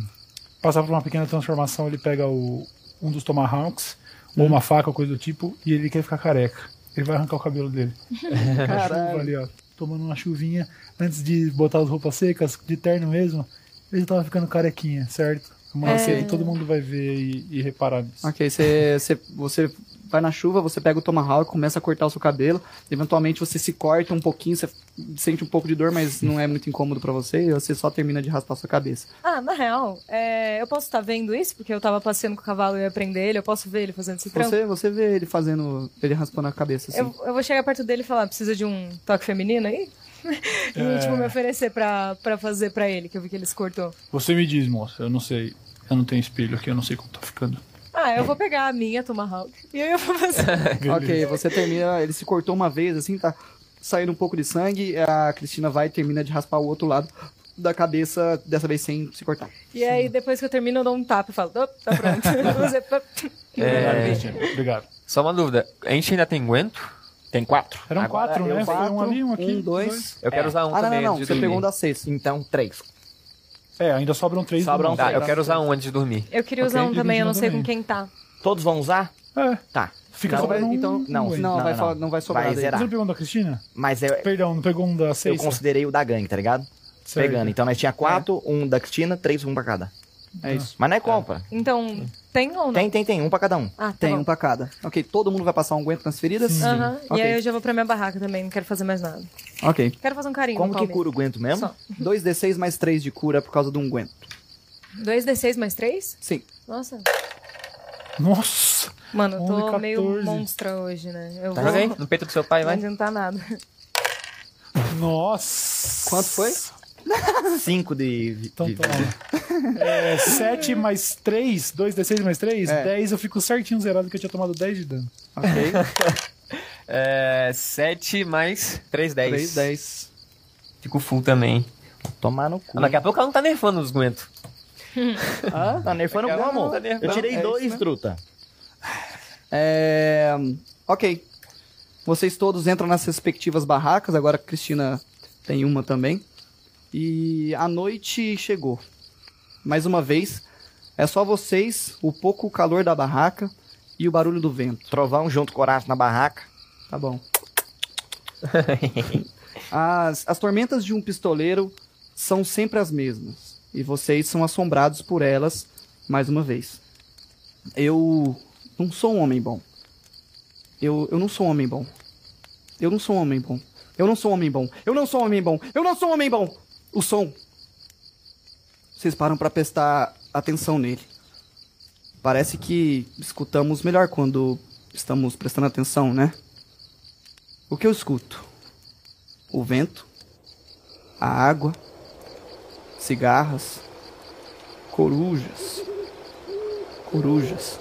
passar por uma pequena transformação. Ele pega o, um dos Tomahawks, ou Uhum. uma faca, coisa do tipo, e ele quer ficar careca. Ele vai arrancar o cabelo dele. Na chuva ali, ó, tomando uma chuvinha antes de botar as roupas secas, de terno mesmo, ele tava ficando carequinha, certo? Amanhã cedo todo mundo vai ver e, e reparar nisso. Ok, você, você, você vai na chuva, você pega o tomahawk, começa a cortar o seu cabelo. Eventualmente você se corta um pouquinho, você sente um pouco de dor, mas não é muito incômodo pra você. E você só termina de raspar sua cabeça. Ah, na real, é, eu posso estar vendo isso, porque eu tava passeando com o cavalo e ia prender ele, eu posso ver ele fazendo esse trampo. Você, você vê ele fazendo, ele raspando a cabeça assim. Eu, eu vou chegar perto dele e falar, precisa de um toque feminino aí? e, tipo, me oferecer pra, pra fazer pra ele, que eu vi que ele se cortou. Você me diz, moça, eu não sei. Eu não tenho espelho aqui, eu não sei como tá ficando. Ah, eu vou pegar a minha Tomahawk e aí eu vou fazer. Ok, você termina. Ele se cortou uma vez, assim, tá saindo um pouco de sangue. A Cristina vai e termina de raspar o outro lado da cabeça, dessa vez sem se cortar. e aí depois que eu termino, eu dou um tapa e falo, "Op, tá pronto. Eu vou fazer pop. É. Obrigado, Cristina. Obrigado. Só uma dúvida, a gente ainda tem guento? Tem quatro. Eram Agora quatro, né? Foi um ali, um aqui. um, dois. É. Eu quero usar um Ah, não, também não, não. antes Você de dormir. pegou um da seis. Então, três. É, ainda sobram três. Sobram do Tá, nosso. eu quero usar um antes de dormir. Eu queria Ok, usar um também, eu não sei também. com quem tá. Todos vão usar? É. Tá. Fica Não, só vai- um. então- não, um aí. Não, Não, vai, não. fa- não vai sobrar Vai daí. zerar. Você pegou um da Cristina? Mas é, eu, Perdão, não pegou um da eu Ceiça? considerei o da gangue, tá ligado? Certo. Pegando. Então nós tinha quatro, um da Cristina, três, um pra cada. É isso. Mas não é compra. Então, tem ou não? Tem, tem, tem. Um pra cada um. Ah, tá Tem bom. um pra cada. Ok, todo mundo vai passar um aguento nas feridas? Aham, E Ok. aí eu já vou pra minha barraca também, não quero fazer mais nada. Ok. Quero fazer um carinho. Como no que Palmeiras. cura o Guento mesmo? Só. 2d6 mais 3 de cura por causa do unguento. 2d6 mais 3? Sim. Nossa. então. Nossa! Mano, eu tô 11, meio 14. monstra hoje, né? Eu Tá vou... Joga aí, no peito do seu pai Não lá. adiantar nada. Nossa! Quanto foi? Cinco de. de- Então de- toma. É, 7 mais 3, 2 D6 mais 3, É. 10. Eu fico certinho zerado que eu tinha tomado 10 de dano. Ok. É, 7 mais 3, 10. 3, 10. Fico full também. Tomar no cu. Ah, daqui a pouco ela não tá nerfando os guentos. Hã? Tá nerfando Daqui a pouco como? tá nerfando. Eu tirei É dois, isso, né? truta. É... Ok. Vocês todos entram nas respectivas barracas. Agora a Cristina tem uma também. E a noite chegou. Mais uma vez, é só vocês, o pouco calor da barraca e o barulho do vento. Trovão junto com o Horácio na barraca. Tá bom. As, as tormentas de um pistoleiro são sempre as mesmas. E vocês são assombrados por elas mais uma vez. Eu não sou um homem bom. Eu, eu não sou um homem bom. Eu não sou um homem bom. Eu não sou um homem bom. Eu não sou um homem bom. Eu não sou um homem bom. O som. Vocês param pra prestar atenção nele. Parece que escutamos melhor quando estamos prestando atenção, né? O que eu escuto? O vento, a água, cigarras, corujas, corujas,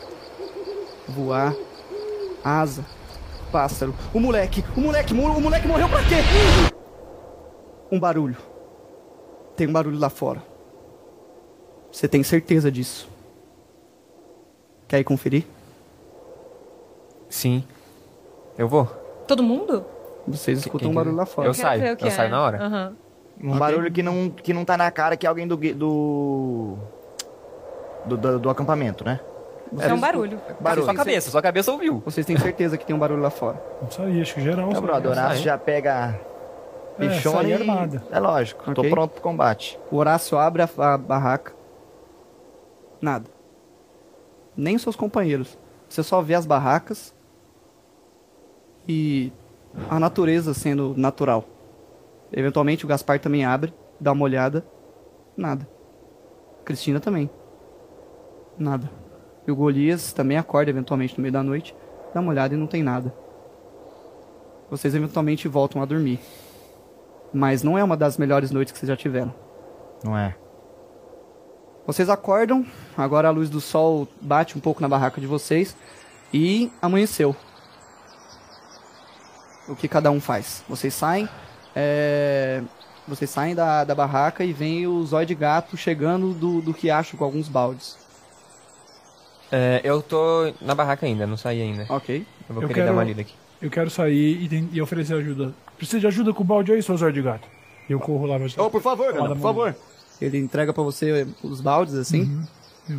voar, asa, pássaro, o moleque, o moleque, mo- o moleque morreu pra quê? Um barulho. Tem um barulho lá fora. Você tem certeza disso? Quer ir conferir? Sim. Eu vou. Todo mundo? Vocês Quem- escutam quem um barulho quer? lá fora. Eu saio. ver o que Eu é. saio na hora. Aham. Um barulho que não, que não tá na cara que é alguém do. gui- do. do, do, do acampamento, né? É um barulho. Barulho. Sua cabeça, sua cabeça ouviu. Vocês têm certeza que tem um barulho lá fora. Não saí, acho que geral. Tá, sabe? brother. O Horácio Sai. já pega a É, bichona saí e. armado. É lógico, tô Ok. pronto pro combate. O Horácio abre a, a barraca. Nada. Nem os seus companheiros. Você só vê as barracas e a natureza sendo natural. Eventualmente o Gaspar também abre, dá uma olhada. Nada. Cristina também. Nada. E o Golias também acorda eventualmente no meio da noite, dá uma olhada e não tem nada. Vocês eventualmente voltam a dormir. Mas não é uma das melhores noites que vocês já tiveram. Não é? Vocês acordam, agora a luz do sol bate um pouco na barraca de vocês e amanheceu. O que cada um faz? Vocês saem, é, vocês saem da, da barraca e vem o zóio de gato chegando do, do quiacho com alguns baldes. É, eu tô na barraca ainda, não saí ainda. Ok. Eu vou Eu querer quero- dar uma lida aqui. Eu quero sair e, tem- e oferecer ajuda. Precisa de ajuda com o balde aí, seu zóio de gato? E Eu corro lá pra ajudar. por favor, Fala, Oh, por favor. Ele entrega pra você os baldes assim.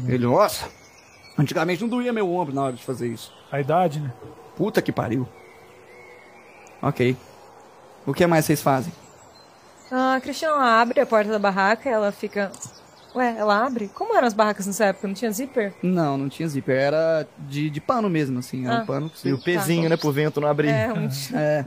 Ele, nossa, antigamente não doía meu ombro na hora de fazer isso. A idade, né? Puta que pariu. Ok. O que mais vocês fazem? Ah, A Cristina ela abre a porta da barraca ela fica. Ué, ela abre? Como eram as barracas nessa época? Não tinha zíper? Não, não tinha zíper. Era de, de pano mesmo, assim. Era Ah. um pano que você... E o pezinho, né, pro vento não abrir. É, um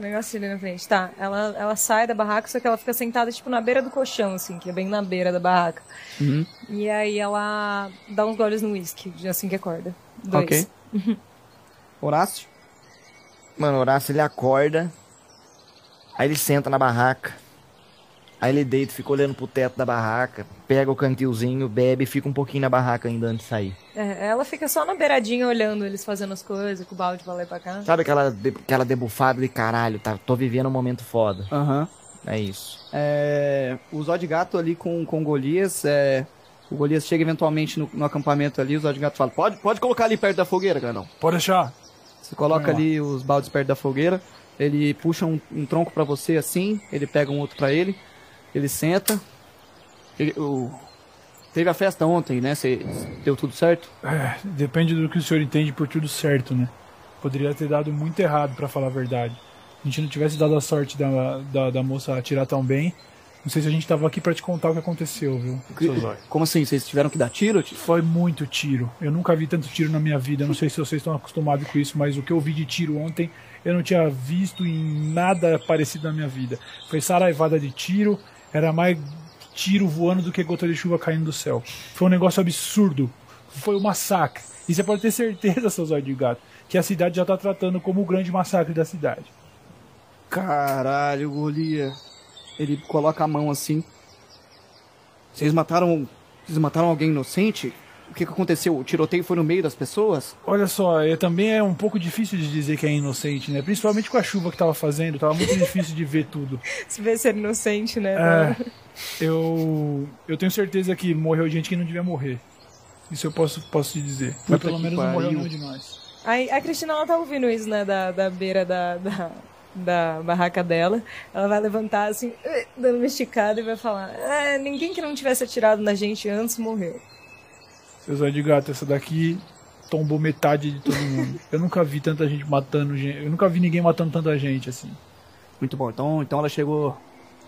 negócio ali na frente. Tá, ela, ela sai da barraca, só que ela fica sentada, tipo, na beira do colchão, assim, que é bem na beira da barraca. Uhum. E aí ela dá uns goles no uísque, de- assim que acorda. Dois. Ok. Horácio? Mano, o Horácio ele acorda. Aí ele senta na barraca. Aí ele deita, fica olhando pro teto da barraca. Pega o cantilzinho, bebe e fica um pouquinho na barraca ainda antes de sair. É, ela fica só na beiradinha olhando eles fazendo as coisas, com o balde pra lá e pra cá. Sabe aquela, de- aquela debufada de caralho, tá? Tô vivendo um momento foda. Aham. É isso. É, o Zó de Gato ali com, com o Golias, é, o Golias chega eventualmente no, no acampamento ali, o Zó de Gato fala, pode, pode colocar ali perto da fogueira, grandão. Pode deixar. Você coloca Vamos lá. ali os baldes perto da fogueira, ele puxa um, um tronco pra você assim, ele pega um outro pra ele, ele senta. Ele- o- Teve a festa ontem, né? Cê, deu tudo certo? É, depende do que o senhor entende por tudo certo, né? Poderia ter dado muito errado, pra falar a verdade. Se a gente não tivesse dado a sorte da, da, da moça atirar tão bem, não sei se a gente tava aqui pra te contar o que aconteceu, viu? seu zóio? Como assim? Vocês tiveram que dar tiro? Foi muito tiro. Eu nunca vi tanto tiro na minha vida. Eu Não sei se vocês estão acostumados com isso, mas o que eu vi de tiro ontem, eu não tinha visto em nada parecido na minha vida. Foi saraivada de tiro, era mais tiro voando do que gota de chuva caindo do céu. Foi um negócio absurdo. Foi um massacre. E você pode ter certeza, seu zóio de gato, que a cidade já tá tratando como o grande massacre da cidade. Caralho, Golias. Ele coloca a mão assim. Vocês mataram. Vocês mataram alguém inocente? O que, que aconteceu? O tiroteio foi no meio das pessoas? Olha só, é, também é um pouco difícil de dizer que é inocente, né? Principalmente com a chuva que tava fazendo, tava muito difícil de ver tudo. Se vê se é inocente, né? É, eu, eu tenho certeza que morreu gente que não devia morrer. Isso eu posso, posso te dizer. Mas Puta pelo que menos não morreu pariu. nenhum de nós. Aí, a Cristina, ela tá ouvindo isso, né? Da, da beira da, da, da barraca dela, ela vai levantar assim, eh, dando uma esticada e vai falar: "Ah, ninguém que não tivesse atirado na gente antes morreu. Seu zóio de gato, essa daqui tombou metade de todo mundo. Eu nunca vi tanta gente matando gente. Eu nunca vi ninguém matando tanta gente assim. Muito bom. Então, então ela chegou.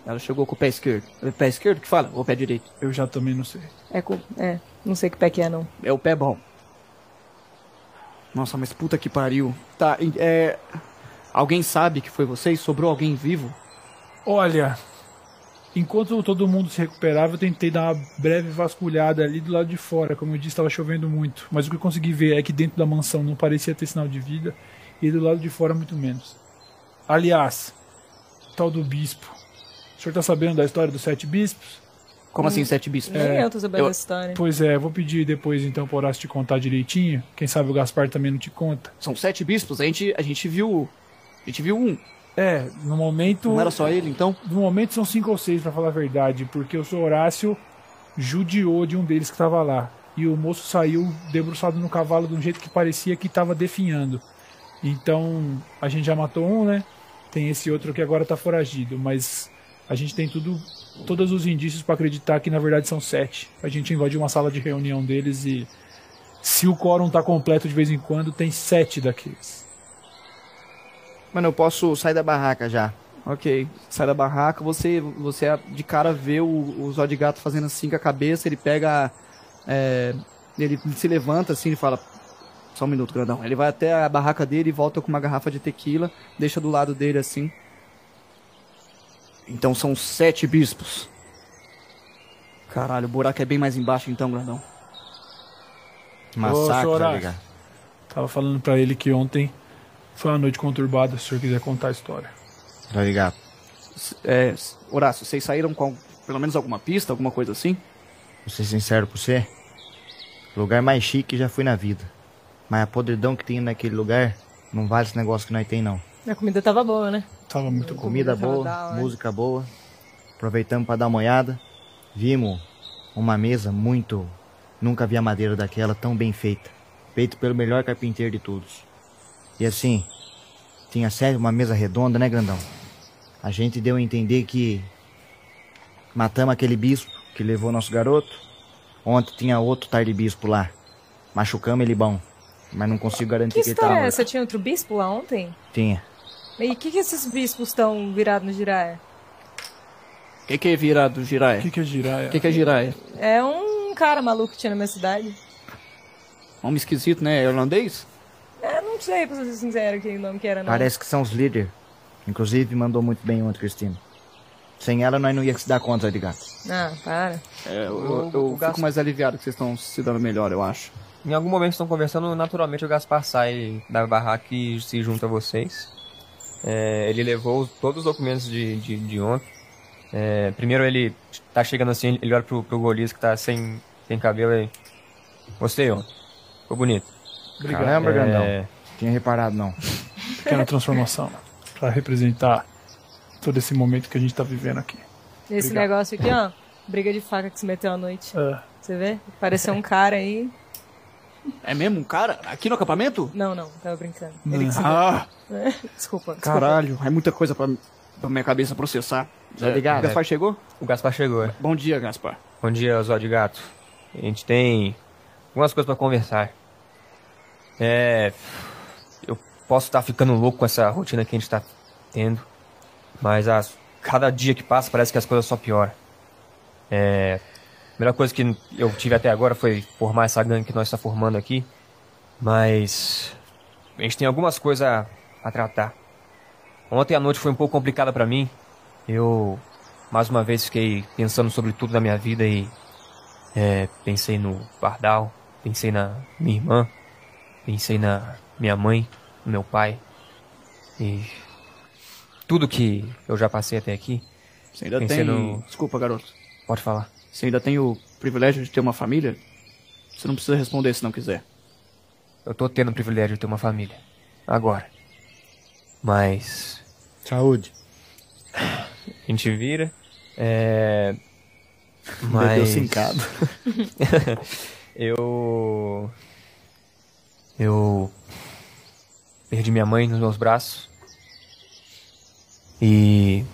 Ela chegou com o pé esquerdo. É o pé esquerdo que fala? Ou o pé direito? Eu já também não sei. É, cu- é, não sei que pé que é, não. É o pé bom. Nossa, mas puta que pariu. Tá, e- é. Alguém sabe que foi vocês? Sobrou alguém vivo? Olha, enquanto todo mundo se recuperava, eu tentei dar uma breve vasculhada ali do lado de fora. Como eu disse, estava chovendo muito. Mas o que eu consegui ver é que dentro da mansão não parecia ter sinal de vida e do lado de fora muito menos. Aliás, o tal do bispo. O senhor tá sabendo da história dos sete bispos? Como assim, sete bispos? Nem eu tô sabendo eu- dessa história. Pois é, vou pedir depois então pro Horácio te contar direitinho. Quem sabe o Gaspar também não te conta. São sete bispos? A gente, a gente viu. A gente viu um. É, no momento. Não era só ele, então? No momento são cinco ou seis, pra falar a verdade, porque o seu Horácio judiou de um deles que tava lá. E o moço saiu debruçado no cavalo de um jeito que parecia que tava definhando. Então, a gente já matou um, né? Tem esse outro que agora tá foragido, mas a gente tem tudo, todos os indícios pra acreditar que na verdade são sete. A gente invadiu uma sala de reunião deles e se o quórum tá completo de vez em quando, tem sete daqueles. Mano, eu posso sair da barraca já. Ok, sai da barraca, você, você é de cara vê o, o Zó de Gato fazendo assim com a cabeça, ele pega. é, ele se levanta assim e fala. Só um minuto, grandão. Ele vai até a barraca dele e volta com uma garrafa de tequila, deixa do lado dele assim. Então são sete bispos. Caralho, o buraco é bem mais embaixo então, grandão. Massacre, Horácio. tá ligado? Tava falando pra ele que ontem foi uma noite conturbada, se o senhor quiser contar a história. Tá ligado? S- É, s- Horácio, vocês saíram com al- pelo menos alguma pista, alguma coisa assim? Vou ser sincero com você. Lugar mais chique que já fui na vida. Mas a podridão que tem naquele lugar não vale esse negócio que nós tem, não. A comida tava boa, né? Tava muito com Comida Comida da boa, né? hora. música boa. Aproveitamos pra dar uma olhada. Vimos uma mesa muito. Nunca vi a madeira daquela tão bem feita. Feito pelo melhor carpinteiro de todos. E assim, tinha sério uma mesa redonda, né, grandão? A gente deu a entender que matamos aquele bispo que levou nosso garoto. Ontem tinha outro tarde bispo lá. Machucamos ele bom. Mas não consigo garantir Que que, ele tá história é morto. essa? Tinha outro bispo lá ontem? Tinha. E o que, que esses bispos estão virados no giraia? O que, que é virar do O Jiraiya? que, que é O giraia? que, que é Jiraiya? É um cara maluco que tinha na minha cidade. Homem esquisito, né? Irlandês? Eu É, não sei, pra ser sincero, que nome que era, não. Parece que são os líderes. Inclusive, mandou muito bem ontem, Cristina. Sem ela, nós não ia se dar conta, de gato. Ah, para. É, eu, O- eu- eu o fico gasto- mais aliviado que vocês estão se dando melhor, eu acho. Em algum momento estão conversando, naturalmente o Gaspar sai da barraca e se junta a vocês. É, ele levou os- todos os documentos de, de, de ontem. É, primeiro ele tá chegando assim, ele olha pro, pro Golias que tá sem, sem cabelo aí. Gostei ontem. Ficou bonito. Obrigado. Caramba, grandão. É, Tinha reparado, não. Pequena transformação pra representar todo esse momento que a gente tá vivendo aqui. Esse Obrigado. negócio aqui, ó. Briga de faca que se meteu à noite. É. Ah, Você vê? Pareceu um cara aí. É mesmo um cara? Aqui no acampamento? Não, não, tava brincando. Ah, Desculpa. caralho, é muita coisa pra, pra minha cabeça processar. É. Tá ligado? Gaspar chegou? o Gaspar chegou. é. Bom dia, Gaspar. Bom dia, Zó de Gato. A gente tem algumas coisas pra conversar. É. Eu posso estar ficando louco com essa rotina que a gente tá tendo, mas a cada dia que passa parece que as coisas só pioram. É. A melhor coisa que eu tive até agora foi formar essa gangue que nós está formando aqui, mas. A gente tem algumas coisas a, a tratar. Ontem à noite foi um pouco complicada pra mim. Eu mais uma vez fiquei pensando sobre tudo da minha vida e é, pensei no Pardal, pensei na minha irmã, pensei na minha mãe, no meu pai e tudo que eu já passei até aqui. Você ainda Quem tem. você não- Desculpa, garoto. Pode falar. Você ainda tem o privilégio de ter uma família? Você não precisa responder se não quiser. Eu tô tendo o privilégio de ter uma família agora, mas Saúde. a gente vira. É... Bebeu Mas cincado. Eu. Eu. Perdi minha mãe nos meus braços. E.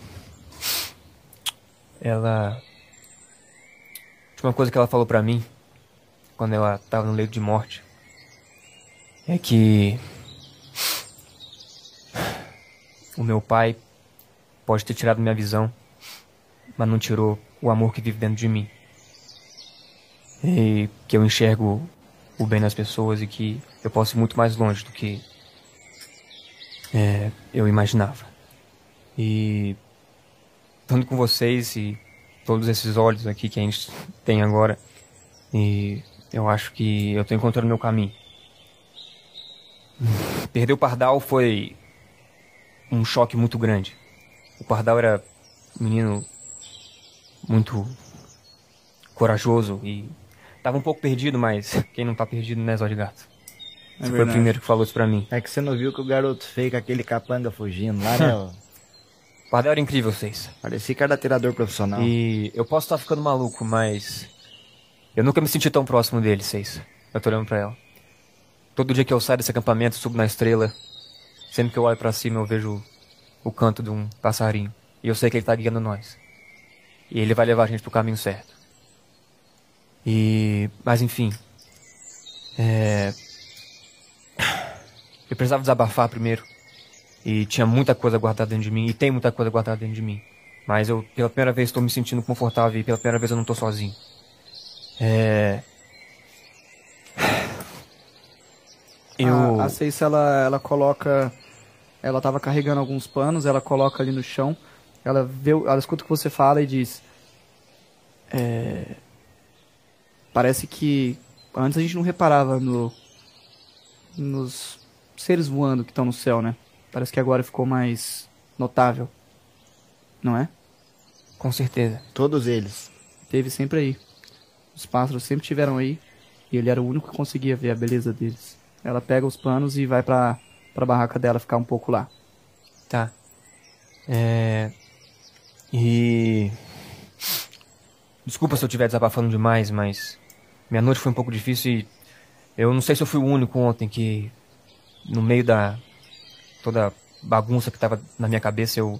Ela. A última coisa que ela falou pra mim, quando ela tava no leito de morte, é que. O meu pai pode ter tirado minha visão, mas não tirou o amor que vive dentro de mim. E que eu enxergo o bem nas pessoas e que eu posso ir muito mais longe do que é, eu imaginava. E estando com vocês e todos esses olhos aqui que a gente tem agora, e eu acho que eu tô encontrando meu caminho. Perder o Pardal foi um choque muito grande. O Pardal era um menino muito corajoso e tava um pouco perdido, mas quem não tá perdido, né, Zó de Gato? Você foi o verdade. primeiro que falou isso pra mim. É que você não viu que o garoto feio com aquele capanga fugindo lá, né? ó? O Pardal era incrível, vocês. Parecia que era atirador profissional. E eu posso estar ficando maluco, mas. Eu nunca me senti tão próximo dele, seis. Eu tô olhando pra ela. Todo dia que eu saio desse acampamento, subo na estrela. Sempre que eu olho pra cima, eu vejo o canto de um passarinho. E eu sei que ele tá guiando nós. E ele vai levar a gente pro caminho certo. E. Mas enfim. É. Eu precisava desabafar primeiro. E tinha muita coisa guardada dentro de mim, e tem muita coisa guardada dentro de mim. Mas eu, pela primeira vez, estou me sentindo confortável e pela primeira vez eu não tô sozinho. É. Ah, Eu. A, a Seis, ela, ela coloca. Ela tava carregando alguns panos, ela coloca ali no chão. Ela vê, o- ela escuta o que você fala e diz. "É, Parece que. Antes a gente não reparava no. Nos seres voando que estão no céu, né? Parece que agora ficou mais notável. Não é? Com certeza. Todos eles. Teve sempre aí. Os pássaros sempre tiveram aí. E ele era o único que conseguia ver a beleza deles. Ela pega os panos e vai pra, pra barraca dela ficar um pouco lá. Tá. É. E. Desculpa se eu estiver desabafando demais, mas. Minha noite foi um pouco difícil e. Eu não sei se eu fui o único ontem que. No meio da. Toda a bagunça que tava na minha cabeça, eu.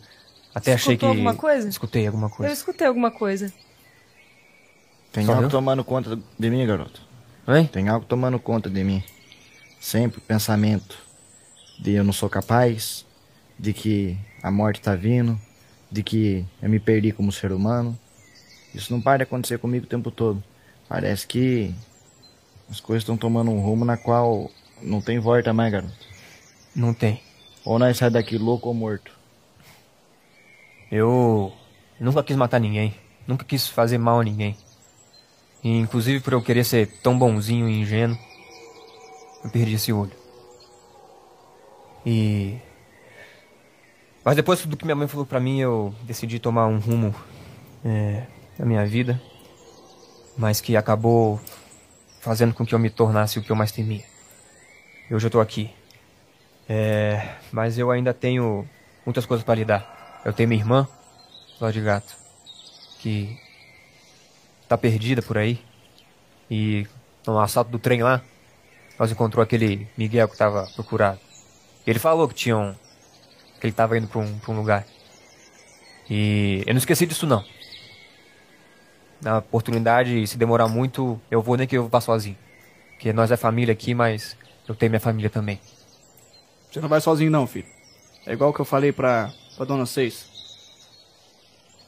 Até achei que. Escutou alguma coisa? Escutei alguma Eu coisa. escutei alguma coisa. Tem Só algo viu? tomando conta de mim, garoto. Hein? Tem algo tomando conta de mim. Sempre o pensamento de eu não sou capaz, de que a morte tá vindo, de que eu me perdi como ser humano. Isso não para de acontecer comigo o tempo todo. Parece que as coisas estão tomando um rumo na qual não tem volta mais, garoto. Não tem. Ou nós sai daqui louco ou morto. Eu nunca quis matar ninguém, nunca quis fazer mal a ninguém. E, inclusive por eu querer ser tão bonzinho e ingênuo, eu perdi esse olho. E mas depois do que minha mãe falou pra mim, eu decidi tomar um rumo é, na minha vida, mas que acabou fazendo com que eu me tornasse o que eu mais temia. E hoje eu tô aqui. É, mas eu ainda tenho muitas coisas pra lidar. Eu tenho minha irmã, Ló de Gato, que tá perdida por aí. E no assalto do trem lá, nós encontrou aquele Miguel que tava procurado. Ele falou que tinha um. que ele tava indo pra um, pra um lugar. E eu não esqueci disso não. Na oportunidade, se demorar muito, eu vou nem que eu vá sozinho. Porque nós é família aqui, mas eu tenho minha família também. Você não vai sozinho não, filho. É igual que eu falei pra, pra Dona Seis.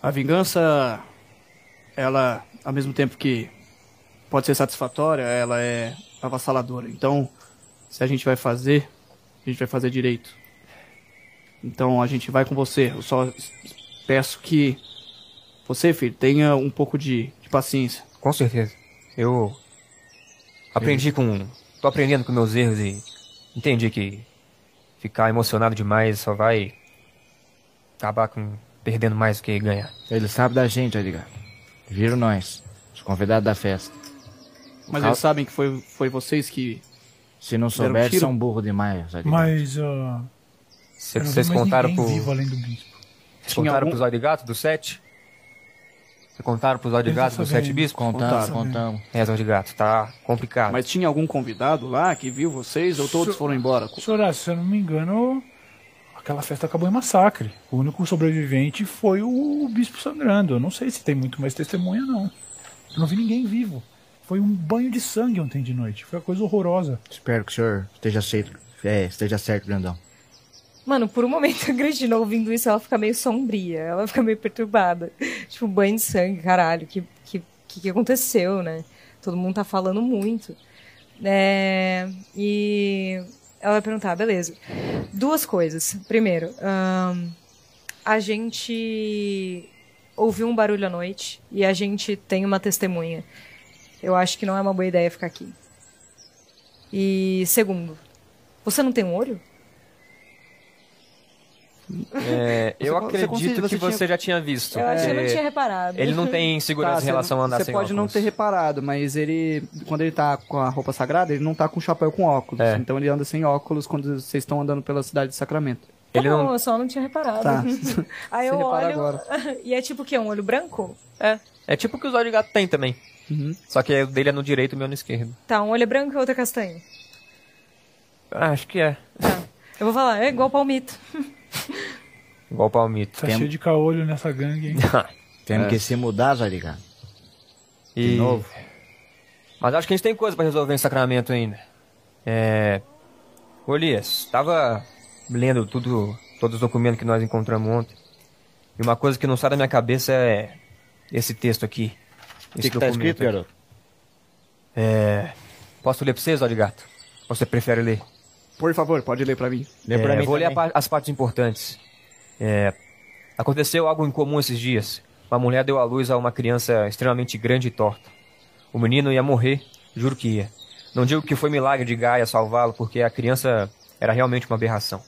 A vingança, ela, ao mesmo tempo que pode ser satisfatória, ela é avassaladora. Então, se a gente vai fazer, a gente vai fazer direito. Então a gente vai com você. Eu só es- peço que você, filho, tenha um pouco de, de paciência. Com certeza. Eu aprendi com. tô aprendendo com meus erros e entendi que ficar emocionado demais só vai acabar com perdendo mais do que ganhar. Ele sabe da gente, Edgar. Viram nós, os convidados da festa. Mas Cal- eles sabem que foi, foi vocês que Se Deram não um souber, tiro? são burro demais, Edgar. Mas. ó, eu não vi Vocês mais contaram ninguém pro. vivo além do bispo. Vocês Tinha contaram algum- pro Zóio de Gato do 7? Vocês contaram pro Zóio de Eu tô Gato do sabendo. 7 Bispo? Contamos, Contaram. né? contamos. É, Zóio de Gato, tá complicado. Mas tinha algum convidado lá que viu vocês ou todos Só- foram embora? Senhor, ah, se eu não me engano, aquela festa acabou em massacre. O único sobrevivente foi o bispo sangrando. Eu não sei se tem muito mais testemunha, não. Eu não vi ninguém vivo. Foi um banho de sangue ontem de noite. Foi uma coisa horrorosa. Espero que o senhor esteja certo, é, esteja certo Brandão. Mano, por um momento a Cristina ouvindo isso, ela fica meio sombria, ela fica meio perturbada. Tipo, banho de sangue, caralho, que que, que, que aconteceu, né? Todo mundo tá falando muito. É, e ela vai perguntar, "Ah, beleza. Duas coisas. Primeiro, ahn, a gente ouviu um barulho à noite e a gente tem uma testemunha. Eu acho que não é uma boa ideia ficar aqui. E segundo, você não tem um olho? É, eu Você con- você acredito conseguiu- que você você tinha- já tinha visto. Eu acho que eu É, não porque tinha reparado. Ele não tem segurança em relação a andar Tá, Ah, Você sem pode não óculos. ter reparado, mas ele, quando ele tá com a roupa sagrada, ele não tá com chapéu com óculos. É. Então ele anda sem óculos quando vocês estão andando pela cidade de Sacramento. Tá Ele bom, não- eu só não tinha reparado. Tá. Aí eu Você repara olho. agora. E é tipo o quê? Um olho branco? É, é tipo o que os olhos de gato tem também. Uhum. Só que o dele é no direito e o meu no esquerdo. Tá, um olho é branco e outro é castanho. Ah, acho que é. Tá. Eu vou falar, é igual palmito. Igual o palmito. Tá Tem- cheio de caolho nessa gangue, hein? Temos que se mudar, Zariga. E- De novo. Mas acho que a gente tem coisa pra resolver em Sacramento ainda. É. Golias, tava lendo tudo, todos os documentos que nós encontramos ontem. E uma coisa que não sai da minha cabeça é esse texto aqui. O esse que, que tá documento escrito, aqui. garoto? É. Posso ler pra vocês, ó de gato? Ou você prefere ler? Por favor, pode ler pra mim. Lê pra É, mim vou ler a também. par- as partes importantes. É, aconteceu algo incomum esses dias. Uma mulher deu à luz a uma criança extremamente grande e torta. O menino ia morrer, juro que ia. Não digo que foi milagre de Gaia salvá-lo, porque a criança era realmente uma aberração.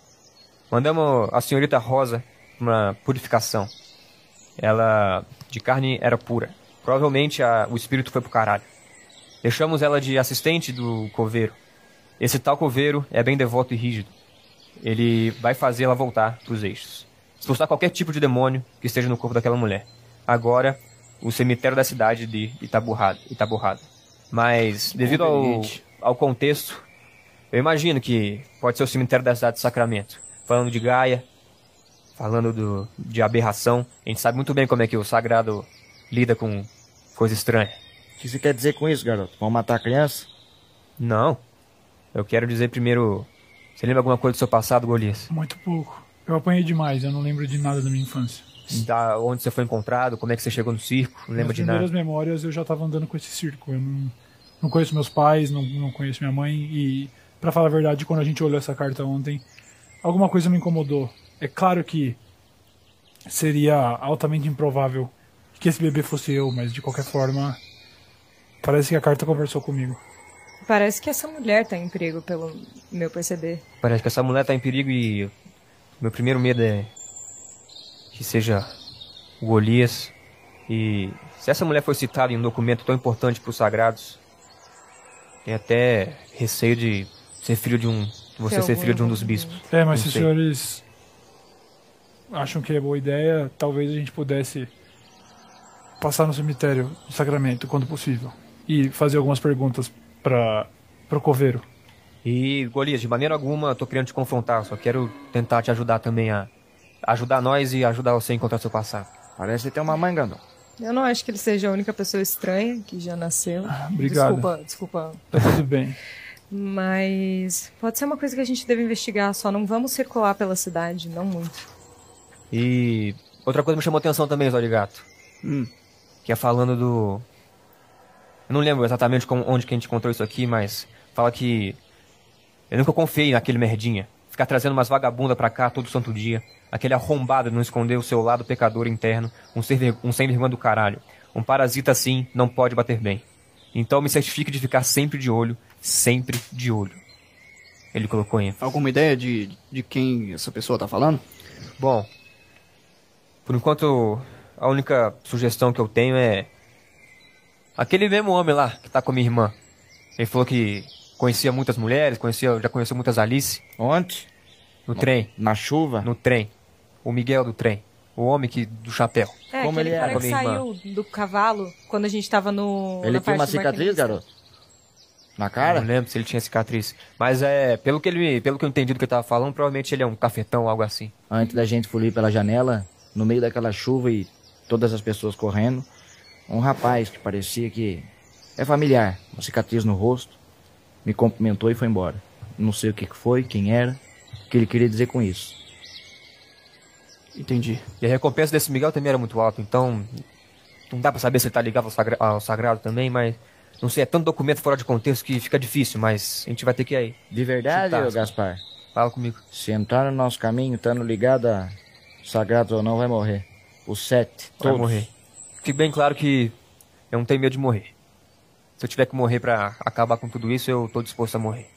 Mandamos a senhorita Rosa pra uma purificação. Ela, de carne, era pura. Provavelmente a- o espírito foi pro caralho. Deixamos ela de assistente do coveiro. Esse tal coveiro é bem devoto e rígido. Ele vai fazer ela voltar pros eixos. Expulsar qualquer tipo de demônio que esteja no corpo daquela mulher. Agora, o cemitério da cidade de Itaburrada. Itaburrada. Mas, devido ao, ao contexto, eu imagino que pode ser o cemitério da cidade de Sacramento. Falando de Gaia, falando do, de aberração, a gente sabe muito bem como é que o sagrado lida com coisa estranha. O que você quer dizer com isso, garoto? Vão matar a criança? Não. Eu quero dizer primeiro. Você lembra alguma coisa do seu passado, Golias? Muito pouco. Eu apanhei demais, eu não lembro de nada da minha infância. Da onde você foi encontrado? Como é que você chegou no circo? Não lembra Minhas de primeiras nada. memórias eu já tava andando com esse circo. Eu não, não conheço meus pais, não, não conheço minha mãe. E, pra falar a verdade, quando a gente olhou essa carta ontem, alguma coisa me incomodou. É claro que seria altamente improvável que esse bebê fosse eu, mas de qualquer forma, parece que a carta conversou comigo. Parece que essa mulher tá em perigo, pelo meu perceber. Parece que essa mulher tá em perigo e. Meu primeiro medo é. Que seja o Golias. E. Se essa mulher foi citada em um documento tão importante pros sagrados. Tem até receio de ser filho de um. Você Tem ser algum filho de um dos envolvimento. bispos. É, mas Não se os sei. senhores acham que é boa ideia, talvez a gente pudesse passar no cemitério de Sacramento quando possível e fazer algumas perguntas para pro coveiro. E, Golias, de maneira alguma eu tô querendo te confrontar, só quero tentar te ajudar também a ajudar nós e ajudar você a encontrar seu passado. Parece ter uma mãe, Gandão. Eu não acho que ele seja a única pessoa estranha que já nasceu. Ah, obrigado. Desculpa, desculpa. Tá tudo bem. Mas pode ser uma coisa que a gente deve investigar, só não vamos circular pela cidade, não muito. E outra coisa me chamou atenção também, Zó de Gato, Hum. que é falando do. Eu não lembro exatamente como- onde que a gente encontrou isso aqui, mas fala que. Eu nunca confiei naquele merdinha. Ficar trazendo umas vagabundas pra cá todo santo dia. Aquele arrombado não esconder o seu lado pecador interno. Um, ser ver- um sem vergonha do caralho. Um parasita assim não pode bater bem. Então me certifique de ficar sempre de olho, sempre de olho. Ele colocou em Alguma ideia de, de quem essa pessoa tá falando? Bom, por enquanto a única sugestão que eu tenho é aquele mesmo homem lá que tá com a minha irmã. Ele falou que conhecia muitas mulheres, conhecia, já conheceu muitas Alice Ontem, no trem, na chuva, no trem. O Miguel do trem, o homem que do chapéu. É, Como aquele ele cara era? que Como minha saiu do cavalo quando a gente tava no. ele na tinha uma parte do cicatriz, maquinista. garoto. Na Cara, cara? não lembro se ele tinha cicatriz. Mas é, pelo que ele, pelo que eu entendi do que ele tava falando, provavelmente ele é um cafetão, algo assim. antes da gente fugir pela janela, no meio daquela chuva e todas as pessoas correndo, um rapaz que parecia que é familiar, uma cicatriz no rosto, me cumprimentou e foi embora. Não sei o que que foi, quem era, o que ele queria dizer com isso. Entendi. E a recompensa desse Miguel também era muito alta, então não dá pra saber se ele tá ligado ao, sagra- ao sagrado também, mas não sei, é tanto documento fora de contexto que fica difícil, mas a gente vai ter que ir aí. De verdade, Chutasco. ô Gaspar, Fala comigo. se entrar no nosso caminho, estando ligado a sagrado ou não, vai morrer. Os sete, Vai todos. morrer. Fique bem claro que eu não tenho medo de morrer. Se eu tiver que morrer pra acabar com tudo isso, eu tô disposto a morrer.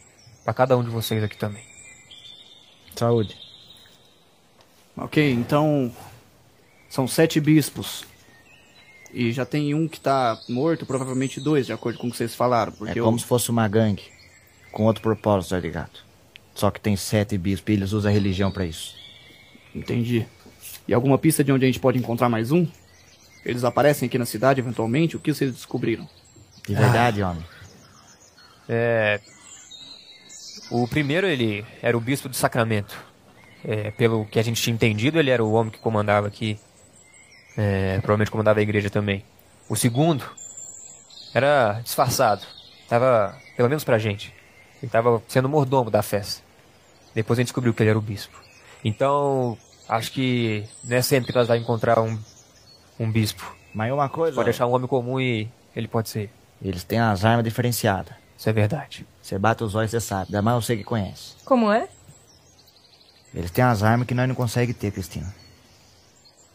Pra cada um de vocês aqui também. Saúde. Ok, então são sete bispos. E já tem um que tá morto, provavelmente dois, de acordo com o que vocês falaram. Porque é eu- como se fosse uma gangue, com outro propósito, tá ligado? Só que tem sete bispos e eles usam a religião pra isso. Entendi. E alguma pista de onde a gente pode encontrar mais um? Eles aparecem aqui na cidade eventualmente? O que vocês descobriram? De verdade, homem. É. O primeiro, ele era o bispo de Sacramento. É, pelo que a gente tinha entendido, ele era o homem que comandava aqui. É, provavelmente comandava a igreja também. O segundo era disfarçado. Tava, pelo menos pra gente, ele tava sendo mordomo da festa. Depois a gente descobriu que ele era o bispo. Então, acho que não é sempre que nós vamos encontrar um, um bispo. Mas uma coisa, Pode achar um homem comum e ele pode ser. eles têm as armas diferenciadas. Isso é verdade. Você bate os olhos, você sabe. Ainda mais você que conhece. Como é? Eles têm as armas que nós não conseguimos ter, Cristina.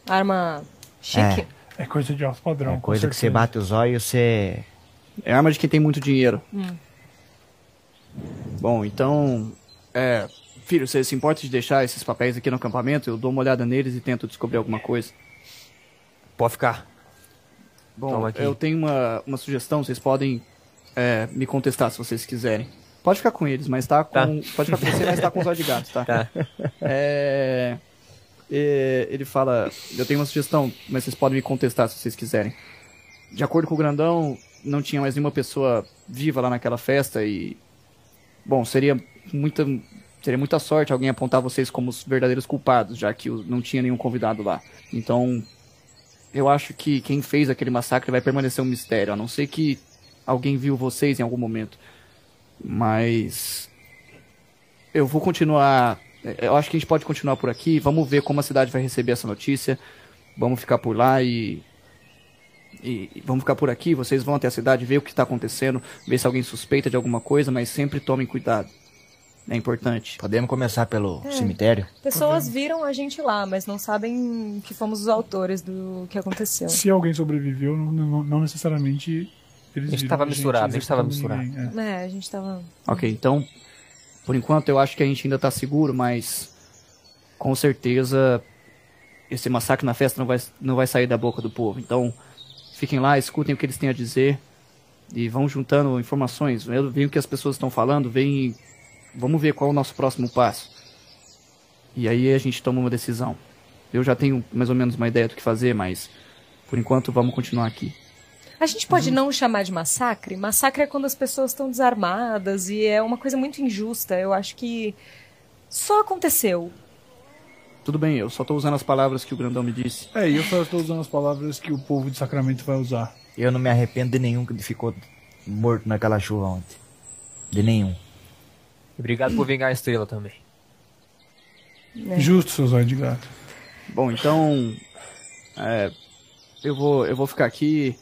Arma chique. É. É coisa de alto padrão. É com coisa que você certeza. bate os olhos, você... É arma de quem tem muito dinheiro. Bom, então. É. Filho, você se importa de deixar esses papéis aqui no acampamento? Eu dou uma olhada neles e tento descobrir alguma coisa. Pode ficar. Bom, Toma aqui. eu tenho uma, uma sugestão, vocês podem é, me contestar se vocês quiserem. Pode ficar com eles, mas tá com. Tá. Pode ficar com você, mas tá com os olhos de gato, tá? Tá. É, é, ele fala: Eu tenho uma sugestão, mas vocês podem me contestar se vocês quiserem. De acordo com o Grandão, não tinha mais nenhuma pessoa viva lá naquela festa e. Bom, seria muita, seria muita sorte alguém apontar vocês como os verdadeiros culpados, já que o- não tinha nenhum convidado lá. Então, eu acho que quem fez aquele massacre vai permanecer um mistério, a não ser que alguém viu vocês em algum momento. Mas. Eu vou continuar. eh, Eu acho que a gente pode continuar por aqui. Vamos ver como a cidade vai receber essa notícia. Vamos ficar por lá e. E e vamos ficar por aqui. Vocês vão até a cidade ver o que está acontecendo, ver se alguém suspeita de alguma coisa, mas sempre tomem cuidado. É importante. Podemos começar pelo cemitério? Pessoas viram a gente lá, mas não sabem que fomos os autores do que aconteceu. Se alguém sobreviveu, não, não- não necessariamente. Eles A gente viram tava misturado, a gente tava executando ninguém, é. É, a gente tava. Ok, então, por enquanto eu acho que a gente ainda tá seguro, mas com certeza esse massacre na festa não vai, não vai sair da boca do povo. Então, fiquem lá, escutem o que eles têm a dizer e vão juntando informações. Veem veem o que as pessoas estão falando, veem. Vamos ver qual é o nosso próximo passo. E aí a gente toma uma decisão. Eu já tenho mais ou menos uma ideia do que fazer, mas por enquanto vamos continuar aqui. A gente pode Uhum. não chamar de massacre? Massacre é quando as pessoas estão desarmadas e é uma coisa muito injusta. Eu acho que só aconteceu. Tudo bem, eu só tô usando as palavras que o Grandão me disse. É, e eu só estou usando as palavras que o povo de Sacramento vai usar. Eu não me arrependo de nenhum que ficou morto naquela chuva ontem. De nenhum. E Obrigado por vingar a estrela também. Justo, seus olhos de gato. Bom, então. é, eu, vou, eu vou ficar aqui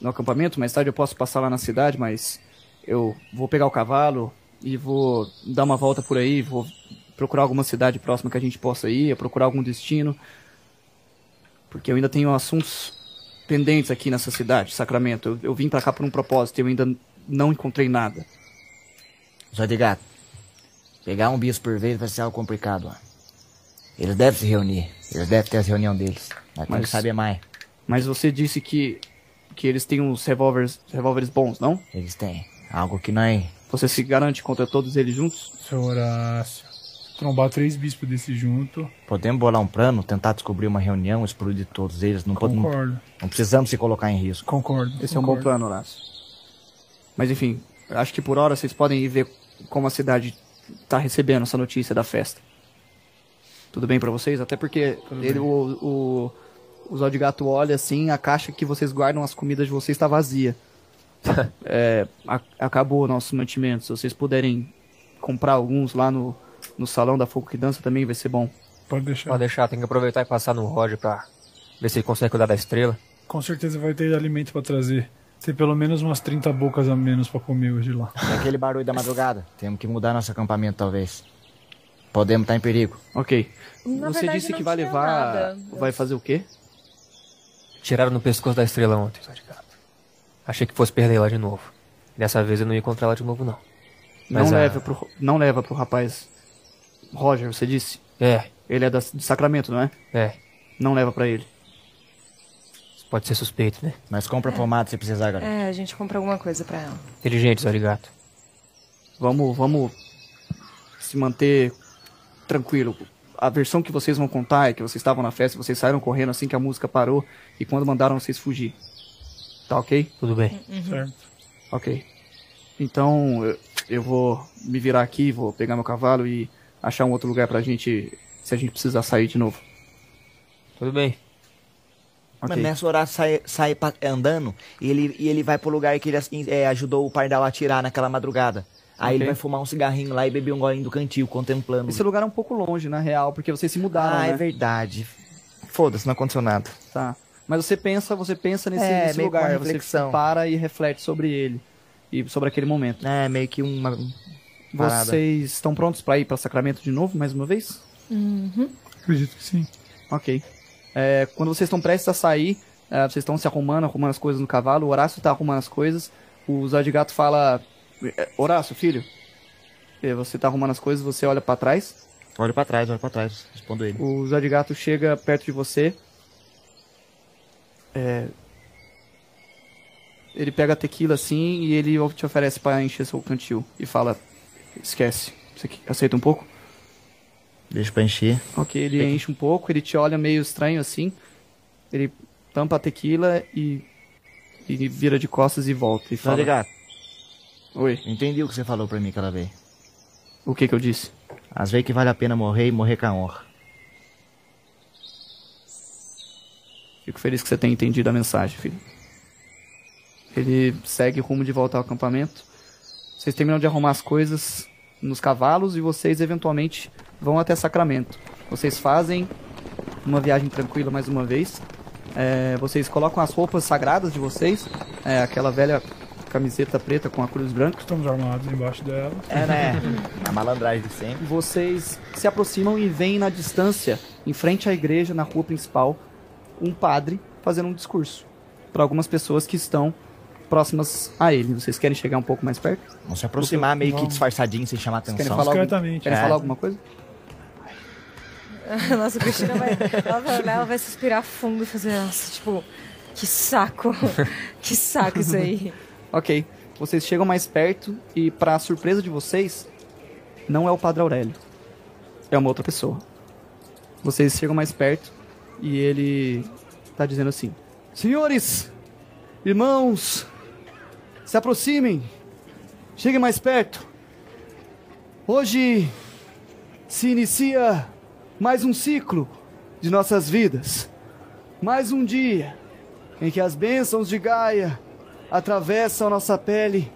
no acampamento. Mais tarde eu posso passar lá na cidade, mas eu vou pegar o cavalo e vou dar uma volta por aí. Vou procurar alguma cidade próxima que a gente possa ir, procurar algum destino. Porque eu ainda tenho assuntos pendentes aqui nessa cidade, Sacramento. Eu, eu vim pra cá por um propósito e eu ainda não encontrei nada. Só de gato. Pegar um bispo por vez vai ser algo complicado, ó. Eles devem se reunir. Eles devem ter as reunião deles. Mas tem Mas- que saber mais. Mas você disse que, que eles têm uns revólveres revólveres bons, não? Eles têm algo que nós... Você se garante contra todos eles juntos? Seu Horácio. Trombar três bispos desse junto. Podemos bolar um plano, tentar descobrir uma reunião, explodir todos eles. Não, podemos, Concordo. não precisamos se colocar em risco. Concordo. Esse é um bom concordo. plano, Horácio. Mas enfim, Eu acho que por hora vocês podem ir ver como a cidade tá recebendo essa notícia da festa. Tudo bem pra vocês? Até porque ele, o, o, o Zó de Gato olha assim, a caixa que vocês guardam as comidas de vocês está vazia. É, a- acabou o nosso mantimento. Se vocês puderem comprar alguns lá no, no salão da Fogo que Dança também vai ser bom. Pode deixar. Pode deixar, tem que aproveitar e passar no Roger pra ver se ele consegue cuidar da estrela. Com certeza vai ter alimento pra trazer. Tem pelo menos umas 30 bocas a menos pra comer hoje lá. E É aquele barulho da madrugada. Temos que mudar nosso acampamento, talvez. Podemos estar em perigo. Ok. Na Você verdade, disse não que vai tinha levar. nada. Vai fazer o quê? Tiraram no pescoço da estrela ontem, só de gato. Achei que fosse perder ela de novo. Dessa vez eu não ia encontrar ela de novo, não. Não, Mas é. a- leva pro, não leva pro rapaz. Roger, você disse? É, Ele é da, de Sacramento, não é? é. Não leva pra ele. Isso pode ser suspeito, né? Mas compra pomada se precisar, galera. É, a gente compra alguma coisa pra ela. Inteligente, tá só de gato. Vamos, vamos se manter tranquilo. A versão que vocês vão contar é que vocês estavam na festa, vocês saíram correndo assim que a música parou e quando mandaram vocês fugir. Tá ok? Tudo bem. Certo. Ok. Então eu, eu vou me virar aqui, vou pegar meu cavalo e achar um outro lugar pra gente se a gente precisar sair de novo. Tudo bem. Ok. Mas nessa hora sai, sai pa- andando e ele, e ele vai pro lugar que ele assim, é, ajudou o Pardal a tirar naquela madrugada. Aí ele Ok. vai fumar um cigarrinho lá e beber um golinho do cantil, contemplando. Esse lugar é um pouco longe, na real, porque vocês se mudaram, ah, é né? verdade. Foda-se, não aconteceu nada. Tá. Mas você pensa, você pensa nesse, É, nesse meio que uma lugar, você reflexão. para e reflete sobre ele e sobre aquele momento. É, meio que uma. Parada. Vocês estão prontos pra ir pra Sacramento de novo, mais uma vez? Acredito que sim. Ok. É, quando vocês estão prestes a sair, é, vocês estão se arrumando, arrumando as coisas no cavalo, o Horácio tá arrumando as coisas, o Zé de Gato fala: "É, Horácio, filho, é, você tá arrumando as coisas, você olha pra trás, Olha pra trás, olha pra trás. Respondo ele. o Zé de Gato chega perto de você. É, Ele pega a tequila assim e ele te oferece pra encher seu cantil e fala: Esquece, você que- aceita um pouco? Deixa pra encher. Ok, ele enche um pouco, ele te olha meio estranho assim. Ele tampa a tequila e. e vira de costas e volta. E Tá fala. ligado? Oi, Entendi o que você falou pra mim aquela vez. o que que eu disse? Às vezes que vale a pena morrer e morrer com a honra. Fico feliz que você tenha entendido a mensagem, filho. Ele segue rumo de volta ao acampamento. Vocês terminam de arrumar as coisas nos cavalos e vocês eventualmente vão até Sacramento. Vocês fazem uma viagem tranquila mais uma vez. É, vocês colocam as roupas sagradas de vocês, é, aquela velha camiseta preta com a cruz branca. Estamos armados embaixo dela. É, né? a malandragem de sempre. Vocês se aproximam e veem na distância, em frente à igreja, na rua principal, um padre fazendo um discurso para algumas pessoas que estão próximas a ele. Vocês querem chegar um pouco mais perto? Vamos se aproximar meio que Vamos. disfarçadinho sem chamar Vocês querem atenção. falar, algum- Discretamente. querem É. falar alguma coisa? Nossa, a Cristina vai, ela vai olhar, ela vai suspirar fundo e fazer, nossa, tipo, que saco. Que saco isso aí. Ok. Vocês chegam mais perto e, para surpresa de vocês, não é o Padre Aurélio. É uma outra pessoa. Vocês chegam mais perto e ele tá dizendo assim: Senhores, irmãos, se aproximem. Cheguem mais perto. Hoje se inicia mais um ciclo de nossas vidas. Mais um dia em que as bênçãos de Gaia atravessam nossa pele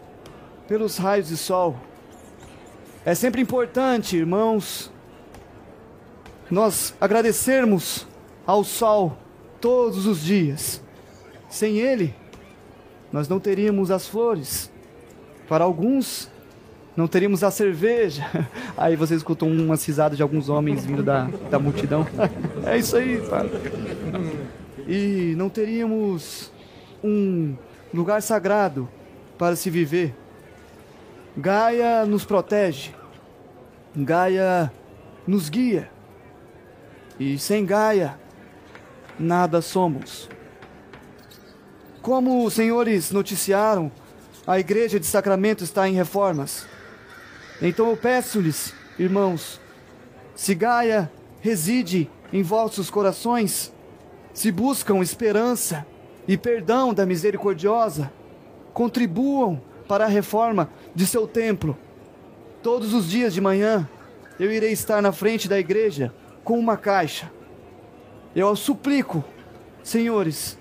pelos raios de sol. É sempre importante, irmãos, nós agradecermos ao sol todos os dias. Sem ele, nós não teríamos as flores. Para alguns, não teríamos a cerveja. Aí você escutou umas risadas de alguns homens vindo da, da multidão. É isso aí, cara. E não teríamos um lugar sagrado para se viver. Gaia nos protege. Gaia nos guia. E sem Gaia, nada somos. Como os senhores noticiaram, a Igreja de Sacramento está em reformas. Então eu peço-lhes, irmãos, se Gaia reside em vossos corações, se buscam esperança e perdão da misericordiosa, contribuam para a reforma de seu templo. Todos os dias de manhã, eu irei estar na frente da igreja com uma caixa. Eu suplico, senhores,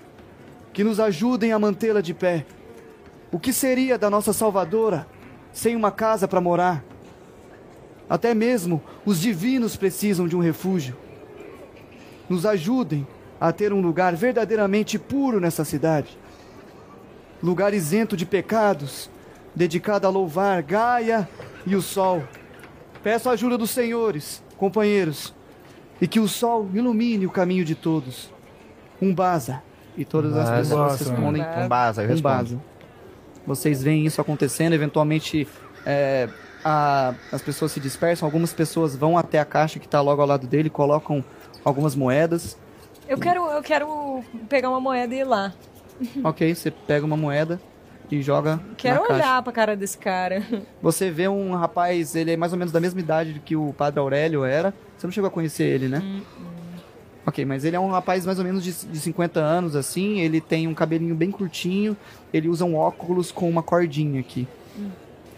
que nos ajudem a mantê-la de pé. O que seria da nossa Salvadora sem uma casa para morar? Até mesmo os divinos precisam de um refúgio. Nos ajudem a ter um lugar verdadeiramente puro nessa cidade. Lugar isento de pecados, dedicado a louvar Gaia e o sol. Peço a ajuda dos senhores, companheiros, e que o sol ilumine o caminho de todos. Um baza. E todas Umbasa. as pessoas respondem Umbasa. Um baza, eu com respondo. base. Vocês veem isso acontecendo, eventualmente é, a- as pessoas se dispersam, algumas pessoas vão até a caixa que está logo ao lado dele, colocam algumas moedas. Eu quero, eu quero pegar uma moeda e ir lá. ok, você pega uma moeda e joga Hum. Quero na caixa. olhar pra cara desse cara. Você vê um rapaz, ele é mais ou menos da mesma idade que o padre Aurélio era. Você não chegou a conhecer ele, né? Ok, mas ele é um rapaz mais ou menos de, de 50 anos, assim. Ele tem um cabelinho bem curtinho. Ele usa um óculos com uma cordinha aqui.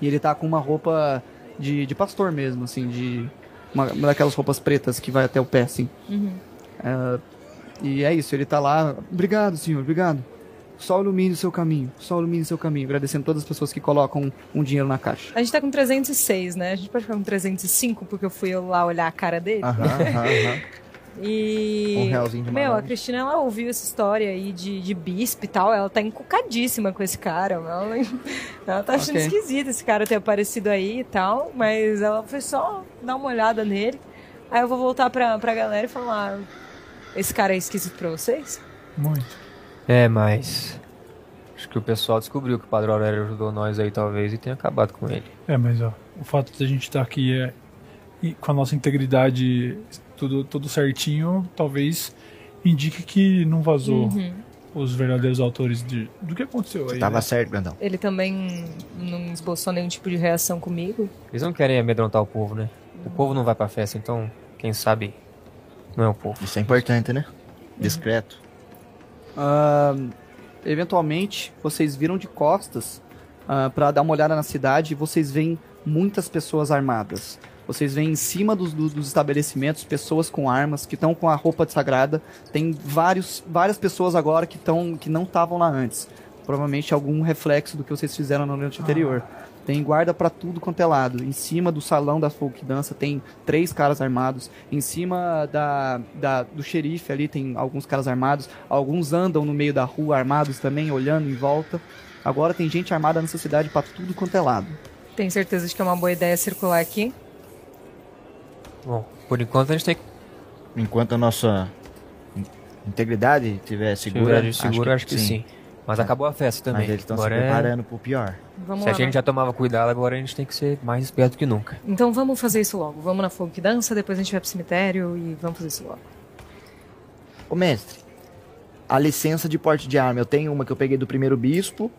E ele tá com uma roupa de, de pastor mesmo, assim, de. Uma, uma daquelas roupas pretas que vai até o pé, assim. Ah, e é isso, ele tá lá. Obrigado, senhor, obrigado. Só ilumine o seu caminho, só ilumine o seu caminho. Agradecendo todas as pessoas que colocam um dinheiro na caixa. A gente tá com 306, né? A gente pode ficar com 305 porque eu fui lá olhar a cara dele. Aham, aham, aham. E. Ah, Um realzinho de Meu, a malandro. Cristina, ela ouviu essa história aí de, de bispo e tal. Ela tá encucadíssima com esse cara. Ela, ela tá achando Ok. esquisito esse cara ter aparecido aí e tal. Mas ela foi só dar uma olhada nele. Aí eu vou voltar pra, pra galera e falar: "Ah, Esse cara é esquisito pra vocês? Muito. É, mas. Acho que o pessoal descobriu que o Padre Aurélio ajudou nós aí, talvez, e tenha acabado com ele. É, mas ó, o fato de a gente estar aqui é, e com a nossa integridade tudo, tudo certinho, talvez indique que não vazou os verdadeiros autores de, do que aconteceu aí. né? Tava certo, Grandão. Ele também não esboçou nenhum tipo de reação comigo. Eles não querem amedrontar o povo, né? O povo não vai pra festa, então, quem sabe, não é o povo. Isso é importante, né? Discreto. Ahn, eventualmente, vocês viram de costas ah, pra dar uma olhada na cidade e vocês veem muitas pessoas armadas. Vocês veem em cima dos, dos- dos estabelecimentos pessoas com armas que estão com a roupa de sagrada. Tem vários, várias pessoas agora que, tão, que não estavam lá antes. Provavelmente algum reflexo do que vocês fizeram na noite anterior. Tem guarda pra tudo quanto é lado. Em cima do salão da folk dança tem três caras armados. Em cima da, da- do xerife ali tem alguns caras armados. Alguns andam no meio da rua armados também, olhando em volta. Agora tem gente armada nessa cidade pra tudo quanto é lado. Tem certeza de que é uma boa ideia circular aqui? Bom, por enquanto a gente tem que Enquanto a nossa in- integridade estiver segura, segurar de seguro, acho que, sim. Mas É. acabou a festa também. Mas eles estão se Agora é- preparando pro pior. Vamos Se a lá. gente já tomava cuidado, agora a gente tem que ser mais esperto que nunca. Então vamos fazer isso logo. Vamos na folk dança, depois a gente vai pro cemitério e vamos fazer isso logo. Ô mestre, a licença de porte de arma, eu tenho uma que eu peguei do primeiro bispo.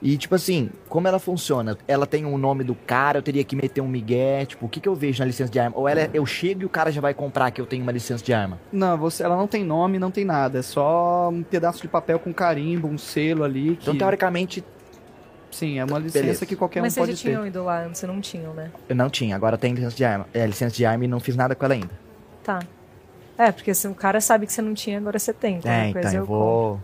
E, tipo assim, como ela funciona? Ela tem o nome do cara, eu teria que meter um migué, tipo, o que, que eu vejo na licença de arma? Ou ela, é- eu chego e o cara já vai comprar que eu tenho uma licença de arma. Não, você, ela não tem nome, não tem nada. É só um pedaço de papel com carimbo, um selo ali. Que, Então, teoricamente, Sim, é uma licença Beleza. que qualquer Mas um vocês já pode ter. tinham ido lá antes, não tinham, né? eu não tinha, agora tem licença de arma. É, licença de arma e não fiz nada com ela ainda. Tá. É, porque se o cara sabe que você não tinha, agora você tem. Qualquer É, então coisa eu compro. vou.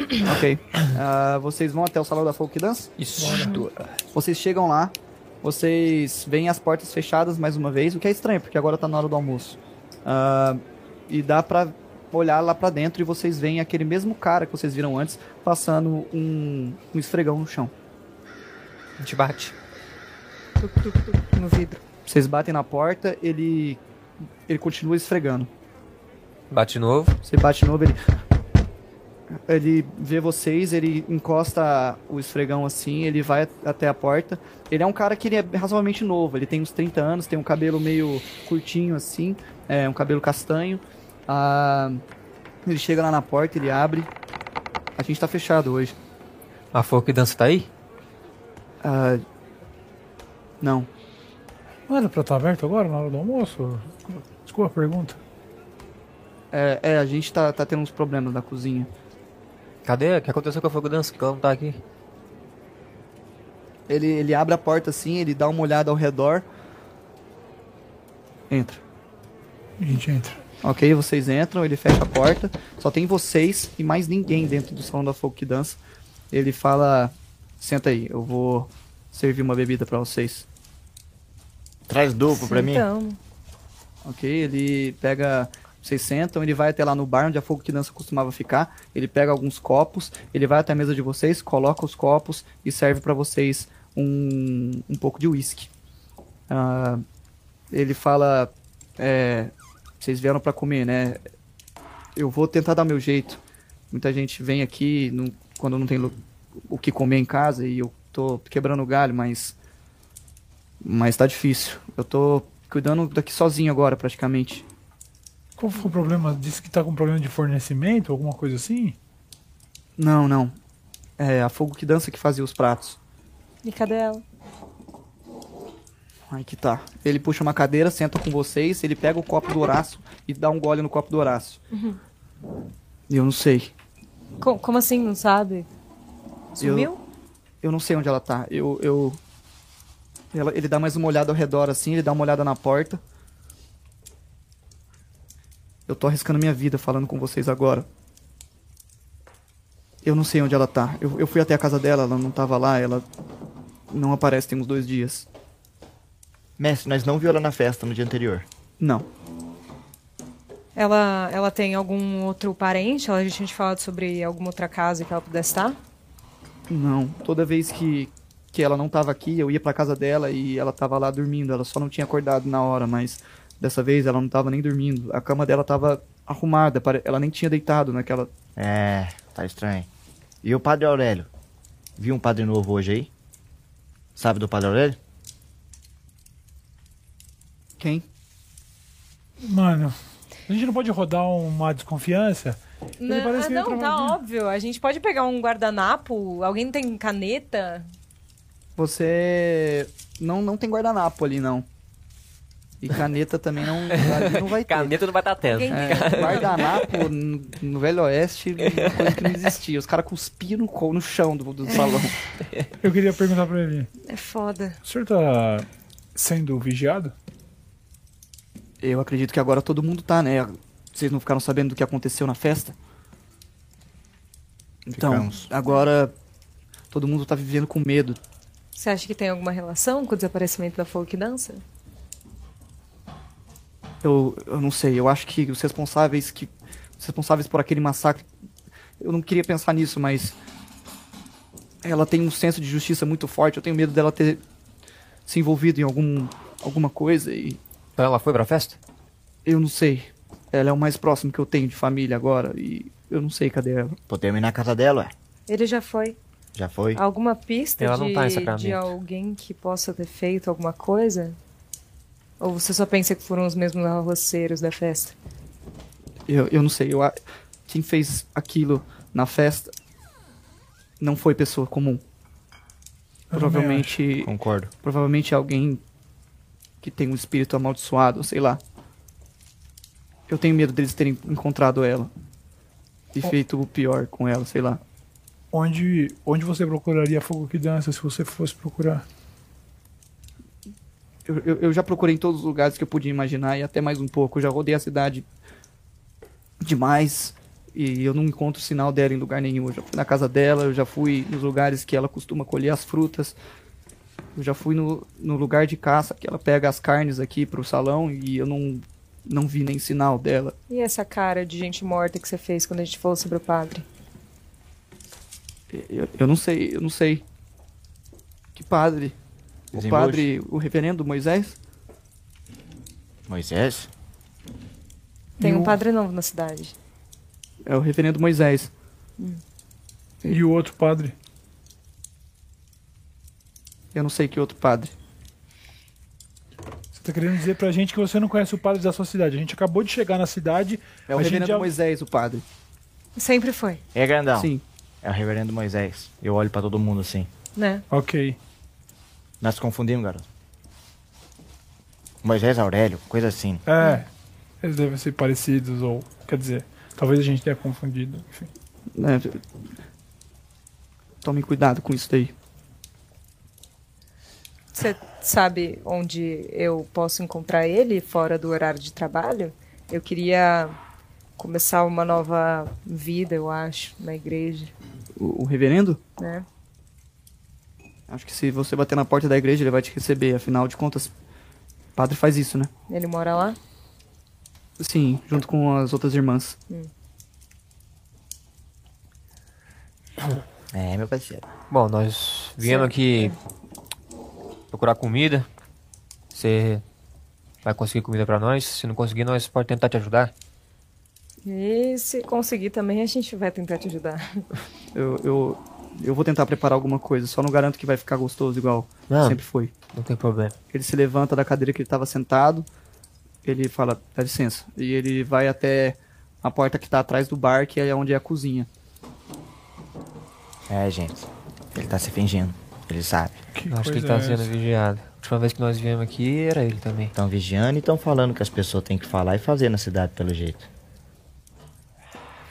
então. Ok. Ah, vocês vão até o salão da folk dance? Isso. Vocês chegam lá, vocês veem as portas fechadas mais uma vez, o que é estranho, porque agora tá na hora do almoço. Ah, e dá pra olhar lá pra dentro e vocês veem aquele mesmo cara que vocês viram antes passando um, um esfregão no chão. A gente bate. Tuc, tuc, tuc, no vidro. Vocês batem na porta, ele ele continua esfregando. Bate de novo. Você bate de novo, ele ele vê vocês, ele encosta o esfregão assim, ele vai até a porta. Ele é um cara que ele é razoavelmente novo, ele tem uns 30 anos, tem um cabelo meio curtinho assim, é um cabelo castanho. Ah, ele chega lá na porta, ele abre. A gente tá fechado hoje. A forca e dança tá aí? Ah, não. Não era pra estar aberto agora, na hora do almoço? Desculpa a pergunta. É, é, a gente tá, tá tendo uns problemas na cozinha. Cadê? O que aconteceu com a forca e dança? Que ela não tá aqui. Ele, ele abre a porta assim, ele dá uma olhada ao redor. Entra. A gente entra. Ok, vocês entram, ele fecha a porta. Só tem vocês e mais ninguém dentro do salão da folk que dança. Ele fala: Senta aí, eu vou servir uma bebida pra vocês. Traz duplo pra mim. Então, Ok, ele pega. Vocês sentam, ele vai até lá no bar onde a Fogo que Dança costumava ficar. Ele pega alguns copos, ele vai até a mesa de vocês, coloca os copos e serve pra vocês um, um pouco de uísque. Ah, ele fala: é, Vocês vieram pra comer, né? Eu vou tentar dar meu jeito. Muita gente vem aqui não- quando não tem lu- o que comer em casa e eu tô quebrando o galho, mas. Mas tá difícil. Eu tô cuidando daqui sozinho agora, praticamente. Qual foi o problema? Disse que tá com problema de fornecimento, alguma coisa assim? Não, não. É a Fogo que Dança que fazia os pratos. e cadê ela? Aí que tá. Ele puxa uma cadeira, senta com vocês, ele pega o copo do Horácio e dá um gole no copo do Horácio. Eu não sei. Co- como assim, não sabe? Sumiu? Eu não sei onde ela tá. Eu. eu... Ela- ele dá mais uma olhada ao redor assim, ele dá uma olhada na porta. Eu tô arriscando minha vida falando com vocês agora. Eu não sei onde ela tá. Eu, eu fui até a casa dela, ela não tava lá, ela não aparece tem uns dois dias. Mestre, nós não viu ela na festa no dia anterior. Não. Ela, ela tem algum outro parente? Ela já tinha te falado sobre alguma outra casa que ela pudesse estar? Não. Toda vez que, que ela não tava aqui, eu ia pra casa dela e ela tava lá dormindo. Ela só não tinha acordado na hora, mas dessa vez ela não tava nem dormindo. A cama dela tava arrumada, pare- ela nem tinha deitado naquela. É, tá estranho. E o Padre Aurélio? Viu um padre novo hoje aí? Sabe do Padre Aurélio? Quem? Mano, a gente não pode rodar uma desconfiança? Ele Não, parece ah, que ele não, tá trabalha- óbvio. A gente pode pegar um guardanapo. Alguém tem caneta? Você. Não, não tem guardanapo ali, não. E caneta também não, ali não vai ter. Caneta do Batatela. Alguém tem- É, guardanapo no, no Velho Oeste, uma coisa que não existia. Os caras cuspiam no, co- no chão do, do salão. Eu queria perguntar pra ele. É foda. O senhor tá sendo vigiado? Eu acredito que agora todo mundo tá, né? Vocês não ficaram sabendo do que aconteceu na festa? Então, Ficamos. agora todo mundo tá vivendo com medo. Você acha que tem alguma relação com o desaparecimento da folk dança? Eu, eu não sei, eu acho que os responsáveis que os responsáveis por aquele massacre, eu não queria pensar nisso, mas ela tem um senso de justiça muito forte. Eu tenho medo dela ter se envolvido em algum alguma coisa e Então ela foi pra festa? eu não sei. Ela é o mais próximo que eu tenho de família agora e eu não sei cadê ela. Podemos ir na casa dela, ué. Ele já foi. Já foi? Alguma pista Ela de, não tá em de Sacramento. alguém que possa ter feito alguma coisa? Ou você só pensa que foram os mesmos arroceiros da festa? Eu, eu não sei, eu, a- quem fez aquilo na festa não foi pessoa comum. Eu Provavelmente, Concordo. provavelmente alguém que tem um espírito amaldiçoado, sei lá. Eu tenho medo deles terem encontrado ela e feito o pior com ela, sei lá. Onde, onde você procuraria fogo que dança se você fosse procurar? Eu, eu, eu já procurei em todos os lugares que eu podia imaginar e até mais um pouco. Eu já rodei a cidade demais e eu não encontro sinal dela em lugar nenhum. Eu já fui na casa dela, eu já fui nos lugares que ela costuma colher as frutas. Eu já fui no, no lugar de caça que ela pega as carnes aqui pro salão e eu não, não vi nem sinal dela. E essa cara de gente morta que você fez quando a gente falou sobre o padre? Eu, eu não sei, eu não sei. Que padre? O Desembucha. padre, o reverendo Moisés? Moisés? Tem E um o- padre novo na cidade. É o reverendo Moisés. E o outro padre? Eu não sei que outro padre. Você tá querendo dizer pra gente que você não conhece o padre da sua cidade. A gente acabou de chegar na cidade. É o a gente reverendo já- Então. Moisés, o padre. Sempre foi, É grandão. Sim. É o reverendo Moisés. Eu olho pra todo mundo assim. né? Ok. Nós confundimos, garoto. Moisés Aurélio, coisa assim. É. Eles devem ser parecidos, ou. Quer dizer, talvez a gente tenha confundido. Enfim. né? Tome cuidado com isso daí. Você sabe onde eu posso encontrar ele fora do horário de trabalho? Eu queria começar uma nova vida, eu acho, na igreja, O, o reverendo? né? Acho que se você bater na porta da igreja, ele vai te receber. Afinal de contas, padre faz isso, né? Ele mora lá? Sim, junto com as outras irmãs. É, meu parceiro. Bom, nós viemos aqui procurar comida. Você vai conseguir comida pra nós? Se não conseguir, nós podemos tentar te ajudar. E se conseguir também, a gente vai tentar te ajudar. Eu, eu, eu vou tentar preparar alguma coisa, só não garanto que vai ficar gostoso igual Não. sempre foi. Não tem problema. Ele se levanta da cadeira que ele estava sentado, ele fala, dá licença, e ele vai até a porta que tá atrás do bar, que é onde é a cozinha. É, gente. Ele tá se fingindo. Ele sabe. Que Acho que coisa ele tá é sendo essa? vigiado. A última vez que nós viemos aqui era ele também. Estão vigiando e estão falando que as pessoas têm que falar e fazer na cidade, pelo jeito.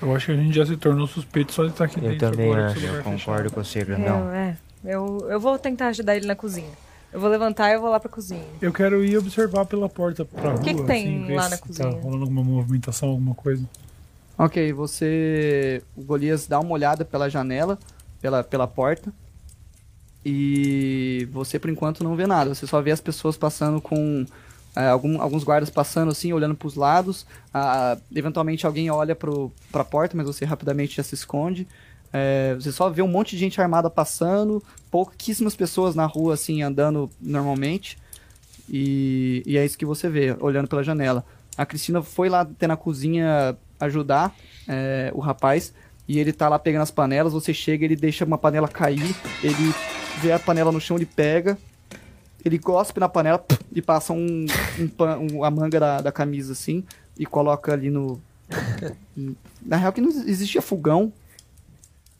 Eu acho que a gente já se tornou suspeito só de estar aqui Eu dentro também agora, acho, esse lugar Concordo fechado. com você, Grandão. Eu, é, eu, eu vou tentar ajudar ele na cozinha. Eu vou levantar e eu vou lá pra cozinha. Eu quero ir observar pela porta pra O que que rua, tem assim, ver lá se na Tá cozinha? rolando alguma movimentação, alguma coisa. Ok, você. O Golias dá uma olhada pela janela, pela, pela porta. E você, por enquanto, não vê nada. Você só vê as pessoas passando com. é, algum- alguns guardas passando assim, olhando pros lados. Ah, eventualmente alguém olha pro, pra porta, mas você rapidamente já se esconde. É, você só vê um monte de gente armada passando, pouquíssimas pessoas na rua assim andando normalmente. E, e é isso que você vê, olhando pela janela. A Cristina foi lá até na cozinha ajudar é, o rapaz. E ele tá lá pegando as panelas, você chega, ele deixa uma panela cair, ele vê a panela no chão, ele pega, ele cospe na panela e passa um, um pan- um- a manga da, da camisa assim e coloca ali no. Na real que não existia fogão,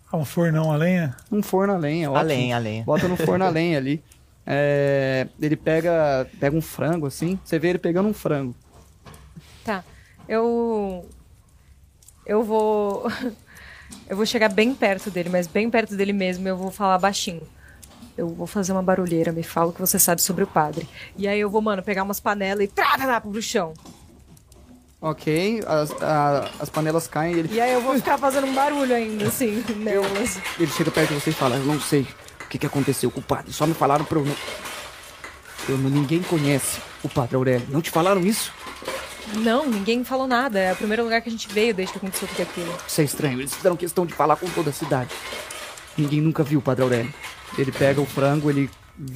Ah, um fornão a lenha? um forno a lenha, ótimo. Além, além. Bota no forno a lenha ali. É, ele pega, pega um frango assim, você vê ele pegando um frango. Tá. Eu. Eu vou. Eu vou chegar bem perto dele, mas bem perto dele mesmo, eu vou falar baixinho. Eu vou fazer uma barulheira, me fala o que você sabe sobre o padre. E aí eu vou, mano, pegar umas panelas e trá, trá, trá, pro chão. Ok, as, a- as panelas caem e ele, E aí eu vou ficar fazendo um barulho ainda, assim, nelas. ele chega perto de você e fala: Eu não sei o que, que aconteceu com o padre, só me falaram pra eu não. Eu não- ninguém conhece o padre Aurélio, não te falaram isso? Não, ninguém falou nada. É o primeiro lugar que a gente veio desde que aconteceu tudo aquilo. Isso é estranho, eles fizeram questão de falar com toda a cidade. Ninguém nunca viu o padre Aurélio. Ele pega o frango, ele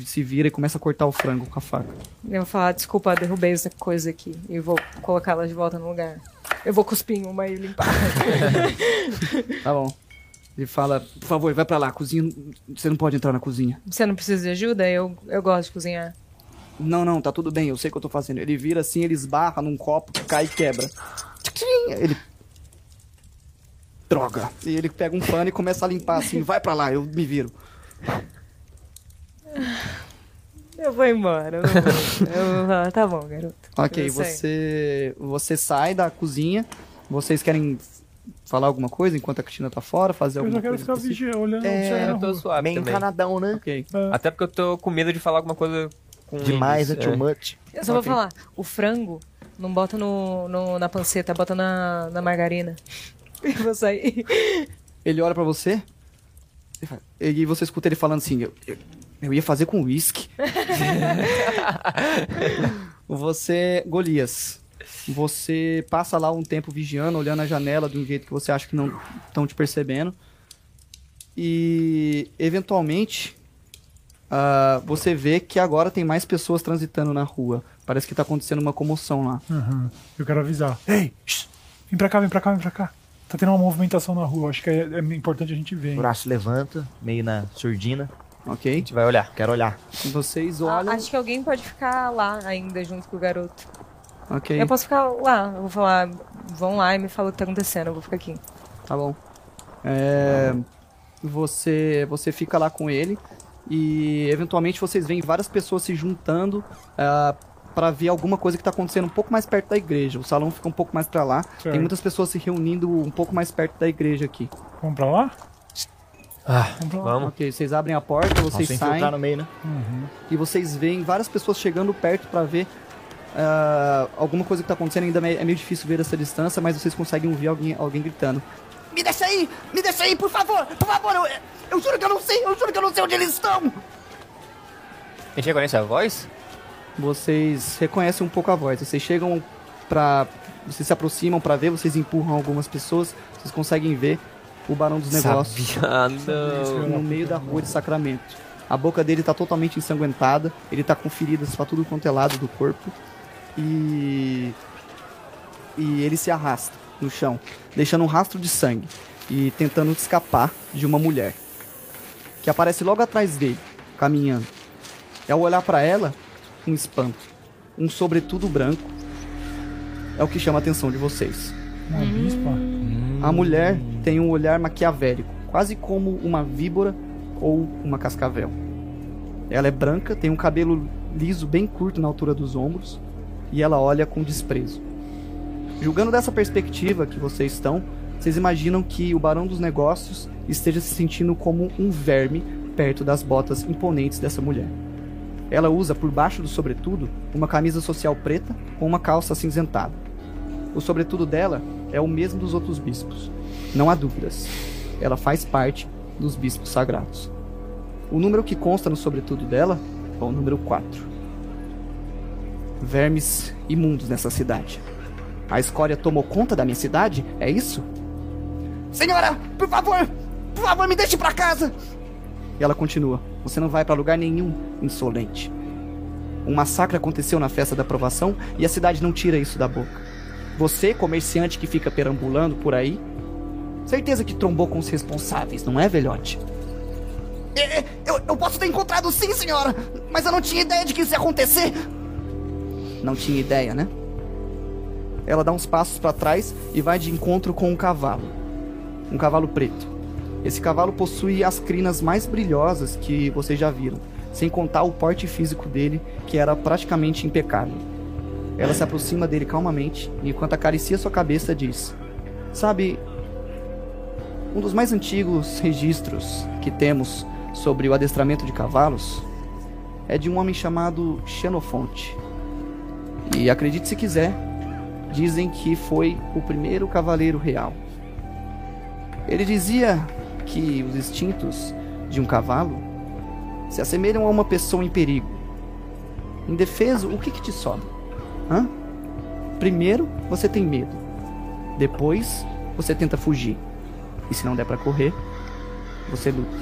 se vira e começa a cortar o frango com a faca. Eu vou falar, desculpa, derrubei essa coisa aqui. E vou colocar ela de volta no lugar. Eu vou cuspir em uma e limpar. Tá bom. Ele fala: Por favor, vai pra lá, cozinha. Você não pode entrar na cozinha. Você não precisa de ajuda? Eu, eu gosto de cozinhar. Não, não, tá tudo bem, eu sei o que eu tô fazendo. Ele vira assim, ele esbarra num copo, cai e quebra. Tchim, Ele. Droga! E ele pega um pano e começa a limpar assim, vai pra lá, eu me viro. Eu vou embora. Eu vou, eu vou falar, tá bom, garoto. Ok, Eu sei. você. Você sai da cozinha. Vocês querem falar alguma coisa enquanto a Cristina tá fora? Fazer Eu alguma já quero coisa? ficar específica? vigiando, olhando. É, observando eu a tô rua. suave Meio também. encanadão, né? Ok. Até porque eu tô com medo de falar alguma coisa com Demais, né? eles, Too much. Eu só Ok. vou falar, o frango não bota no, no- na panceta, bota na, na margarina. Eu vou sair. Ele olha pra você. ele fala- E você escuta ele falando assim: Eu, eu- eu ia fazer com uísque. você, Golias, você passa lá um tempo vigiando, olhando a janela de um jeito que você acha que não estão te percebendo. E, eventualmente, ah, você vê que agora tem mais pessoas transitando na rua. Parece que tá acontecendo uma comoção lá. Aham. Eu quero avisar. Ei, shh, vem pra cá, vem pra cá, vem pra cá. Tá tendo uma movimentação na rua, acho que é, é importante a gente ver. O hein? braço levanta, meio na surdina. A Ok? gente vai olhar. Quero olhar. Vocês Ah, olham. Acho que alguém pode ficar lá ainda junto com o garoto. Ok. Eu posso ficar lá, eu vou falar, vão lá e me fala o que tá acontecendo, eu vou ficar aqui. Tá bom. É, você, você fica lá com ele e eventualmente vocês veem várias pessoas se juntando ah, pra ver alguma coisa que tá acontecendo um pouco mais perto da igreja. O salão fica um pouco mais pra lá. Tem Certo. muitas pessoas se reunindo um pouco mais perto da igreja aqui. Vamos pra lá? Ah, Vamos pra lá. vamos. Ok, vocês abrem a porta, vocês sem saem filtrar no meio, né? e vocês veem várias pessoas chegando perto pra ver ah, alguma coisa que tá acontecendo. Ainda me- é meio difícil ver essa distância, mas vocês conseguem ouvir alguém, alguém gritando. Me deixa aí! Me deixa aí, por favor! Por favor! Eu, eu juro que eu não sei! Eu juro que eu não sei onde eles estão! A gente reconhece a voz? Vocês reconhecem um pouco a voz. Vocês chegam pra... Vocês se aproximam pra ver, vocês empurram algumas pessoas. Vocês conseguem ver o Barão dos Negócios. Ah, não. no meio da rua de Sacramento. A boca dele tá totalmente ensanguentada, ele tá com feridas pra tudo quanto é lado do corpo. E. E ele se arrasta no chão, deixando um rastro de sangue e tentando escapar de uma mulher que aparece logo atrás dele, caminhando. E ao olhar pra ela, um espanto. Um sobretudo branco é o que chama a atenção de vocês. Uma bispa. A mulher tem um olhar maquiavélico, quase como uma víbora ou uma cascavel. Ela é branca, tem um cabelo liso bem curto na altura dos ombros e ela olha com desprezo. Julgando dessa perspectiva que vocês estão, vocês imaginam que o Barão dos Negócios esteja se sentindo como um verme perto das botas imponentes dessa mulher. Ela usa, por baixo do sobretudo, uma camisa social preta com uma calça acinzentada. O sobretudo dela é o mesmo dos outros bispos. Não há dúvidas. Ela faz parte dos bispos sagrados. O número que consta no sobretudo dela é o número 4. Vermes imundos nessa cidade. A escória tomou conta da minha cidade? É isso? Senhora, por favor! Por favor, me deixe pra casa! E ela continua: Você não vai pra lugar nenhum, insolente. Um massacre aconteceu na festa da aprovação e a cidade não tira isso da boca. Você, comerciante que fica perambulando por aí, certeza que trombou com os responsáveis, não é, velhote? É, eu, eu posso ter encontrado sim, senhora, mas eu não tinha ideia de que isso ia acontecer. Não tinha ideia, né? Ela dá uns passos pra trás e vai de encontro com um cavalo. Um cavalo preto. Esse cavalo possui as crinas mais brilhosas que vocês já viram, sem contar o porte físico dele, que era praticamente impecável. Ela se aproxima dele calmamente e, enquanto acaricia sua cabeça, diz: Sabe, um dos mais antigos registros que temos sobre o adestramento de cavalos é de um homem chamado Xenofonte. E acredite se quiser, dizem que foi o primeiro cavaleiro real. Ele dizia que os instintos de um cavalo se assemelham a uma pessoa em perigo. Indefeso, o que, que te sobra? Hã? Primeiro você tem medo. Depois você tenta fugir. E se não der pra correr, você luta.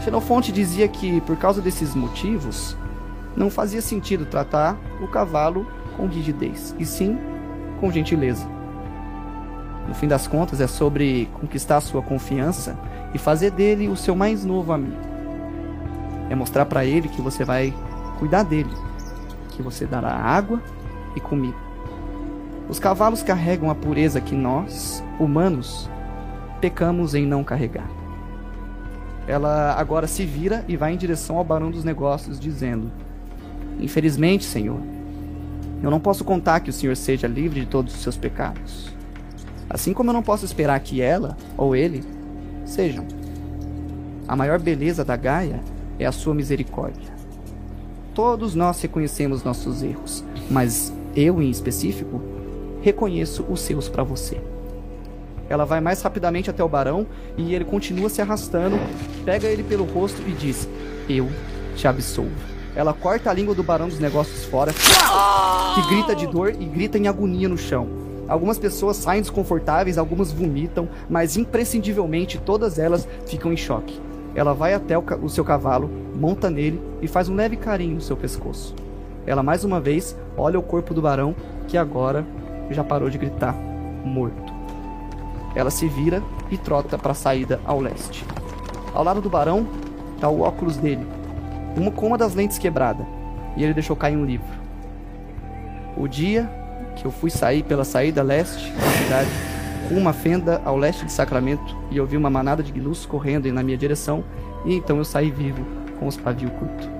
Xenofonte dizia que por causa desses motivos, não fazia sentido tratar o cavalo com rigidez, e sim com gentileza. No fim das contas, é sobre conquistar sua confiança e fazer dele o seu mais novo amigo. É mostrar pra ele que você vai cuidar dele, que você dará água e comida. Os cavalos carregam a pureza que nós, humanos, pecamos em não carregar. Ela agora se vira e vai em direção ao Barão dos Negócios, dizendo: Infelizmente, senhor, eu não posso contar que o senhor seja livre de todos os seus pecados. Assim como eu não posso esperar que ela ou ele sejam. A maior beleza da Gaia é a sua misericórdia. Todos nós reconhecemos nossos erros, mas eu em específico reconheço os seus pra você. Ela vai mais rapidamente até o barão e ele continua se arrastando, pega ele pelo rosto e diz: "Eu te absolvo". Ela corta a língua do barão dos negócios fora, que grita de dor e grita em agonia no chão. Algumas pessoas saem desconfortáveis, algumas vomitam, mas imprescindivelmente todas elas ficam em choque. Ela vai até o, ca- o seu cavalo, monta nele e faz um leve carinho no seu pescoço. Ela mais uma vez olha o corpo do barão, que agora já parou de gritar, morto. Ela se vira e trota para a saída ao leste. Ao lado do barão está o óculos dele, uma com uma das lentes quebrada, e ele deixou cair um livro. O dia que eu fui sair pela saída leste da cidade, com uma fenda ao leste de Sacramento, e eu vi uma manada de gnus correndo na minha direção, e então eu saí vivo com os pavio curto.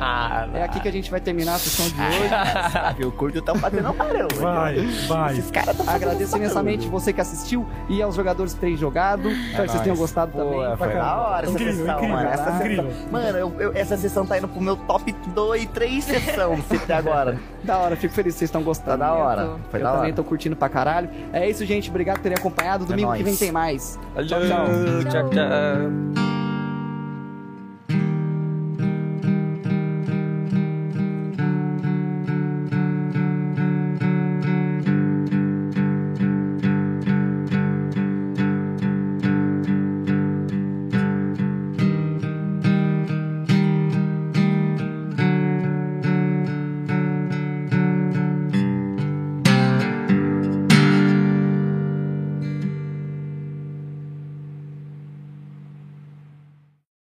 Ah, É aqui que a gente vai terminar a sessão de hoje. Sabe, o curto tá batendo um parão. Vai, vai. Agradeço imensamente você que assistiu e aos jogadores que têm É jogado. Espero que vocês nóis. tenham gostado também. Boa, Foi foi da hora essa Incrível, sessão, incrível, mano. Essa incrível. sessão, mano eu- eu- essa sessão tá indo pro meu top 2, 3 sessão até agora. Da hora, fico feliz que vocês estão Tá gostando. da Eu hora. tô- Foi eu da também hora. É tô curtindo pra caralho. É isso, gente. Obrigado por terem acompanhado. Domingo que nóis. vem tem mais. Valeu, tchau, tchau.